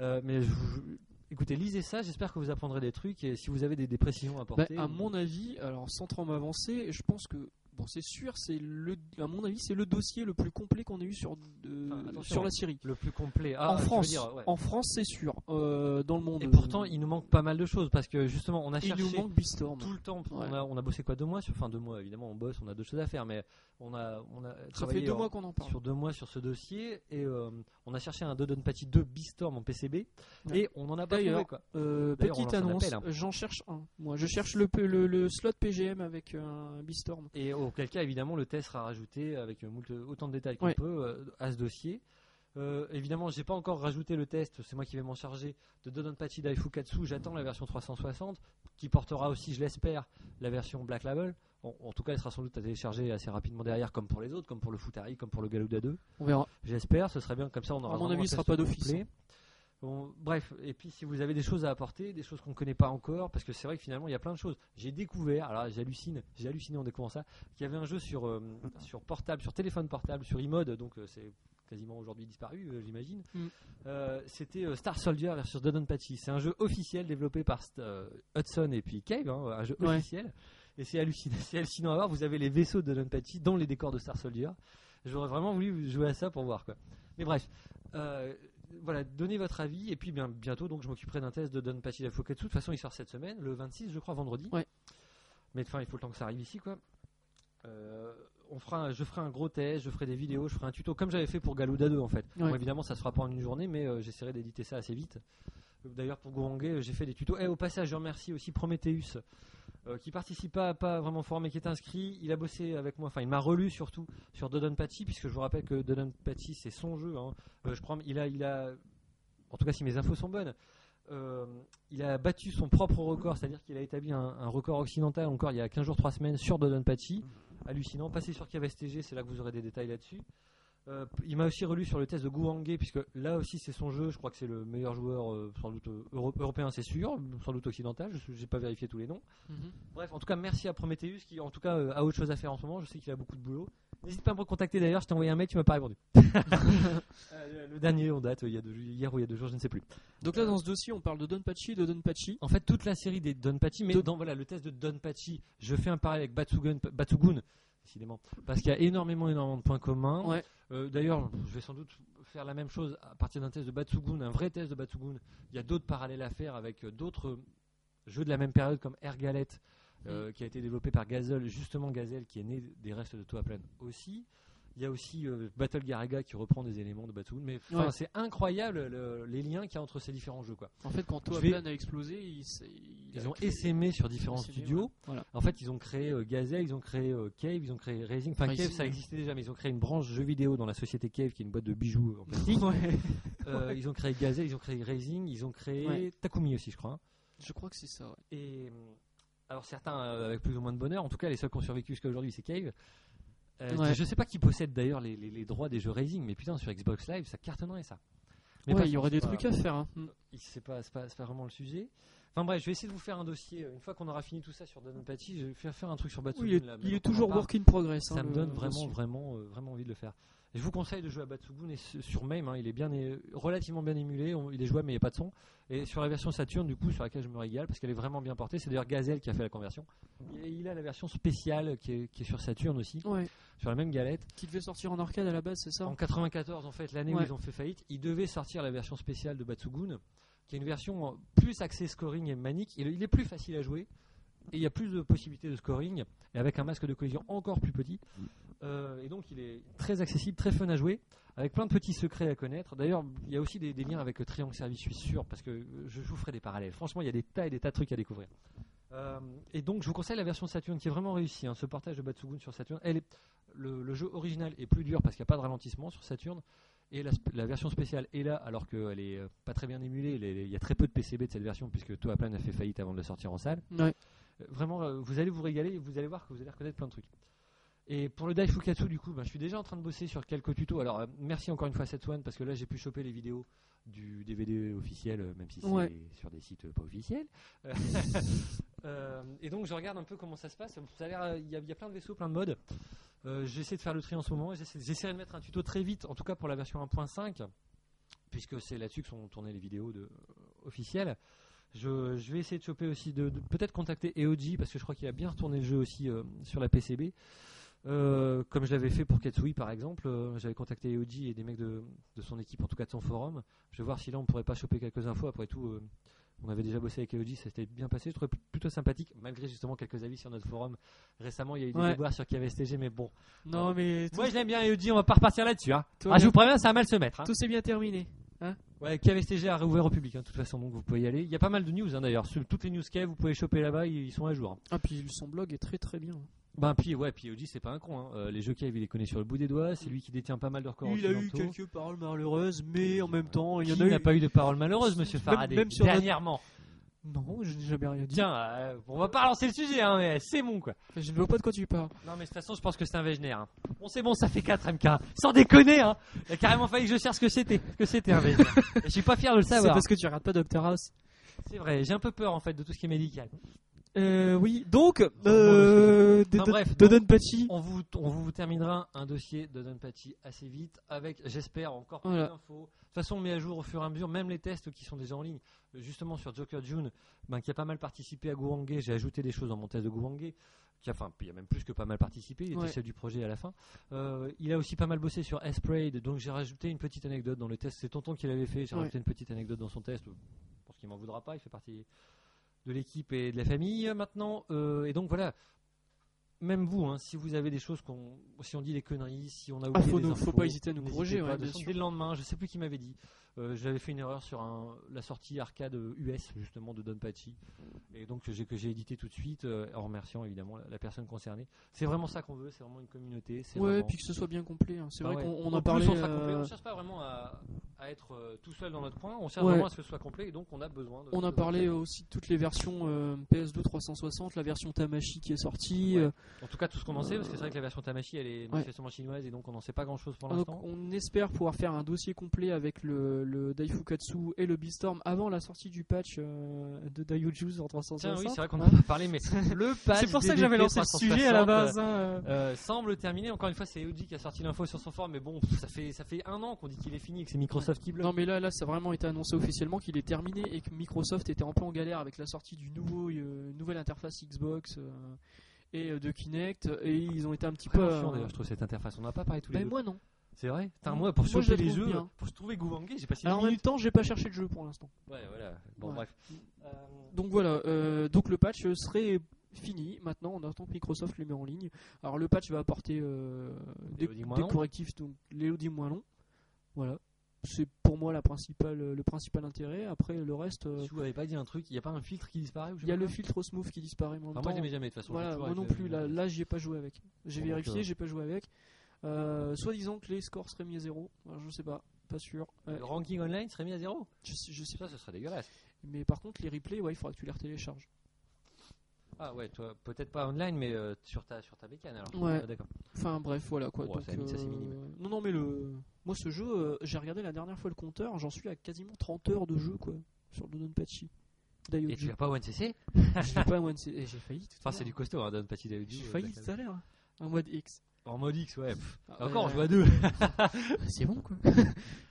Speaker 2: euh, mais je vous- écoutez, lisez ça. J'espère que vous apprendrez des trucs. Et si vous avez des, des précisions à
Speaker 1: Bah,
Speaker 2: apporter.
Speaker 1: à
Speaker 2: ou-
Speaker 1: mon avis, alors sans trop m'avancer, je pense que bon, c'est sûr, c'est le, à mon avis, c'est le dossier le plus complet qu'on ait eu sur de-
Speaker 2: Enfin, attention.
Speaker 1: sur la Syrie.
Speaker 2: Le plus complet. Ah,
Speaker 1: en
Speaker 2: je veux
Speaker 1: France,
Speaker 2: dire, ouais.
Speaker 1: en France, c'est sûr. Euh, dans le monde.
Speaker 2: Et pourtant,
Speaker 1: euh,
Speaker 2: il nous manque pas mal de choses. Parce que justement, on a
Speaker 1: il
Speaker 2: cherché.
Speaker 1: nous manque Beastorm.
Speaker 2: tout le temps.
Speaker 1: Ouais.
Speaker 2: On, a, on a bossé quoi deux mois sur, enfin deux mois évidemment on bosse, on a deux choses à faire, mais on a on a
Speaker 1: Ça fait
Speaker 2: travaillé
Speaker 1: deux
Speaker 2: en-
Speaker 1: mois qu'on en parle.
Speaker 2: sur deux mois sur ce dossier et euh, on a cherché un Dodonpachi 2 Beastorm en PCB
Speaker 1: Ouais.
Speaker 2: et on en a pas
Speaker 1: D'ailleurs,
Speaker 2: trouvé quoi.
Speaker 1: Euh,
Speaker 2: D'ailleurs, on
Speaker 1: petite
Speaker 2: lance un
Speaker 1: annonce,
Speaker 2: appel, hein.
Speaker 1: j'en cherche un. Moi, je cherche le, P- le, le slot PGM avec un Beastorm.
Speaker 2: Et auquel cas évidemment le test sera rajouté avec euh, moult- autant de détails qu'on
Speaker 1: Ouais.
Speaker 2: peut euh, à ce dossier. Euh, évidemment, j'ai pas encore rajouté le test, c'est moi qui vais m'en charger de Dodonpachi Daifukatsu. J'attends la version 360 qui portera aussi, je l'espère, la version Black Label. En, en tout cas, elle sera sans doute à télécharger assez rapidement derrière, comme pour les autres, comme pour le Futari, comme pour le Galuda 2.
Speaker 1: On verra.
Speaker 2: J'espère, ce serait bien comme ça on aura.
Speaker 1: À mon
Speaker 2: vraiment
Speaker 1: avis,
Speaker 2: un
Speaker 1: il sera
Speaker 2: test
Speaker 1: pas d'office.
Speaker 2: complet. Bon, bref, et puis si vous avez des choses à apporter, des choses qu'on ne connaît pas encore, parce que c'est vrai que finalement il y a plein de choses. J'ai découvert, alors là, j'hallucine, j'ai halluciné en découvrant ça, qu'il y avait un jeu sur, euh, sur portable, sur téléphone portable, sur iMode, donc euh, c'est quasiment aujourd'hui disparu, euh, j'imagine.
Speaker 1: Mm.
Speaker 2: Euh, C'était euh, Star Soldier versus Dodonpachi. C'est un jeu officiel développé par St- euh, Hudson et puis Cave, hein, un jeu
Speaker 1: Ouais.
Speaker 2: officiel. Et c'est hallucinant, c'est hallucinant à voir. Vous avez les vaisseaux de Dodonpachi dans les décors de Star Soldier. J'aurais vraiment voulu jouer à ça pour voir quoi. Mais bref, euh, voilà, donnez votre avis et puis bien, bientôt donc je m'occuperai d'un test de Don Pachi la Focatsu. De toute façon, il sort cette semaine, le 26, je crois, vendredi.
Speaker 1: Ouais.
Speaker 2: Mais enfin, il faut le temps que ça arrive ici quoi. Euh, on fera, un- je ferai un gros test, je ferai des vidéos, je ferai un tuto comme j'avais fait pour Galuda 2 en fait.
Speaker 1: Ouais.
Speaker 2: Bon, évidemment, ça se fera pas en une journée, mais euh, j'essaierai d'éditer ça assez vite. D'ailleurs, pour Gourangé, euh, j'ai fait des tutos. Et au passage, je remercie aussi Prometheus, euh, qui participe pas, pas vraiment fort, mais qui est inscrit. Il a bossé avec moi, enfin, il m'a relu surtout sur Dodonpachi, puisque je vous rappelle que Dodonpachi, c'est son jeu. hein. Euh, je crois, il a, il a, en tout cas, si mes infos sont bonnes, euh, il a battu son propre record, c'est-à-dire qu'il a établi un, un record occidental encore il y a 15 jours, 3 semaines sur Dodonpachi. Hallucinant. Passez sur KVSTG, c'est là que vous aurez des détails là-dessus. Euh, il m'a aussi relu sur le test de Gouangé, puisque là aussi c'est son jeu, je crois que c'est le meilleur joueur, euh, sans doute euh, euro- européen, c'est sûr, sans doute occidental, je n'ai pas vérifié tous les noms.
Speaker 1: Mhm.
Speaker 2: Bref, en tout cas, merci à Prometheus qui, en tout cas, euh, a autre chose à faire en ce moment. Je sais qu'il a beaucoup de boulot. N'hésite pas à me contacter d'ailleurs. Je t'ai envoyé un mail, tu m'as pas répondu. Euh, le dernier en date, euh, il y a deux, hier ou il y a deux jours, je ne sais plus.
Speaker 1: Donc là, dans ce dossier, on parle de Donpachi, de Donpachi.
Speaker 2: En fait, toute la série des Donpachi, mais
Speaker 1: Don-
Speaker 2: dans voilà, le test de Donpachi, je fais un parallèle avec Batsugun, Batsugun décidément, parce qu'il y a énormément, énormément de points communs.
Speaker 1: Ouais.
Speaker 2: Euh, D'ailleurs, je vais sans doute faire la même chose à partir d'un test de Batsugun, un vrai test de Batsugun. Il y a d'autres parallèles à faire avec euh, d'autres jeux de la même période comme Air Galette,
Speaker 1: Mm.
Speaker 2: euh, qui a été développé par Gazelle, justement Gazelle, qui est né des restes de Toaplan aussi. Il y a aussi euh, Battle Garaga qui reprend des éléments de Batsugun. Mais enfin,
Speaker 1: Ouais.
Speaker 2: c'est incroyable le- les liens qu'il y a entre ces différents jeux. Quoi.
Speaker 1: En fait, quand
Speaker 2: Je
Speaker 1: Toaplan
Speaker 2: vais-
Speaker 1: a explosé, il, s'est- il
Speaker 2: Ils
Speaker 1: a
Speaker 2: ont
Speaker 1: créé-
Speaker 2: essaimé sur différents
Speaker 1: essaimé,
Speaker 2: studios.
Speaker 1: Voilà.
Speaker 2: En fait, ils ont créé euh, Gazelle, ils ont créé euh, Cave, ils ont créé Raising. Enfin,
Speaker 1: Raising,
Speaker 2: Cave, ça
Speaker 1: ouais.
Speaker 2: existait déjà, mais ils ont créé une branche jeux vidéo dans la société Cave, qui est une boîte de bijoux en plastique.
Speaker 1: Ouais.
Speaker 2: Euh, Ils ont créé Gazelle, ils ont créé Raising, ils ont créé
Speaker 1: Ouais.
Speaker 2: Takumi aussi, je crois. hein.
Speaker 1: Je crois que c'est ça. ouais.
Speaker 2: Et euh, alors certains euh, avec plus ou moins de bonheur. En tout cas, les seuls qui ont survécu jusqu'à aujourd'hui, c'est Cave. Euh,
Speaker 1: Ouais.
Speaker 2: Je sais pas qui possède d'ailleurs les, les- les droits des jeux Raising, mais putain, sur Xbox Live, ça cartonnerait ça.
Speaker 1: Mais
Speaker 2: pas-
Speaker 1: ouais, il y aurait des
Speaker 2: c'est pas-
Speaker 1: trucs à faire. hein.
Speaker 2: il- C'est pas, c'est pas, c'est pas vraiment le sujet. Enfin bref, je vais essayer de vous faire un dossier. euh, Une fois qu'on aura fini tout ça sur Don Patty, je vais faire- faire un truc sur Batsugun.
Speaker 1: Oui, il est,
Speaker 2: là, mais
Speaker 1: il est
Speaker 2: donc on en
Speaker 1: toujours
Speaker 2: parle.
Speaker 1: work in progress. hein,
Speaker 2: Ça me
Speaker 1: le-
Speaker 2: donne
Speaker 1: le
Speaker 2: vraiment,
Speaker 1: dossier.
Speaker 2: vraiment, euh, vraiment envie de le faire. Et je vous conseille de jouer à Batsugun et ce- sur MAME. hein, il est bien, é- relativement bien émulé. on- il est jouable, mais il n'y a pas de son. Et sur la version Saturn, du coup, sur laquelle je me régale, parce qu'elle est vraiment bien portée. C'est d'ailleurs Gazelle qui a fait la conversion. Et il a la version spéciale qui est, qui est sur Saturn aussi,
Speaker 1: Ouais,
Speaker 2: sur la même galette.
Speaker 1: qui devait sortir en arcade à la base, c'est ça
Speaker 2: En 94, en fait, l'année où
Speaker 1: Ouais.
Speaker 2: ils ont fait faillite, ils devaient sortir la version spéciale de Batsugun, qui est une version euh, plus axée scoring et manique. Il, il est plus facile à jouer et il y a plus de possibilités de scoring et avec un masque de collision encore plus petit. Euh, et donc, il est très accessible, très fun à jouer, avec plein de petits secrets à connaître. D'ailleurs, il y a aussi des, des liens avec euh, Triangle Service, je suis sûr, parce que euh, je vous ferai des parallèles. Franchement, il y a des tas et des tas de trucs à découvrir. Euh, et donc, je vous conseille la version Saturn qui est vraiment réussie. hein, ce portage de Batsugun sur Saturn, elle est le, le jeu original est plus dur parce qu'il n'y a pas de ralentissement sur Saturn. Et la, sp- la version spéciale est là, alors qu'elle est euh, pas très bien émulée. elle est- Il y a très peu de PCB de cette version, puisque Toaplan a fait faillite avant de la sortir en salle.
Speaker 1: Ouais.
Speaker 2: Euh, Vraiment, euh, vous allez vous régaler et vous allez voir que vous allez reconnaître plein de trucs. Et pour le Dai Fukatsu, du coup, ben, je suis déjà en train de bosser sur quelques tutos. Alors, euh, merci encore une fois à Setsuan, parce que là, j'ai pu choper les vidéos du DVD officiel, euh, même si c'est
Speaker 1: Ouais.
Speaker 2: sur des sites euh, pas officiels. Euh, euh, et donc, je regarde un peu comment ça se passe. Ça a l'air, euh, Il y, a- il y a plein de vaisseaux, plein de modes. Euh, j'essaie de faire le tri en ce moment. et j'essaie- J'essaierai de mettre un tuto très vite, en tout cas pour la version 1.5, puisque c'est là-dessus que sont tournées les vidéos de- euh, officielles. Je, je vais essayer de choper aussi, de, de- peut-être contacter EOG, parce que je crois qu'il a bien retourné le jeu aussi euh, sur la PCB. Euh, comme je l'avais fait pour Katsui par exemple, euh, j'avais contacté EOG et des mecs de, de son équipe, en tout cas de son forum. Je vais voir si là on pourrait pas choper quelques infos. Après tout, euh, on avait déjà bossé avec EOG, ça s'était bien passé. Je trouvais pl- plutôt sympathique, malgré justement quelques avis sur notre forum. Récemment, il y a eu des
Speaker 1: Ouais.
Speaker 2: déboires sur KVSTG, mais bon,
Speaker 1: Non, mais tout,
Speaker 2: moi je l'aime bien EOG, on va pas repartir là-dessus. Hein.
Speaker 1: Toi,
Speaker 2: Ah, je
Speaker 1: bien.
Speaker 2: vous préviens, ça va mal se mettre. Hein.
Speaker 1: tout s'est bien terminé.
Speaker 2: Ouais, KVSTG a réouvert au public hein, de toute façon, donc vous pouvez y aller. Il y a pas mal de news hein, d'ailleurs. Sur toutes les news qu'il y a, vous pouvez les choper là-bas, ils ils sont à jour. hein.
Speaker 1: Ah, puis son blog est très très bien.
Speaker 2: Ben, puis ouais, puis EOG c'est pas un con. hein. Euh, les jeux qu'il y a, il les connaît sur le bout des doigts. C'est lui qui détient pas mal de records. occidentaux.
Speaker 1: paroles malheureuses, mais
Speaker 2: en même
Speaker 1: temps,
Speaker 2: Qui n'a pas eu de paroles malheureuses, monsieur
Speaker 1: Même-
Speaker 2: Faraday,
Speaker 1: même sur notre-
Speaker 2: dernièrement.
Speaker 1: Non, je n'ai jamais rien dit.
Speaker 2: Tiens, euh, on va pas lancer le sujet, hein, mais c'est bon quoi.
Speaker 1: Je ne vois pas de quoi tu parles.
Speaker 2: Non, mais de toute façon, je pense que c'est un Wegener. hein. Bon, c'est bon, ça fait 4 MK. Sans déconner, hein. Il a carrément fallu que je cherche ce que c'était. que c'était un Wegener. Et Je suis pas fier de le
Speaker 1: C'est
Speaker 2: savoir.
Speaker 1: parce que tu regardes pas Doctor House.
Speaker 2: C'est vrai, j'ai un peu peur en fait de tout ce qui est médical.
Speaker 1: Euh, oui, donc, euh,
Speaker 2: Enfin, bref,
Speaker 1: Dodon Pachi.
Speaker 2: On vous, on vous terminera un dossier de Don Patty assez vite avec, j'espère, encore plus
Speaker 1: Voilà.
Speaker 2: d'infos. De toute façon, on met à jour au fur et à mesure, même les tests qui sont déjà en ligne. Euh, Justement, sur Joker June, ben, qui a pas mal participé à Gouangé, j'ai ajouté des choses dans mon test de Gouangé. Qui a, enfin, il y a même plus que pas mal participé, il était
Speaker 1: Ouais.
Speaker 2: chef du projet à la fin. Euh, il a aussi pas mal bossé sur Esprade, donc j'ai rajouté une petite anecdote dans le test. C'est Tonton qui l'avait fait, j'ai
Speaker 1: Ouais.
Speaker 2: rajouté une petite anecdote dans son test. Je pense qu'il m'en voudra pas, il fait partie de l'équipe et de la famille euh, maintenant. Euh, et donc voilà, même vous, hein, si vous avez des choses qu'on, si on dit des conneries, si on a oublié
Speaker 1: Ah, faut
Speaker 2: des
Speaker 1: nous-
Speaker 2: infos,
Speaker 1: faut pas hésiter à nous
Speaker 2: n'hésitez
Speaker 1: corriger,
Speaker 2: pas.
Speaker 1: ouais,
Speaker 2: De
Speaker 1: bien
Speaker 2: toute façon,
Speaker 1: sûr.
Speaker 2: Dès le lendemain, je sais plus qui m'avait dit. Euh, J'avais fait une erreur sur un- la sortie arcade US justement de Don Pachi, et donc que j'ai que j'ai édité tout de suite euh, en remerciant évidemment la, la personne concernée. C'est vraiment ça qu'on veut, c'est vraiment une communauté. c'est
Speaker 1: Ouais,
Speaker 2: vraiment-
Speaker 1: puis que ce soit bien complet. hein. C'est
Speaker 2: Bah
Speaker 1: vrai
Speaker 2: ouais.
Speaker 1: qu'on on
Speaker 2: En
Speaker 1: en
Speaker 2: plus,
Speaker 1: parlait.
Speaker 2: on, sera complet.
Speaker 1: euh,
Speaker 2: On cherche pas vraiment à, à être euh, tout seul dans notre coin. On cherche
Speaker 1: Ouais.
Speaker 2: vraiment à ce que ce soit complet, et donc on a besoin. De
Speaker 1: On a
Speaker 2: de-
Speaker 1: parlé aussi de toutes les versions euh, PS2 360, la version Tamashi qui est sortie.
Speaker 2: Ouais.
Speaker 1: euh,
Speaker 2: En tout cas, tout ce qu'on en sait, parce que c'est vrai que la version Tamashi, elle est manifestement chinoise, et donc on n'en sait pas grand-chose pour
Speaker 1: Ah, donc
Speaker 2: l'instant.
Speaker 1: on espère pouvoir faire un dossier complet avec le, le Daifukatsu et le Beastorm avant la sortie du patch euh, de Daiuju sur
Speaker 2: Tiens,
Speaker 1: 360.
Speaker 2: oui, c'est vrai qu'on
Speaker 1: hein.
Speaker 2: en a pas parlé, mais le patch.
Speaker 1: C'est pour ça que j'avais
Speaker 2: DDP
Speaker 1: lancé le sujet à la
Speaker 2: 360,
Speaker 1: base. hein.
Speaker 2: euh, semble terminé. Encore une fois, c'est Audi qui a sorti l'info sur son forum, mais bon, pff, ça fait ça fait un an qu'on dit qu'il est fini, et que c'est Microsoft qui bloque.
Speaker 1: Non mais là, là, ça a vraiment été annoncé officiellement qu'il est terminé et que Microsoft était un peu en galère avec la sortie du nouveau euh, nouvelle interface Xbox euh, et euh, de Kinect et ils ont été un petit
Speaker 2: Très
Speaker 1: peu.
Speaker 2: chiant,
Speaker 1: euh,
Speaker 2: d'ailleurs, je trouve cette interface. On n'a pas parlé tous les
Speaker 1: ben
Speaker 2: deux.
Speaker 1: moi non.
Speaker 2: C'est vrai. Putain,
Speaker 1: Moi,
Speaker 2: moi, pour
Speaker 1: je la
Speaker 2: choper les
Speaker 1: trouve
Speaker 2: jeux,
Speaker 1: bien.
Speaker 2: pour trouver Gouangé, j'ai passé.
Speaker 1: Alors en
Speaker 2: dix
Speaker 1: même temps, j'ai pas cherché de jeu pour l'instant.
Speaker 2: minutes. Ouais, voilà. Bon,
Speaker 1: Ouais.
Speaker 2: bref. Euh,
Speaker 1: Donc voilà, euh, donc le patch serait fini. Maintenant, on attend que Microsoft le met en ligne. Alors le patch va apporter euh, des,
Speaker 2: Des loadings moins
Speaker 1: des
Speaker 2: longs.
Speaker 1: correctifs, donc les loadings moins longs. Voilà. C'est pour moi la principale, le principal intérêt. Après, le reste, euh,
Speaker 2: Je vous avais pas dit un truc. Il y a pas un filtre qui disparaît ou je
Speaker 1: il y a
Speaker 2: sais
Speaker 1: le
Speaker 2: pas.
Speaker 1: filtre Osmooth qui disparaît. mais en même
Speaker 2: Enfin, moi,
Speaker 1: temps,
Speaker 2: j'aimais jamais de toute façon.
Speaker 1: Voilà,
Speaker 2: j'ai toujours
Speaker 1: moi non
Speaker 2: été-
Speaker 1: plus, là, là j'y ai pas joué avec. J'ai
Speaker 2: Bon, donc,
Speaker 1: vérifié,
Speaker 2: euh,
Speaker 1: j'ai pas joué avec. Euh, Soi-disant que les scores seraient mis à zéro, Alors, je sais pas, pas sûr. Euh,
Speaker 2: Le ranking online serait mis à zéro.
Speaker 1: je, sais, je sais pas.
Speaker 2: Ça, ce serait dégueulasse.
Speaker 1: Mais par contre, les replays, ouais, il faudra que tu les retélécharges.
Speaker 2: Ah ouais, toi, peut-être pas online, mais euh, sur, ta, sur ta bécane alors.
Speaker 1: Ouais.
Speaker 2: Ah, D'accord.
Speaker 1: Enfin bref, voilà quoi.
Speaker 2: Ouais,
Speaker 1: Donc,
Speaker 2: ça, ça, c'est
Speaker 1: euh,
Speaker 2: minime.
Speaker 1: Non, non, mais le... moi ce jeu, euh, j'ai regardé la dernière fois le compteur, j'en suis à quasiment 30 heures de jeu quoi, sur le Donpachi. D'ailleurs,
Speaker 2: Et tu l'as pas au NCC
Speaker 1: je l'ai pas, moi, c'est- et j'ai failli tout à
Speaker 2: Enfin, c'est
Speaker 1: l'heure.
Speaker 2: du costaud, hein, Don Petit David.
Speaker 1: J'ai failli tout à l'heure. En mode X.
Speaker 2: En mode X, ouais. pff.
Speaker 1: Ah,
Speaker 2: Encore,
Speaker 1: ouais,
Speaker 2: on joue à deux.
Speaker 1: C'est bon quoi.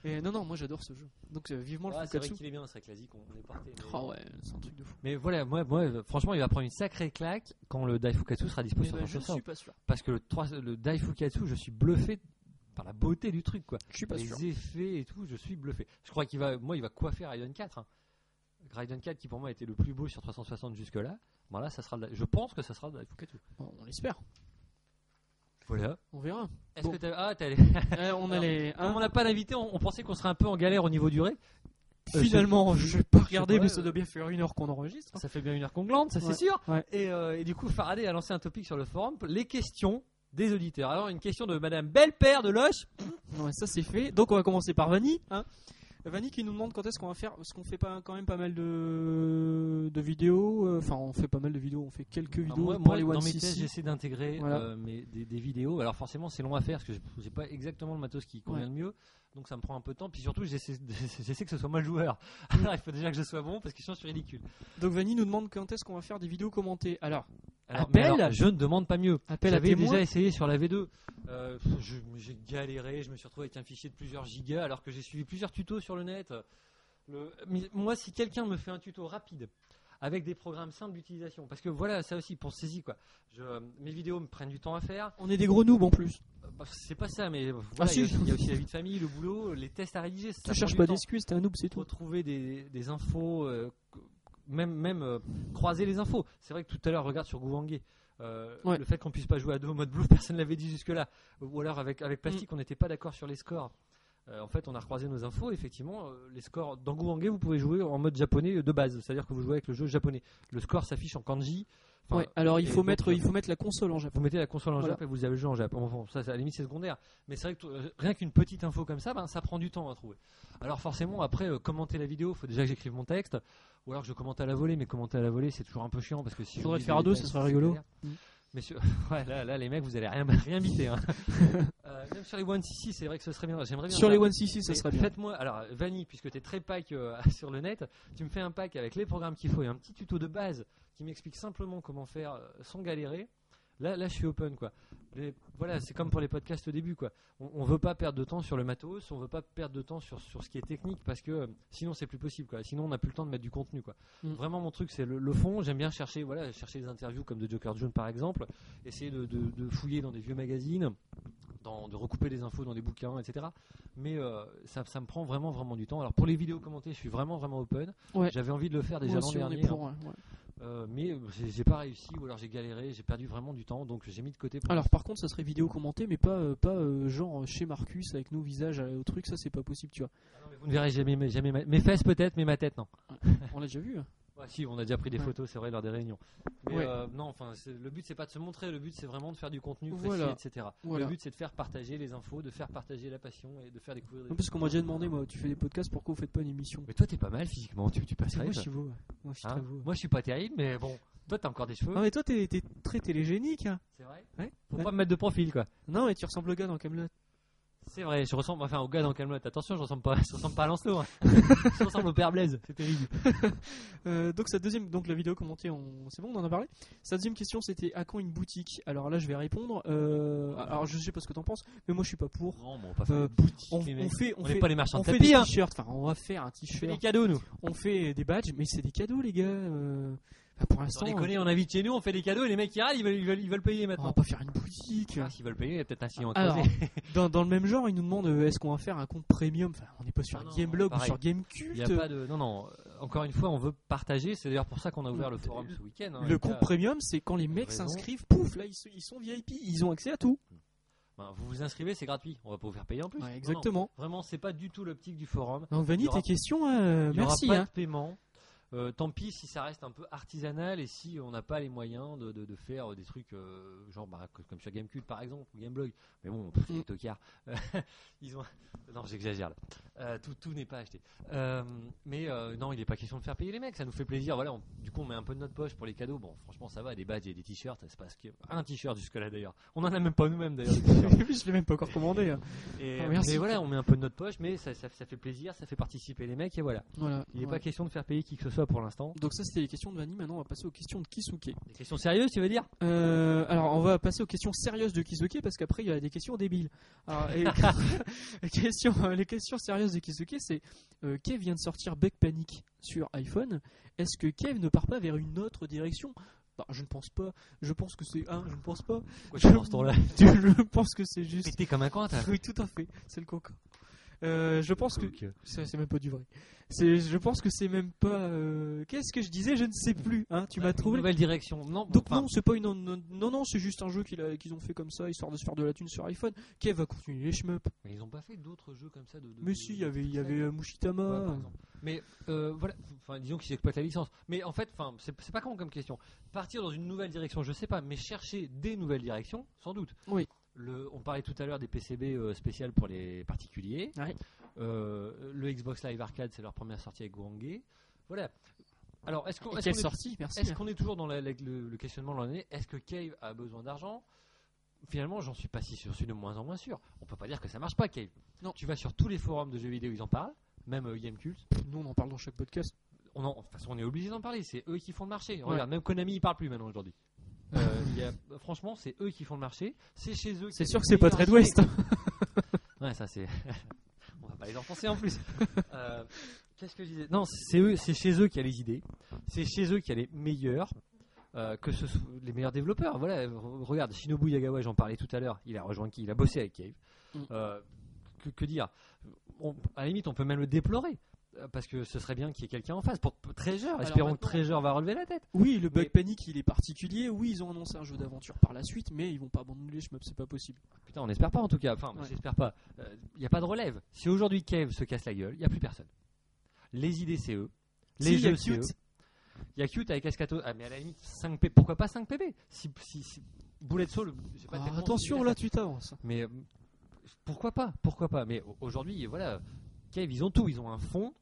Speaker 1: et non, non, moi j'adore ce jeu. Donc euh, vivement le
Speaker 2: Ah, c'est vrai
Speaker 1: Fukatsu.
Speaker 2: qu'il est bien, c'est classique, on on est parti. mais-
Speaker 1: Oh ouais, c'est un truc de fou.
Speaker 2: Mais voilà, moi, moi, euh, franchement, il va prendre une sacrée claque quand le Daifukatsu sera dispo
Speaker 1: Mais
Speaker 2: sur
Speaker 1: bah, je
Speaker 2: console.
Speaker 1: suis pas sûr.
Speaker 2: Parce que le, 3, le Daifukatsu, je suis bluffé par la beauté du truc, quoi.
Speaker 1: Je suis pas
Speaker 2: Les
Speaker 1: sûr.
Speaker 2: effets et tout, je suis bluffé. Je crois qu'il va, moi, il va coiffer Raiden 4. hein. Raiden 4 qui pour moi était le plus beau sur 360 jusque ben là. Voilà, ça sera. le- Je pense que ça sera le Daifukatsu.
Speaker 1: Bon, on l'espère.
Speaker 2: Voilà.
Speaker 1: On verra.
Speaker 2: Est-ce
Speaker 1: Bon.
Speaker 2: que t'as- ah, t'as les-
Speaker 1: Eh, on a
Speaker 2: Alors,
Speaker 1: les. hein,
Speaker 2: Comme on n'a pas d'invité, on, on pensait qu'on serait un peu en galère au niveau durée. Euh,
Speaker 1: Finalement, je vais pas
Speaker 2: je
Speaker 1: regarder,
Speaker 2: sais
Speaker 1: mais
Speaker 2: pas,
Speaker 1: ça doit bien faire une heure qu'on enregistre.
Speaker 2: Ça fait bien une heure qu'on glande, ça c'est
Speaker 1: Ouais,
Speaker 2: sûr.
Speaker 1: ouais.
Speaker 2: Et, euh, et du coup, Faraday a lancé un topic sur le forum les questions des auditeurs. Alors, une question de Madame Belle-Père de Loche.
Speaker 1: Non, mais ça c'est fait. Donc on va commencer par Vanny. Hein Vanny qui nous demande quand est-ce qu'on va faire, parce qu'on fait pas quand même pas mal de, de vidéos. euh, Enfin, on fait pas mal de vidéos. On fait quelques
Speaker 2: Alors,
Speaker 1: vidéos
Speaker 2: moi,
Speaker 1: pour
Speaker 2: moi,
Speaker 1: les One
Speaker 2: dans mes tests,
Speaker 1: 6
Speaker 2: j'essaie d'intégrer
Speaker 1: Voilà.
Speaker 2: euh, mes- des, des vidéos. Alors, forcément, c'est long à faire parce que j'ai- j'ai pas exactement le matos qui
Speaker 1: Ouais.
Speaker 2: convient le mieux. Donc, ça me prend un peu de temps. Puis surtout, j'essaie de- j'essaie que ce soit moi le joueur.
Speaker 1: Mm.
Speaker 2: Alors, il faut déjà que je sois bon parce que sinon, je suis ridicule.
Speaker 1: Donc Vanny nous demande quand est-ce qu'on va faire des vidéos commentées. Alors,
Speaker 2: Alors, mais
Speaker 1: Appel
Speaker 2: alors, je ne demande pas mieux.
Speaker 1: appel à
Speaker 2: J'avais
Speaker 1: témoins.
Speaker 2: déjà essayé sur la V2. Euh, pff, je- j'ai galéré, je me suis retrouvé avec un fichier de plusieurs gigas alors que j'ai suivi plusieurs tutos sur le net. Le- mais moi, si quelqu'un me fait un tuto rapide avec des programmes simples d'utilisation, parce que voilà, ça aussi, pour saisir quoi. Je- euh, mes vidéos me prennent du temps à faire.
Speaker 1: On est des gros noobs en plus.
Speaker 2: Euh, bah, c'est pas ça, mais euh, voilà,
Speaker 1: Ah, si.
Speaker 2: il y a aussi- il y, a aussi la vie de famille, le boulot, les tests à rédiger. ça prend
Speaker 1: Tu cherches
Speaker 2: du
Speaker 1: pas
Speaker 2: temps
Speaker 1: d'excuses, t'es un noob, c'est tout.
Speaker 2: retrouver des, des infos, euh, co- même, même euh, croiser les infos. C'est vrai que tout à l'heure, regarde sur Gouvangué, euh,
Speaker 1: Ouais.
Speaker 2: le fait qu'on puisse pas jouer à deux au mode blue, personne ne l'avait dit jusque-là. Ou alors avec, avec Plastique,
Speaker 1: Mm.
Speaker 2: on n'était pas d'accord sur les scores. Euh, en fait, on a recroisé nos infos. Effectivement, euh, les scores dans Gouvangué, vous pouvez jouer en mode japonais de base, c'est-à-dire que vous jouez avec le jeu japonais. Le score s'affiche en kanji. Enfin,
Speaker 1: ouais. Alors il
Speaker 2: et
Speaker 1: faut
Speaker 2: donc,
Speaker 1: mettre,
Speaker 2: euh,
Speaker 1: il faut mettre la console en japonais.
Speaker 2: vous mettez la console en
Speaker 1: Voilà.
Speaker 2: Jap et vous avez le jeu en Jap. Enfin, ça, ça, à la limite, c'est secondaire. Mais c'est vrai que euh, rien qu'une petite info comme ça, ben, ça prend du temps à trouver. Alors, forcément, après, euh, commenter la vidéo, il faut déjà que j'écrive mon texte. Ou alors que je commente à la volée, mais commenter à la volée, c'est toujours un peu chiant parce que si.
Speaker 1: Faudrait
Speaker 2: j'oublie
Speaker 1: le faire à
Speaker 2: les
Speaker 1: deux,
Speaker 2: détails,
Speaker 1: ça serait
Speaker 2: c'est
Speaker 1: rigolo.
Speaker 2: galère.
Speaker 1: Mm.
Speaker 2: Mais sur- ouais, là, là, les mecs, vous allez rien, rien biter. hein. Euh, même sur les 1cc, c'est vrai que ce serait bien. J'aimerais bien.
Speaker 1: Sur les
Speaker 2: faire-
Speaker 1: One CC, ça
Speaker 2: mais
Speaker 1: serait bien.
Speaker 2: Faites-moi, alors Vanny, puisque tu es très pack euh, sur le net, tu me fais un pack avec les programmes qu'il faut et un petit tuto de base qui m'explique simplement comment faire euh, sans galérer. Là, là, je suis open quoi. Les- voilà, c'est comme pour les podcasts au début quoi. On, on veut pas perdre de temps sur le matos, on veut pas perdre de temps sur, sur ce qui est technique parce que euh, sinon c'est plus possible quoi. Sinon on n'a plus le temps de mettre du contenu quoi.
Speaker 1: Mm.
Speaker 2: Vraiment mon truc c'est le, le fond. J'aime bien chercher voilà chercher des interviews comme de Joker June par exemple, essayer de, de- de fouiller dans des vieux magazines, dans- de recouper des infos dans des bouquins etc mais euh, ça, ça me prend vraiment vraiment du temps. Alors pour les vidéos commentées, je suis vraiment vraiment open.
Speaker 1: Ouais.
Speaker 2: J'avais envie de le faire
Speaker 1: Moi
Speaker 2: déjà l'an
Speaker 1: aussi, on est
Speaker 2: dernier,
Speaker 1: pour,
Speaker 2: hein.
Speaker 1: ouais, ouais.
Speaker 2: Euh, mais euh, j'ai j'ai pas réussi ou alors j'ai galéré, j'ai perdu vraiment du temps, donc j'ai mis de côté. Pour
Speaker 1: Alors par contre, ça serait vidéo commentée, mais pas, euh, pas euh, genre euh, chez Marcus avec nos visages euh, au truc, ça c'est pas possible, tu vois.
Speaker 2: Ah non, mais vous ne verrez jamais, mes- jamais ma- mes fesses peut-être, mais ma tête non.
Speaker 1: On l'a déjà vu. hein.
Speaker 2: Ouais, si, on a déjà pris des
Speaker 1: Ouais.
Speaker 2: photos, c'est vrai lors des réunions. Mais
Speaker 1: Ouais.
Speaker 2: euh, non, enfin c'est- le but c'est pas de se montrer, le but c'est vraiment de faire du contenu précis,
Speaker 1: Voilà.
Speaker 2: etc.
Speaker 1: Voilà.
Speaker 2: Le but c'est de faire partager les infos, de faire partager la passion et de faire découvrir. Des...
Speaker 1: En plus, qu'on m'a déjà demandé, moi, tu fais des podcasts, pourquoi vous faites pas une émission
Speaker 2: Mais toi t'es pas mal physiquement, tu, tu passes Hein
Speaker 1: Moi, je suis beau. ouais. Moi, je suis très beau.
Speaker 2: Moi je suis pas terrible, mais bon, toi t'as encore des cheveux.
Speaker 1: Non, mais toi, t'es t'es très télégénique. Hein.
Speaker 2: C'est vrai.
Speaker 1: Ah Ouais.
Speaker 2: Faut
Speaker 1: Ouais.
Speaker 2: pas me mettre de profil quoi.
Speaker 1: Non, mais tu ressembles au gars dans Camelot.
Speaker 2: C'est vrai, je ressemble enfin au gars dans Camelot. Attention, je ressemble pas, je ressemble pas à Lancelot. hein. je ressemble au père Blaise. C'est terrible.
Speaker 1: Euh, donc, sa deuxième, donc la vidéo commentée, on... c'est bon, on en a parlé. Sa deuxième question, c'était à quand une boutique Alors là, je vais répondre. euh, Alors, je sais pas ce que t'en penses, mais moi, je suis pas pour.
Speaker 2: Non, mais on pas
Speaker 1: faire Euh, On, on fait, on,
Speaker 2: On n'est
Speaker 1: fait,
Speaker 2: pas les marchands
Speaker 1: on
Speaker 2: de
Speaker 1: fait
Speaker 2: tapis.
Speaker 1: des
Speaker 2: hein.
Speaker 1: t-shirts. Enfin, on va faire un
Speaker 2: On fait des
Speaker 1: t-shirt.
Speaker 2: cadeaux nous.
Speaker 1: On fait des badges, mais c'est des cadeaux, les gars. euh, enfin, pour
Speaker 2: Sans
Speaker 1: l'instant,
Speaker 2: déconner, on invite chez nous, on fait des cadeaux et les mecs qui râlent, ils veulent, ils veulent, ils veulent payer
Speaker 1: on va
Speaker 2: maintenant.
Speaker 1: pas faire une boutique.
Speaker 2: Ah, S'ils veulent payer, il y a peut-être un sillon
Speaker 1: Oh,
Speaker 2: à
Speaker 1: Alors,
Speaker 2: creuser.
Speaker 1: dans, dans le même genre, ils nous demandent euh, est-ce qu'on va faire un compte premium Enfin, on n'est pas sur
Speaker 2: Ah Non, non,
Speaker 1: Gameblog ou
Speaker 2: pareil.
Speaker 1: sur
Speaker 2: Il
Speaker 1: Gamecult.
Speaker 2: y a pas de. Non, non. euh, Encore une fois, on veut partager. C'est d'ailleurs pour ça qu'on a ouvert
Speaker 1: Le-
Speaker 2: le forum ce week-end. hein.
Speaker 1: Le
Speaker 2: Et
Speaker 1: compte
Speaker 2: là,
Speaker 1: premium, c'est quand les mecs
Speaker 2: raison.
Speaker 1: s'inscrivent, pouf, là ils, se- ils sont VIP, ils ont accès à tout.
Speaker 2: ben, vous vous inscrivez, c'est gratuit. On va pas vous faire payer en plus. Non, non.
Speaker 1: exactement.
Speaker 2: Vraiment, c'est pas du tout l'optique du forum.
Speaker 1: Donc
Speaker 2: Il
Speaker 1: Vanny,
Speaker 2: y aura-
Speaker 1: tes questions, hein,
Speaker 2: Il n'y aura
Speaker 1: merci.
Speaker 2: pas
Speaker 1: hein.
Speaker 2: de paiement. Euh, tant pis si ça reste un peu artisanal et si on n'a pas les moyens de, de- de faire des trucs euh, genre bah, co- comme sur Gamecube par exemple ou Gameblog. Mais bon, pff, les
Speaker 1: Mm.
Speaker 2: tocards. Ils ont... Non, j'exagère là. Euh, tout tout n'est pas acheté. Euh, mais euh, non, il n'est pas question de faire payer les mecs, ça nous fait plaisir. Voilà, on- du coup, on met un peu de notre poche pour les cadeaux. Bon, franchement, ça va, des badges et des t-shirts, ça se passe que- un t-shirt jusque-là d'ailleurs. On en a même pas nous-mêmes d'ailleurs. des t-shirts.
Speaker 1: je l'ai même pas encore commandé. hein.
Speaker 2: Et,
Speaker 1: Ah, merci.
Speaker 2: mais voilà, on met un peu de notre poche, mais ça, ça- ça fait plaisir, ça fait participer les mecs, et voilà.
Speaker 1: Voilà.
Speaker 2: Il n'est
Speaker 1: Ouais.
Speaker 2: pas question de faire payer qui que ce soit pour l'instant.
Speaker 1: Donc ça c'était les questions de Vanny, maintenant on va passer aux questions de Kisuke.
Speaker 2: Des questions sérieuses, tu veux dire
Speaker 1: Euh, alors on va passer aux questions sérieuses de Kisuke parce qu'après il y a des questions débiles. Alors, et- les, questions, les questions sérieuses de Kisuke c'est euh, Kev vient de sortir Beck Panic sur iPhone, est-ce que Kev ne part pas vers une autre direction Bah, je ne pense pas, je pense que c'est... Ah, je ne pense pas,
Speaker 2: Pourquoi
Speaker 1: tu
Speaker 2: tu
Speaker 1: penses,
Speaker 2: penses là
Speaker 1: je pense que c'est juste...
Speaker 2: Pété comme un coin, t'as
Speaker 1: Oui tout à fait, c'est le coca. Euh, je pense que c'est c'est même pas du vrai. C'est, je pense que c'est même pas. euh, Qu'est-ce que je disais Je ne sais plus. Hein, tu m'as trouvé.
Speaker 2: Bah, Nouvelle direction. Non,
Speaker 1: Donc
Speaker 2: enfin,
Speaker 1: non, c'est pas une non non, non, c'est juste un jeu qu'il a- qu'ils ont fait comme ça histoire de se faire de la thune sur iPhone. Kev va continuer les shmup.
Speaker 2: mais ils n'ont pas fait d'autres jeux comme ça de. de-
Speaker 1: Mais
Speaker 2: de-
Speaker 1: si, il
Speaker 2: de-
Speaker 1: y avait il y avait euh,
Speaker 2: Ouais,
Speaker 1: Mushitama.
Speaker 2: par exemple. mais euh, voilà, enfin, disons qu'ils exploitent la licence. Mais en fait, enfin, c'est c'est pas con comme question. Partir dans une nouvelle direction, je sais pas, mais chercher des nouvelles directions, sans doute.
Speaker 1: Oui.
Speaker 2: Le, on parlait tout à l'heure des PCB euh, spéciales pour les particuliers.
Speaker 1: Ouais.
Speaker 2: Euh, le Xbox Live Arcade, c'est leur première sortie avec Gwangé. Voilà. Alors, est-ce qu'on
Speaker 1: Et
Speaker 2: est-ce
Speaker 1: quelle
Speaker 2: qu'on est-
Speaker 1: sortie Merci. hein.
Speaker 2: Est-ce qu'on est toujours dans la- la- le, le questionnement de l'année Est-ce que Cave a besoin d'argent Finalement, j'en suis pas si sûr, je suis de moins en moins sûr. On peut pas dire que ça marche pas, Cave.
Speaker 1: Non.
Speaker 2: Tu vas sur tous les forums de jeux vidéo, ils en parlent, même euh, Gamecult.
Speaker 1: Nous on en parle dans chaque podcast.
Speaker 2: On en- de toute façon, on est obligé d'en parler, c'est eux qui font le marché. Regarde, même Konami, ils parlent plus maintenant aujourd'hui. Euh, il y a- franchement, c'est eux qui font le marché, c'est chez eux. qu'il y
Speaker 1: C'est
Speaker 2: a
Speaker 1: sûr
Speaker 2: les
Speaker 1: que c'est pas
Speaker 2: meilleurs
Speaker 1: Trade West.
Speaker 2: Ouais, ça c'est. On va pas les enfoncer en plus. Euh, Qu'est-ce que je disais Non, c'est eux, c'est chez eux qu'il y a les idées. C'est chez eux qu'il y a les meilleurs, euh, que ce soit les meilleurs développeurs. Voilà, re- regarde Shinobu Yagawa, j'en parlais tout à l'heure. Il a rejoint qui Il a bossé avec Cave.
Speaker 1: Mm.
Speaker 2: Euh, que, que dire On- À la limite, on peut même le déplorer. euh, Parce que ce serait bien qu'il y ait quelqu'un en face. Pour pour Treasure, espérons que
Speaker 1: maintenant-
Speaker 2: Treasure va relever la tête.
Speaker 1: Oui, le
Speaker 2: Mais-
Speaker 1: Bug Panic il est particulier. Oui, ils ont annoncé un jeu d'aventure par la suite, mais ils vont pas abandonner les shmup, c'est pas possible.
Speaker 2: Putain, on n'espère pas en tout cas. Enfin,
Speaker 1: Ouais.
Speaker 2: j'espère pas. Il n'y a pas de relève. Si aujourd'hui Cave se casse la gueule, il n'y a plus personne. Les idées, c'est eux. Les
Speaker 1: Si, il y a
Speaker 2: jeux, c'est eux.
Speaker 1: Cute.
Speaker 2: Il y a Cute avec Escato. Ah, mais à la limite, 5 p Pourquoi pas 5 PB si, si, si- Bullet Soul, j'ai pas
Speaker 1: Ah,
Speaker 2: tellement-
Speaker 1: attention là tu t'avances.
Speaker 2: Mais euh, pourquoi pas Pourquoi pas Mais au- aujourd'hui, voilà, Cave, ils ont tout. Ils ont un fond.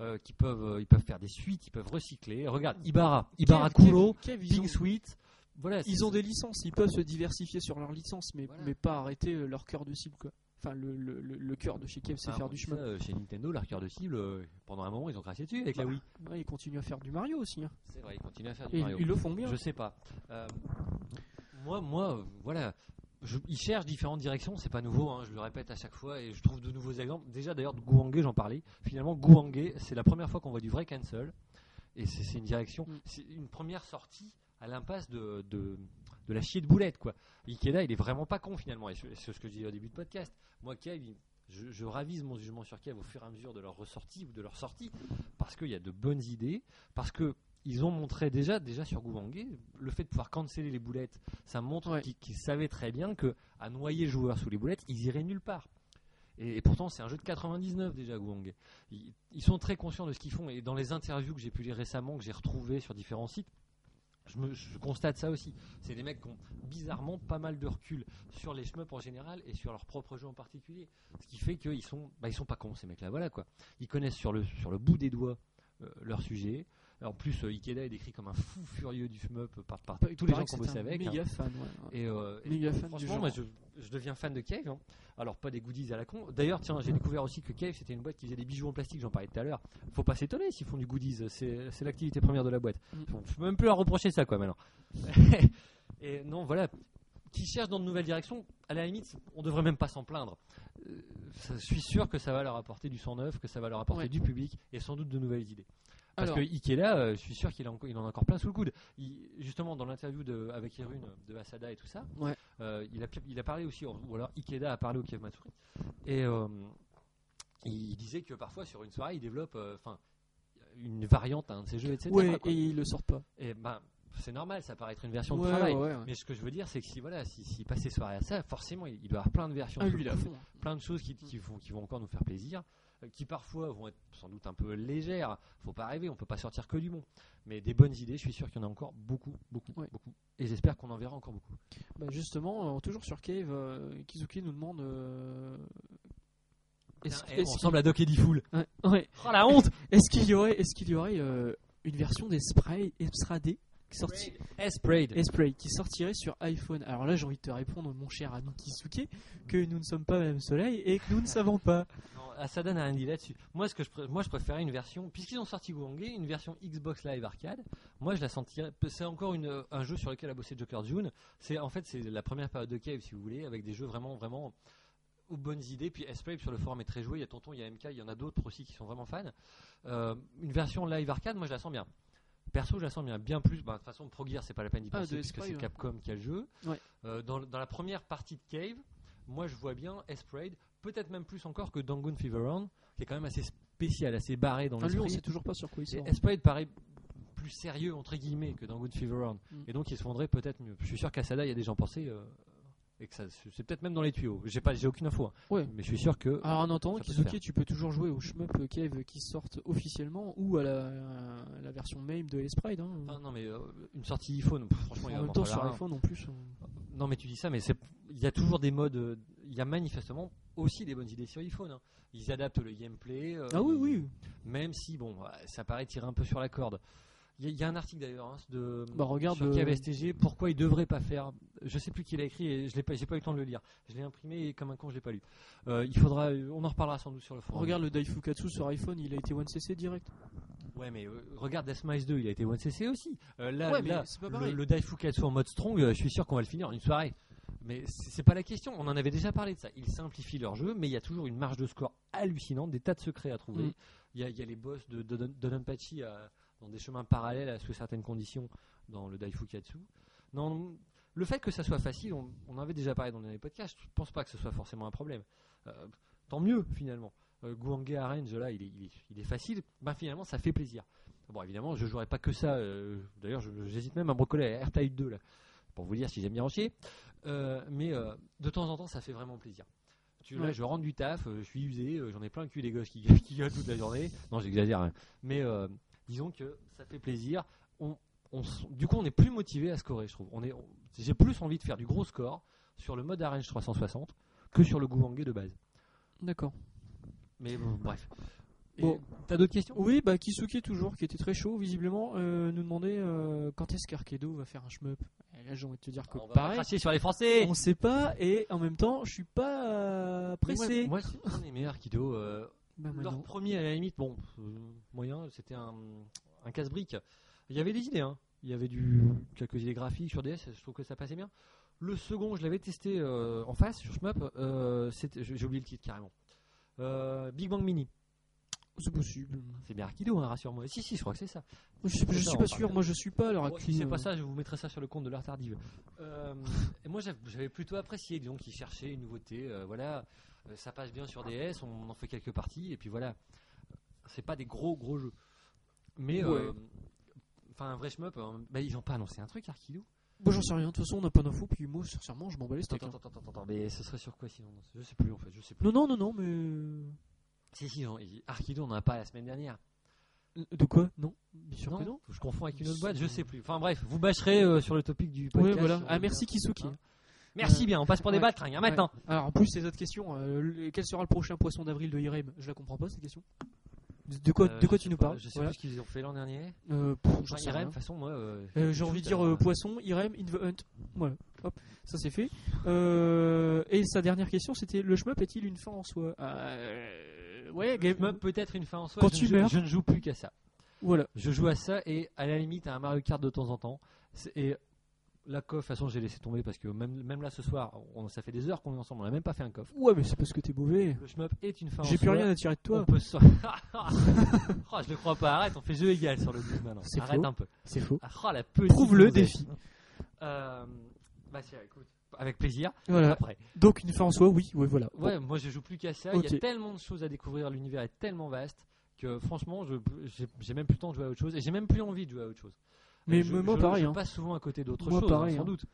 Speaker 2: euh, qui peuvent, euh, ils peuvent faire des suites, ils peuvent recycler. Regarde, Ibarra, Ibarra
Speaker 1: Kev- Kev-
Speaker 2: Kuro,
Speaker 1: Kev, ils ont-
Speaker 2: Pink Sweet. Voilà, c'est-
Speaker 1: Ils ont des licences, ils peuvent se diversifier sur leurs licences, mais,
Speaker 2: Voilà.
Speaker 1: mais pas arrêter euh, leur cœur de cible. Quoi. Enfin, le, le, le- le cœur de chez Kev, c'est
Speaker 2: Ah,
Speaker 1: faire
Speaker 2: on
Speaker 1: du
Speaker 2: dit
Speaker 1: chemin.
Speaker 2: ça, euh, Chez Nintendo, leur cœur de cible, euh, pendant un moment, ils ont craché dessus avec la Wii.
Speaker 1: Ouais, ils continuent à faire du Mario aussi. hein.
Speaker 2: Bah, C'est vrai, ils continuent à faire
Speaker 1: Et
Speaker 2: du
Speaker 1: ils,
Speaker 2: Mario.
Speaker 1: ils le font bien.
Speaker 2: Je sais pas. Euh, moi, moi, euh, voilà. Je, ils cherchent différentes directions, c'est pas nouveau, hein, je le répète à chaque fois et je trouve de nouveaux exemples. Déjà d'ailleurs de Gouangé, j'en parlais. Finalement, Gouangé, c'est la première fois qu'on voit du vrai cancel et c'est c'est une direction,
Speaker 1: Mm.
Speaker 2: c'est une première sortie à l'impasse de, de, de la chier de boulette quoi. Ikeda, il est vraiment pas con finalement, et c'est c'est ce que je disais au début de podcast. Moi, Kev, il- je, je ravise mon jugement sur Kev au fur et à mesure de leur ressortie ou de leur sortie parce qu'il y a de bonnes idées, parce que ils ont montré déjà, déjà sur Gouangé, le fait de pouvoir canceller les boulettes, ça montre
Speaker 1: Ouais.
Speaker 2: qu'ils qu'ils savaient très bien que à noyer le joueur sous les boulettes, ils iraient nulle part. Et, et pourtant, c'est un jeu de 99 déjà, Gouangé. Ils, ils sont très conscients de ce qu'ils font et dans les interviews que j'ai pu lire récemment, que j'ai retrouvées sur différents sites, je, me- je constate ça aussi. C'est des mecs qui ont bizarrement pas mal de recul sur les shmups en général et sur leur propre jeu en particulier. Ce qui fait qu'ils sont, bah, ils sont pas cons ces mecs-là. Voilà quoi. Ils connaissent sur le, sur le bout des doigts euh, leur sujet. En plus, euh, Ikeda est décrit comme un fou furieux du shmup par, par
Speaker 1: Il
Speaker 2: tous les
Speaker 1: paraît
Speaker 2: gens
Speaker 1: que
Speaker 2: qui ont
Speaker 1: c'est
Speaker 2: bossé
Speaker 1: un
Speaker 2: avec. hein.
Speaker 1: Méga fan, ouais.
Speaker 2: Et, euh, et
Speaker 1: Méga fan du
Speaker 2: franchement,
Speaker 1: genre.
Speaker 2: moi, je, je deviens fan de Cave. hein. Alors, pas des goodies à la con. D'ailleurs, tiens, j'ai découvert aussi que Cave, c'était une boîte qui faisait des bijoux en plastique, j'en parlais tout à l'heure. Faut pas s'étonner s'ils font du goodies, c'est c'est l'activité première de la boîte.
Speaker 1: Mm.
Speaker 2: On peut même plus leur reprocher ça, quoi, maintenant. et non, voilà. Qui cherchent dans de nouvelles directions, à la limite, on devrait même pas s'en plaindre. Euh, ça- je suis sûr que ça va leur apporter du sang neuf, que ça va leur apporter
Speaker 1: Ouais.
Speaker 2: du public et sans doute de nouvelles idées. Parce
Speaker 1: Alors,
Speaker 2: que Ikeda, euh, je suis sûr qu'il en, il en a encore plein sous le coude. Il- justement, dans l'interview de- avec Irune de Asada et tout ça,
Speaker 1: Ouais.
Speaker 2: euh, il, a, il a parlé aussi, ou alors Ikeda a parlé au Kiev Matsuri, et euh, il disait que parfois sur une soirée, il développe euh, enfin, une variante à un de ses jeux, etc.
Speaker 1: ouais,
Speaker 2: quoi.
Speaker 1: et ils le sortent pas.
Speaker 2: Et ben, c'est normal, ça paraît être une version de
Speaker 1: Ouais,
Speaker 2: travail.
Speaker 1: ouais, ouais.
Speaker 2: Mais ce que je veux dire, c'est que si voilà, si, s'il passe ses soirées à ça, forcément, il, il doit avoir plein de versions.
Speaker 1: Ah,
Speaker 2: sous
Speaker 1: lui,
Speaker 2: le
Speaker 1: il a
Speaker 2: coude
Speaker 1: fond.
Speaker 2: plein de choses qui, qui vont, qui vont encore nous faire plaisir, euh, qui parfois vont être sans doute un peu légères. Faut pas rêver, on peut pas sortir que du bon. Mais des bonnes idées, je suis sûr qu'il y en a encore beaucoup, beaucoup,
Speaker 1: Ouais.
Speaker 2: beaucoup. Et j'espère qu'on en verra encore beaucoup.
Speaker 1: Bah, justement, euh, toujours sur Cave, euh, Kizuki nous demande euh, Est-ce
Speaker 2: Eh,
Speaker 1: est-ce
Speaker 2: on
Speaker 1: qu'il-
Speaker 2: ressemble à Doc Edifool.
Speaker 1: Ouais, ouais.
Speaker 2: Oh la honte
Speaker 1: Est-ce qu'il y aurait, est-ce qu'il y aurait euh, une version des sprays Esprade qui sorti-
Speaker 2: Esprade.
Speaker 1: Espray, qui sortirait sur iPhone Alors là, j'ai envie de te répondre, mon cher ami Kisuke, que nous ne sommes pas Madame Soleil et que nous ne savons pas.
Speaker 2: Non, Asadan a un dit là-dessus. Moi, ce que je, pré- moi, je préférais une version, puisqu'ils ont sorti Gwangue, une version Xbox Live Arcade. Moi, je la sentirais. C'est encore une, un jeu sur lequel a bossé Joker June. C'est en fait c'est la première période de Cave, si vous voulez, avec des jeux vraiment vraiment aux bonnes idées. Puis Escape sur le forum est très joué. Il y a Tonton, il y a MK, il y en a d'autres aussi qui sont vraiment fans. Euh, une version Live Arcade, moi, je la sens bien. Perso, je la sens bien, bien plus. bah, De toute façon, Pro Gear, c'est pas la peine d'y
Speaker 1: Ah,
Speaker 2: penser,
Speaker 1: de
Speaker 2: puisque
Speaker 1: Esprit,
Speaker 2: c'est
Speaker 1: ouais.
Speaker 2: Capcom qui a le jeu.
Speaker 1: Ouais.
Speaker 2: Euh, dans, dans la première partie de Cave, moi, je vois bien Esprade, peut-être même plus encore que Dangun Feverhorn, qui est quand même assez spécial, assez barré dans
Speaker 1: Ah, lui, on
Speaker 2: l'esprit.
Speaker 1: sait toujours pas sur quoi il sort.
Speaker 2: Et Esprade paraît plus sérieux, entre guillemets, que Dangun Feverhorn.
Speaker 1: Mm.
Speaker 2: Et donc, il se vendrait peut-être mieux. Je suis sûr qu'Asada, il y a des gens pensés, euh, et que ça, c'est peut-être même dans les tuyaux. J'ai pas, j'ai aucune info. hein.
Speaker 1: Ouais.
Speaker 2: Mais je suis sûr que.
Speaker 1: Alors Ah, en attendant,
Speaker 2: Ça peut se
Speaker 1: Kisuke,
Speaker 2: faire.
Speaker 1: tu peux toujours jouer aux shmup Cave qui sortent officiellement ou à la, à la version MAME de Esprade. hein.
Speaker 2: Enfin, non, mais euh, une sortie iPhone, pff, franchement, il va
Speaker 1: en même
Speaker 2: en
Speaker 1: temps,
Speaker 2: falloir
Speaker 1: sur
Speaker 2: un.
Speaker 1: iPhone en plus. on-
Speaker 2: Non, mais tu dis ça, mais c'est- il y a toujours des modes. euh, Il y a manifestement aussi des bonnes idées sur iPhone. hein. Ils adaptent le gameplay. euh,
Speaker 1: Ah oui,
Speaker 2: ils-
Speaker 1: oui.
Speaker 2: Même si, bon, ouais, ça paraît tirer un peu sur la corde. Il y, a- il y a un article d'ailleurs hein, de
Speaker 1: Bah, regarde,
Speaker 2: sur
Speaker 1: euh,
Speaker 2: KVSTG, pourquoi il devrait pas faire. Je sais plus qui l'a écrit et je n'ai pas, j'ai pas eu le temps de le lire. Je l'ai imprimé et comme un con, je l'ai pas lu. Euh, il faudra, on en reparlera sans doute sur le forum.
Speaker 1: Regarde le Daifukatsu sur iPhone, il a été 1cc direct.
Speaker 2: Ouais, mais euh, regarde Death Mice 2, il a été 1cc aussi. Euh, là,
Speaker 1: Ouais, mais
Speaker 2: là,
Speaker 1: c'est pas
Speaker 2: le,
Speaker 1: pareil.
Speaker 2: le Daifukatsu en mode strong, euh, je suis sûr qu'on va le finir en une soirée. Mais c'est c'est pas la question, on en avait déjà parlé de ça. Ils simplifient leur jeu, mais il y a toujours une marge de score hallucinante, des tas de secrets à trouver.
Speaker 1: Mm.
Speaker 2: Il y, a, il y a les boss de, de, de Donpachi à- euh, dans des chemins parallèles à- sous certaines conditions dans le Daifukatsu. Non, le fait que ça soit facile, on, on en avait déjà parlé dans les derniers podcasts, je pense pas que ce soit forcément un problème. Euh, tant mieux finalement. Euh, Guanghe Arrange, là, il est, il est- il est facile. Ben, finalement, ça fait plaisir. Bon, évidemment, je jouerai pas que ça. euh, D'ailleurs, je- j'hésite même à me recoller à R-Type 2, là, pour vous dire si j'aime bien en chier. Euh, mais euh, de temps en temps, ça fait vraiment plaisir. Tu, Là,
Speaker 1: Ouais.
Speaker 2: je rentre du taf, euh, je suis usé, euh, j'en ai plein le cul des gosses qui, qui gueulent toute la journée. Non, j'exagère. hein. Mais euh, disons que ça fait plaisir. On, on s- du coup, on est plus motivé à scorer, je trouve. On est, on- J'ai plus envie de faire du gros score sur le mode Arrange 360 que sur le Guanghe de base.
Speaker 1: D'accord.
Speaker 2: Mais bon, bref. Et
Speaker 1: Bon.
Speaker 2: t'as d'autres questions
Speaker 1: Oui, bah Kisuke toujours, qui était très chaud visiblement, euh, nous demandait euh, quand est-ce qu'Arkedo va faire un shmup. Et là, j'ai envie de te dire que
Speaker 2: Bah, On va
Speaker 1: pareil,
Speaker 2: cracher sur les Français
Speaker 1: on sait pas et en même temps, je suis pas euh, pressé.
Speaker 2: Moi, moi, c'est un des meilleurs Kido. euh,
Speaker 1: Bah, moi,
Speaker 2: leur
Speaker 1: non.
Speaker 2: premier, à la limite, bon, euh, moyen, c'était un, un casse-brique. Il y avait des idées, hein. Il y avait du, quelques idées graphiques sur DS, je trouve que ça passait bien. Le second, je l'avais testé euh, en face sur Shmup, euh, c'était- j'ai j'ai oublié le titre carrément. Euh, Big Bang Mini.
Speaker 1: C'est possible.
Speaker 2: C'est bien Arkido, hein, rassure-moi. Si, si, je crois que c'est ça.
Speaker 1: Je, suis- je
Speaker 2: Ça,
Speaker 1: suis
Speaker 2: on
Speaker 1: pas
Speaker 2: parle.
Speaker 1: sûr, moi je suis pas euh. à l'heure
Speaker 2: Bon, si
Speaker 1: actuelle.
Speaker 2: c'est pas ça, je vous mettrai ça sur le compte de l'art tardive. Euh, et moi, j'av- j'avais plutôt apprécié, disons, qu'ils cherchaient une nouveauté. euh, voilà, Euh, ça passe bien sur DS, on en fait quelques parties, et puis voilà. C'est pas des gros gros jeux. Mais,
Speaker 1: Ouais.
Speaker 2: euh, enfin, un vrai shmup, euh, bah, ils ont pas annoncé un truc, Arkidou
Speaker 1: Bon, euh, j'en sais rien, de toute façon, on n'a pas d'infos, puis moi, sincèrement, je m'en bats les
Speaker 2: Attends,
Speaker 1: steaks. hein.
Speaker 2: attends, attends, attends, attends, mais ce serait sur quoi sinon Je sais plus en fait, je sais plus.
Speaker 1: Non, non, non, non, mais.
Speaker 2: Si, si, on- Arkidou, on en a pas la semaine dernière.
Speaker 1: euh, De quoi Non Bien sûr
Speaker 2: Non,
Speaker 1: que non.
Speaker 2: je confonds avec une autre
Speaker 1: Si.
Speaker 2: boîte, je sais plus. Enfin bref, vous bâcherez euh, sur le topic du podcast.
Speaker 1: oui, voilà.
Speaker 2: sur
Speaker 1: Ah,
Speaker 2: le-
Speaker 1: merci Kisuke.
Speaker 2: Hein Merci
Speaker 1: Euh,
Speaker 2: bien, on passe pour des
Speaker 1: ouais.
Speaker 2: baltringues hein, maintenant.
Speaker 1: Ouais. Alors en plus ces autres questions, euh, le- quel sera le prochain poisson d'avril de Irem Je la comprends pas cette question. De, de quoi,
Speaker 2: Euh,
Speaker 1: de quoi
Speaker 2: je
Speaker 1: tu
Speaker 2: sais
Speaker 1: nous
Speaker 2: pas,
Speaker 1: parles
Speaker 2: Je sais
Speaker 1: Voilà.
Speaker 2: plus ce qu'ils ont fait l'an dernier.
Speaker 1: Euh, pff, j'en
Speaker 2: Enfin,
Speaker 1: sais
Speaker 2: IRM, de
Speaker 1: rien.
Speaker 2: toute façon, moi. euh,
Speaker 1: Euh, J'ai envie de dire euh, poisson, Irem, in the hunt. Voilà, hop, ça c'est fait. Euh, et sa dernière question c'était le shmup est-il une fin en soi Euh, Ouais, game
Speaker 2: Game Up peut-être une fin en soi.
Speaker 1: Quand
Speaker 2: je
Speaker 1: tu
Speaker 2: ne joue-
Speaker 1: meurs.
Speaker 2: Je ne joue plus qu'à ça.
Speaker 1: Voilà.
Speaker 2: Je joue à ça et à la limite à un Mario Kart de temps en temps. C'est- Et la coff, de toute façon, j'ai laissé tomber parce que même, même là ce soir, on, ça fait des heures qu'on est ensemble, on n'a même pas fait un coff.
Speaker 1: Ouais, mais c'est parce que t'es mauvais.
Speaker 2: Le shmup est une fin en soi.
Speaker 1: J'ai plus rien à tirer de
Speaker 2: On
Speaker 1: toi.
Speaker 2: peut se- oh, je le crois pas, arrête, on fait jeu égal sur le coup maintenant.
Speaker 1: C'est
Speaker 2: Arrête
Speaker 1: faux.
Speaker 2: un peu.
Speaker 1: C'est faux.
Speaker 2: Ah, oh, la petite
Speaker 1: Prouve-le,
Speaker 2: gonzesse.
Speaker 1: défi.
Speaker 2: Euh, bah, c'est- écoute, avec plaisir.
Speaker 1: Voilà.
Speaker 2: Après.
Speaker 1: Donc une fin en soi, oui, ouais, voilà.
Speaker 2: Ouais, moi je joue plus qu'à ça. Il y
Speaker 1: Ok.
Speaker 2: a tellement de choses à découvrir, l'univers est tellement vaste que franchement, je j'ai- j'ai même plus le temps de jouer à autre chose et j'ai même plus envie de jouer à autre chose.
Speaker 1: Mais
Speaker 2: je,
Speaker 1: moi,
Speaker 2: je-
Speaker 1: pareil,
Speaker 2: Je
Speaker 1: hein.
Speaker 2: passe souvent à côté d'autres
Speaker 1: Moi,
Speaker 2: choses, hein,
Speaker 1: pareil,
Speaker 2: sans
Speaker 1: hein.
Speaker 2: doute.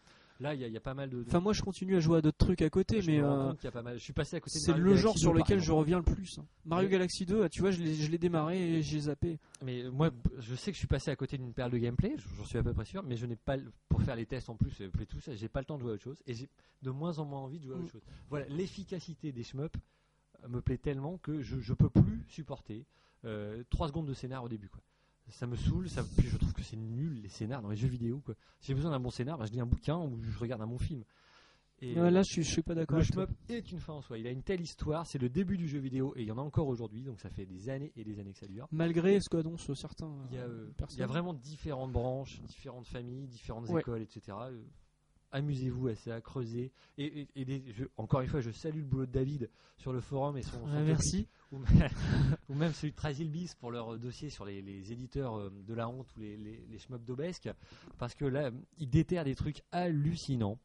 Speaker 2: Là, il y, a- il y a pas mal de. de-
Speaker 1: Enfin, moi je continue à jouer à d'autres trucs à côté,
Speaker 2: je
Speaker 1: mais.
Speaker 2: me rends
Speaker 1: euh,
Speaker 2: compte qu'il y a pas mal. Je suis passé à côté. de
Speaker 1: C'est
Speaker 2: Mario
Speaker 1: le
Speaker 2: Galaxy
Speaker 1: genre
Speaker 2: 2,
Speaker 1: sur
Speaker 2: par
Speaker 1: lequel je
Speaker 2: exemple.
Speaker 1: reviens le plus. hein. Mario
Speaker 2: Mais-
Speaker 1: Galaxy 2, ah, tu vois, je l'ai je l'ai démarré et j'ai zappé.
Speaker 2: Mais euh, moi, je sais que je suis passé à côté d'une période de gameplay. j- J'en suis à peu près sûr, mais je n'ai pas le- pour faire les tests en plus et tout ça. J'ai pas le temps de jouer à autre chose et j'ai de moins en moins envie de jouer à
Speaker 1: Mm.
Speaker 2: autre chose. Voilà, l'efficacité des shmups euh, me plaît tellement que je, je peux plus supporter euh, trois secondes de scénar au début. Quoi. Ça me saoule, ça, puis je trouve que c'est nul les scénars dans les jeux vidéo. Quoi. Si j'ai besoin d'un bon scénar, ben, je lis un bouquin ou je regarde un bon film. Et,
Speaker 1: Ouais, là, je suis, je suis pas d'accord.
Speaker 2: le
Speaker 1: avec toi.
Speaker 2: shmup est une fin en soi. Il a une telle histoire, c'est le début du jeu vidéo et il y en a encore aujourd'hui, donc ça fait des années et des années que ça dure.
Speaker 1: Malgré ce qu'annoncent certains. euh,
Speaker 2: Il y a, euh, il
Speaker 1: personnes.
Speaker 2: y a vraiment différentes branches, différentes familles, différentes
Speaker 1: Ouais.
Speaker 2: écoles, etc. Euh, Amusez-vous à ça, creusez. Et, et- et des- je- encore une fois, je salue le boulot de David sur le forum et son. son
Speaker 1: Ouais,
Speaker 2: topic,
Speaker 1: merci.
Speaker 2: Ou, ou même celui de Trazilbis pour leur dossier sur les, les éditeurs euh, de la honte ou les, les, les shmups d'Obesque. Parce que là, ils déterrent des trucs hallucinants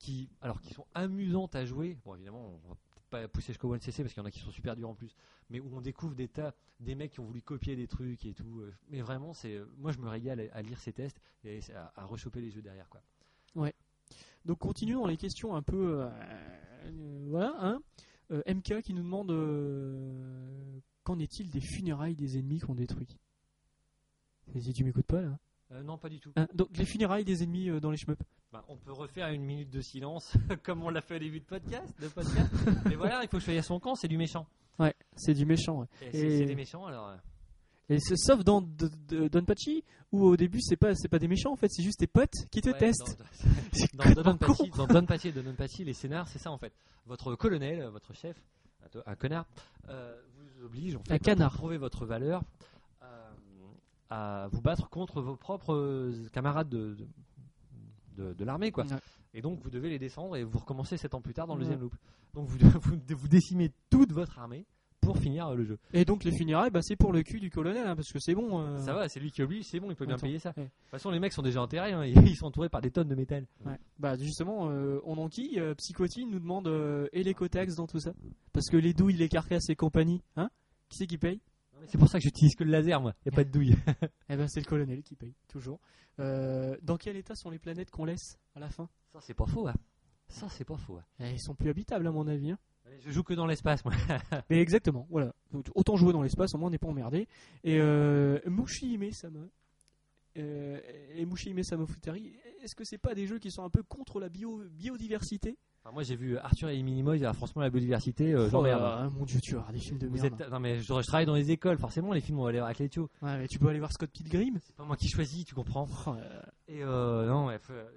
Speaker 2: qui, alors, qui sont amusantes à jouer. Bon, évidemment, on va peut-être pas pousser jusqu'au 1cc parce qu'il y en a qui sont super durs en plus. Mais où on découvre des tas des mecs qui ont voulu copier des trucs et tout. euh, Mais vraiment, c'est euh, moi je me régale à à lire ces tests et à, à rechoper les jeux derrière quoi.
Speaker 1: Donc continuons dans les questions un peu. euh, euh, voilà, hein. Euh, MK qui nous demande euh, qu'en est-il des funérailles des ennemis qu'on détruit Et Si tu m'écoutes pas là.
Speaker 2: Euh, non, pas du tout.
Speaker 1: Hein, donc les funérailles des ennemis euh, dans les shmups.
Speaker 2: Bah, on peut refaire une minute de silence comme on l'a fait au début de podcast, de podcast. Mais voilà, il faut que je sois à son camp, c'est du méchant.
Speaker 1: Ouais, c'est du méchant. ouais.
Speaker 2: Et
Speaker 1: Et-
Speaker 2: c'est c'est des méchants alors. euh,
Speaker 1: Et c'est- sauf dans D- D- Donpachi où au début c'est pas c'est pas des méchants en fait, c'est juste tes potes qui te
Speaker 2: ouais,
Speaker 1: testent.
Speaker 2: dans-
Speaker 1: C'est
Speaker 2: dans, dans,
Speaker 1: complètement
Speaker 2: Don
Speaker 1: con.
Speaker 2: Pachi, dans Don Pachi et Don Pachi, les scénars, c'est ça en fait. Votre colonel, euh, votre chef, un to- un connard, euh, vous oblige en fait,
Speaker 1: Un canard.
Speaker 2: à prouver votre valeur, euh, à vous battre contre vos propres euh, camarades de, de, de- de l'armée. quoi.
Speaker 1: Ouais.
Speaker 2: Et donc vous devez les descendre et vous recommencez 7 ans plus tard dans le
Speaker 1: Ouais.
Speaker 2: deuxième loop. Donc vous, de- vous, de- vous décimez toute votre armée pour finir euh, le jeu.
Speaker 1: Et donc les funérailles, bah, c'est pour le cul du colonel hein, parce que c'est bon. euh,
Speaker 2: Ça va, c'est lui qui oblige, c'est bon, il peut bien
Speaker 1: Attends,
Speaker 2: payer ça.
Speaker 1: ouais.
Speaker 2: De toute façon, les mecs sont déjà enterrés, hein, ils sont entourés par des tonnes de métal.
Speaker 1: Ouais. Bah justement, euh, on en qui euh, Psychotine nous demande euh, et les cotax dans tout ça Parce que les douilles, les carcasses et compagnie, hein Qui c'est qui paye
Speaker 2: C'est pour ça que j'utilise que le laser, moi. Il a pas de douille.
Speaker 1: Eh ben c'est le colonel qui paye, toujours. Euh, dans quel état sont les planètes qu'on laisse à la fin
Speaker 2: Ça, c'est pas faux, hein. Ça, c'est pas faux, hein.
Speaker 1: Eh, Ils sont plus habitables à mon avis. hein.
Speaker 2: Je joue que dans l'espace, moi.
Speaker 1: Mais exactement, voilà. Donc, Autant jouer dans l'espace, au moins on n'est pas emmerdé. Et euh, Mushihime Sama euh, et Mushihime Sama Futari, est-ce que c'est pas des jeux qui sont un peu contre la bio biodiversité
Speaker 2: Enfin, moi, j'ai vu Arthur et Minimoy, il y a franchement la biodiversité, euh,
Speaker 1: Oh là
Speaker 2: j'emmerde.
Speaker 1: là, hein, Mon dieu, tu vas avoir des films de
Speaker 2: Vous
Speaker 1: merde.
Speaker 2: êtes... Non, mais je, je travaille dans les écoles, forcément, les films, on va aller voir avec les tuyaux.
Speaker 1: Ouais, mais tu peux aller voir Scott Pilgrim
Speaker 2: C'est pas moi qui choisis, tu comprends.
Speaker 1: Oh là là.
Speaker 2: Et euh, non, ouais, faut- euh,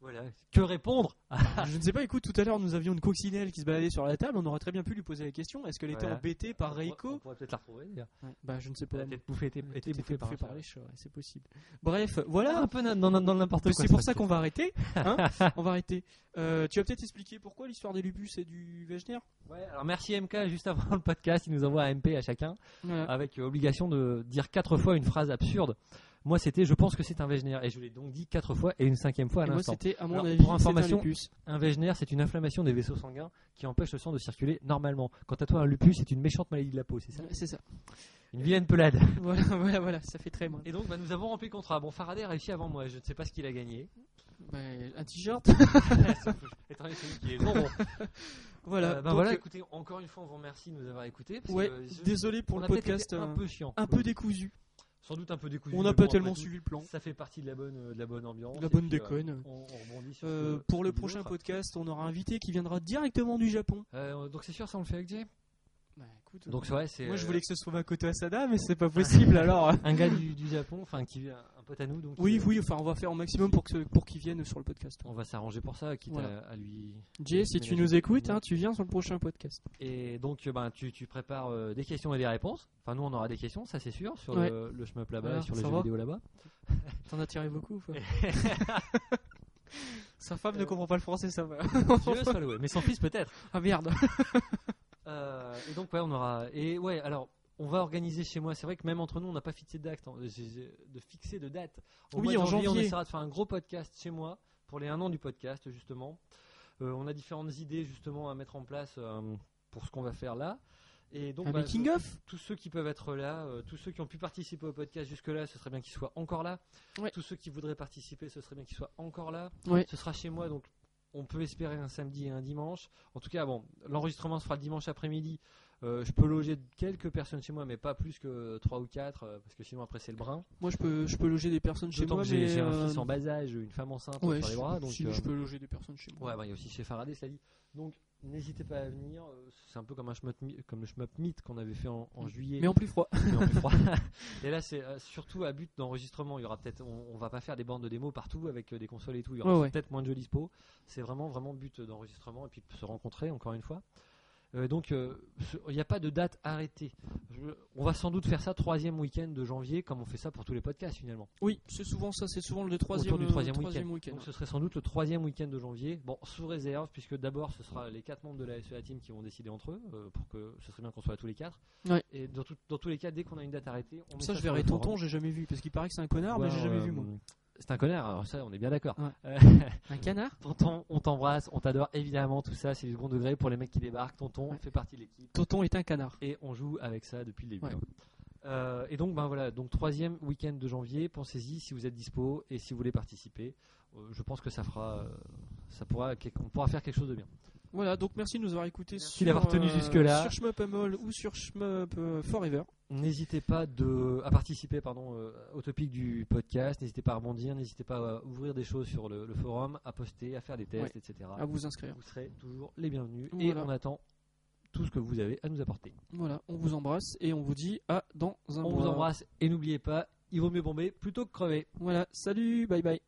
Speaker 2: voilà. Que répondre
Speaker 1: Je ne sais pas, écoute, tout à l'heure nous avions une coccinelle qui se baladait sur la table, on aurait très bien pu lui poser la question est-ce qu'elle était
Speaker 2: Voilà.
Speaker 1: embêtée par
Speaker 2: On
Speaker 1: Reiko
Speaker 2: pourrait peut-être la retrouver, d'ailleurs.
Speaker 1: Bah, je ne sais
Speaker 2: Elle
Speaker 1: pas.
Speaker 2: a peut-être bouffé, été,
Speaker 1: Elle
Speaker 2: été bouffée par, un chat.
Speaker 1: les chats, ouais, c'est possible. Bref,
Speaker 2: Ah,
Speaker 1: voilà.
Speaker 2: un peu na- dans, dans- dans n'importe quoi.
Speaker 1: C'est pour ça qu'on va arrêter. hein. on va arrêter. Euh, tu vas peut-être expliquer pourquoi l'histoire des lupus et du Wegener
Speaker 2: Ouais, alors merci MK, juste avant le podcast, il nous envoie un MP à chacun.
Speaker 1: Voilà.
Speaker 2: avec euh, obligation de dire quatre fois une phrase absurde. Moi, c'était je pense que c'est un Wegener. Et je l'ai donc dit quatre fois et une cinquième fois à
Speaker 1: Et moi,
Speaker 2: Ah, l'instant.
Speaker 1: c'était, à mon
Speaker 2: Alors,
Speaker 1: avis,
Speaker 2: pour
Speaker 1: c'est
Speaker 2: information-
Speaker 1: un lupus.
Speaker 2: Un Wegener, c'est une inflammation des vaisseaux sanguins qui empêche le sang de circuler normalement. Quant à toi, un lupus, c'est une méchante maladie de la peau, c'est ça
Speaker 1: C'est ça.
Speaker 2: Une vilaine pelade.
Speaker 1: voilà, voilà, voilà, ça fait très mal.
Speaker 2: Et donc, bah, nous avons rempli le contrat. Bon, Faraday a réussi avant moi. Je ne sais pas ce qu'il a gagné.
Speaker 1: Bah, un t-shirt
Speaker 2: Étant donné que c'est lui qui est bon, bon.
Speaker 1: Voilà.
Speaker 2: Euh, bah,
Speaker 1: donc,
Speaker 2: voilà,
Speaker 1: euh,
Speaker 2: écoutez, encore une fois, on vous remercie de nous avoir écoutés. parce
Speaker 1: ouais,
Speaker 2: que, euh, je-
Speaker 1: désolé pour
Speaker 2: on
Speaker 1: le
Speaker 2: a peut-être
Speaker 1: podcast.
Speaker 2: été un
Speaker 1: euh,
Speaker 2: peu chiant.
Speaker 1: Un peu décousu.
Speaker 2: Sans doute un peu décousu.
Speaker 1: On n'a
Speaker 2: mais
Speaker 1: pas
Speaker 2: bon,
Speaker 1: tellement
Speaker 2: après tout,
Speaker 1: suivi le plan.
Speaker 2: Ça fait partie de la bonne, euh, de la bonne ambiance.
Speaker 1: La
Speaker 2: et
Speaker 1: bonne
Speaker 2: puis, euh,
Speaker 1: déconne.
Speaker 2: On, on rebondit sur
Speaker 1: Euh,
Speaker 2: ce que-
Speaker 1: pour le
Speaker 2: dit
Speaker 1: prochain
Speaker 2: l'autre.
Speaker 1: podcast, on aura un invité qui viendra directement du Japon.
Speaker 2: Euh, donc c'est sûr, ça on le fait avec Jay.
Speaker 1: Bah, écoute,
Speaker 2: Donc c'est vrai, c'est
Speaker 1: moi je
Speaker 2: euh, Ah.
Speaker 1: voulais que ce soit Makoto Asada, mais c'est pas possible alors.
Speaker 2: un gars du, du Japon, enfin qui un, un pote à nous. Donc
Speaker 1: oui,
Speaker 2: il-
Speaker 1: oui, enfin on va faire au maximum pour que- pour qu'il vienne sur le podcast.
Speaker 2: On va s'arranger pour ça, quitte
Speaker 1: Voilà.
Speaker 2: à, à lui.
Speaker 1: Jay, si tu
Speaker 2: Ménager.
Speaker 1: nous écoutes, hein, tu viens sur le prochain podcast.
Speaker 2: Et donc euh, ben tu, tu prépares euh, des questions et des réponses. Enfin nous on aura des questions, ça c'est sûr, sur
Speaker 1: Ouais.
Speaker 2: le, le shmup là-bas,
Speaker 1: Voilà,
Speaker 2: et sur les
Speaker 1: ça
Speaker 2: jeux
Speaker 1: va.
Speaker 2: vidéo là-bas.
Speaker 1: T'en as tiré beaucoup ou pas Sa femme ne
Speaker 2: Euh.
Speaker 1: comprend pas le français, ça va.
Speaker 2: Dieu soit loué, mais son fils peut-être.
Speaker 1: ah merde.
Speaker 2: Euh, et donc ouais, on aura. Et ouais, alors. On va organiser chez moi. C'est vrai que même entre nous, on n'a pas fixé de date. hein, j'ai- j'ai- De fixer de date. Au
Speaker 1: Oui,
Speaker 2: mois de
Speaker 1: en
Speaker 2: on
Speaker 1: janvier.
Speaker 2: essaiera de faire un gros podcast chez moi pour les un an du podcast justement. Euh, on a différentes idées justement à mettre en place euh, pour ce qu'on va faire là. Et donc
Speaker 1: Un
Speaker 2: bah,
Speaker 1: making
Speaker 2: je-
Speaker 1: of
Speaker 2: tous ceux qui peuvent être là, euh, tous ceux qui ont pu participer au podcast jusque-là, ce serait bien qu'ils soient encore là.
Speaker 1: Ouais.
Speaker 2: Tous ceux qui voudraient participer, ce serait bien qu'ils soient encore là.
Speaker 1: Ouais.
Speaker 2: Ce sera chez moi, donc on peut espérer un samedi et un dimanche. En tout cas, bon, l'enregistrement se fera le dimanche après-midi. Euh, je peux loger quelques personnes chez moi, mais pas plus que 3 ou 4, parce que sinon après c'est le brin.
Speaker 1: Moi je peux je peux loger des personnes chez
Speaker 2: D'autant
Speaker 1: moi
Speaker 2: que j'ai
Speaker 1: mais,
Speaker 2: j'ai un
Speaker 1: euh,
Speaker 2: fils en bas âge, une femme enceinte
Speaker 1: Ouais,
Speaker 2: sur les
Speaker 1: je-
Speaker 2: bras. Donc,
Speaker 1: si,
Speaker 2: euh,
Speaker 1: je peux loger des personnes chez moi.
Speaker 2: Ouais, bah, il y a aussi chez Faraday, cela dit. Donc, N'hésitez pas à venir. euh, C'est un peu comme, un shmup mi- comme le Shmup Meet qu'on avait fait en, en juillet.
Speaker 1: Mm. Mais en plus froid.
Speaker 2: mais en plus froid. Et là, c'est euh, surtout à but d'enregistrement. Il y aura peut-être, on, on va pas faire des bandes de démo partout avec euh, des consoles et tout. Il y aura
Speaker 1: Ouais, ouais.
Speaker 2: peut-être moins de jeux dispo. C'est vraiment, vraiment but d'enregistrement et puis de se rencontrer encore une fois. Euh, donc, euh, ce- il n'y a pas de date arrêtée. Je- on va sans doute faire ça troisième week-end de janvier, comme on fait ça pour tous les podcasts finalement.
Speaker 1: Oui, c'est souvent ça, c'est souvent le troisième, euh,
Speaker 2: Autour du troisième
Speaker 1: troisième
Speaker 2: Donc, ce serait sans doute le troisième week-end de janvier. Bon, sous réserve, puisque d'abord, ce sera les quatre membres de la SEA team qui vont décider entre eux, euh, pour que ce serait bien qu'on soit là tous les quatre.
Speaker 1: Ouais.
Speaker 2: Et dans, tout- dans tous les cas, dès qu'on a une date arrêtée, on met
Speaker 1: Ça, je
Speaker 2: sur le
Speaker 1: verrai
Speaker 2: forum.
Speaker 1: Tonton, j'ai jamais vu, parce qu'il paraît que c'est un connard, mais j'ai
Speaker 2: Ouais,
Speaker 1: jamais
Speaker 2: euh,
Speaker 1: vu moi.
Speaker 2: C'est un connard, alors ça, on est bien d'accord.
Speaker 1: Ouais.
Speaker 2: Euh,
Speaker 1: Un canard
Speaker 2: tonton, on t'embrasse, on t'adore évidemment, tout ça, c'est du second degré pour les mecs qui débarquent. Tonton
Speaker 1: Ouais.
Speaker 2: fait partie de l'équipe
Speaker 1: Tonton est un canard.
Speaker 2: et on joue avec ça depuis le début.
Speaker 1: Ouais.
Speaker 2: Euh, et donc, ben voilà, donc troisième week-end de janvier, pensez-y si vous êtes dispo et si vous voulez participer. Euh, je pense que ça fera, euh, ça pourra, on pourra faire quelque chose de bien.
Speaker 1: Voilà, donc merci de nous avoir écoutés.
Speaker 2: Merci
Speaker 1: sur,
Speaker 2: d'avoir tenu
Speaker 1: euh,
Speaker 2: jusque-là.
Speaker 1: Sur Shmup Amol ou sur Shmup euh, Forever.
Speaker 2: N'hésitez pas de, à participer pardon, euh, au topic du podcast, n'hésitez pas à rebondir, n'hésitez pas à ouvrir des choses sur le, le forum, à poster, à faire des tests, etc.
Speaker 1: À vous inscrire.
Speaker 2: Vous serez toujours les bienvenus et
Speaker 1: Ah Voilà.
Speaker 2: on attend tout ce que vous avez à nous apporter.
Speaker 1: Voilà, on vous embrasse et on vous dit à dans un
Speaker 2: On
Speaker 1: mois.
Speaker 2: vous embrasse et n'oubliez pas, il vaut mieux bomber plutôt que crever.
Speaker 1: Voilà, salut, bye bye.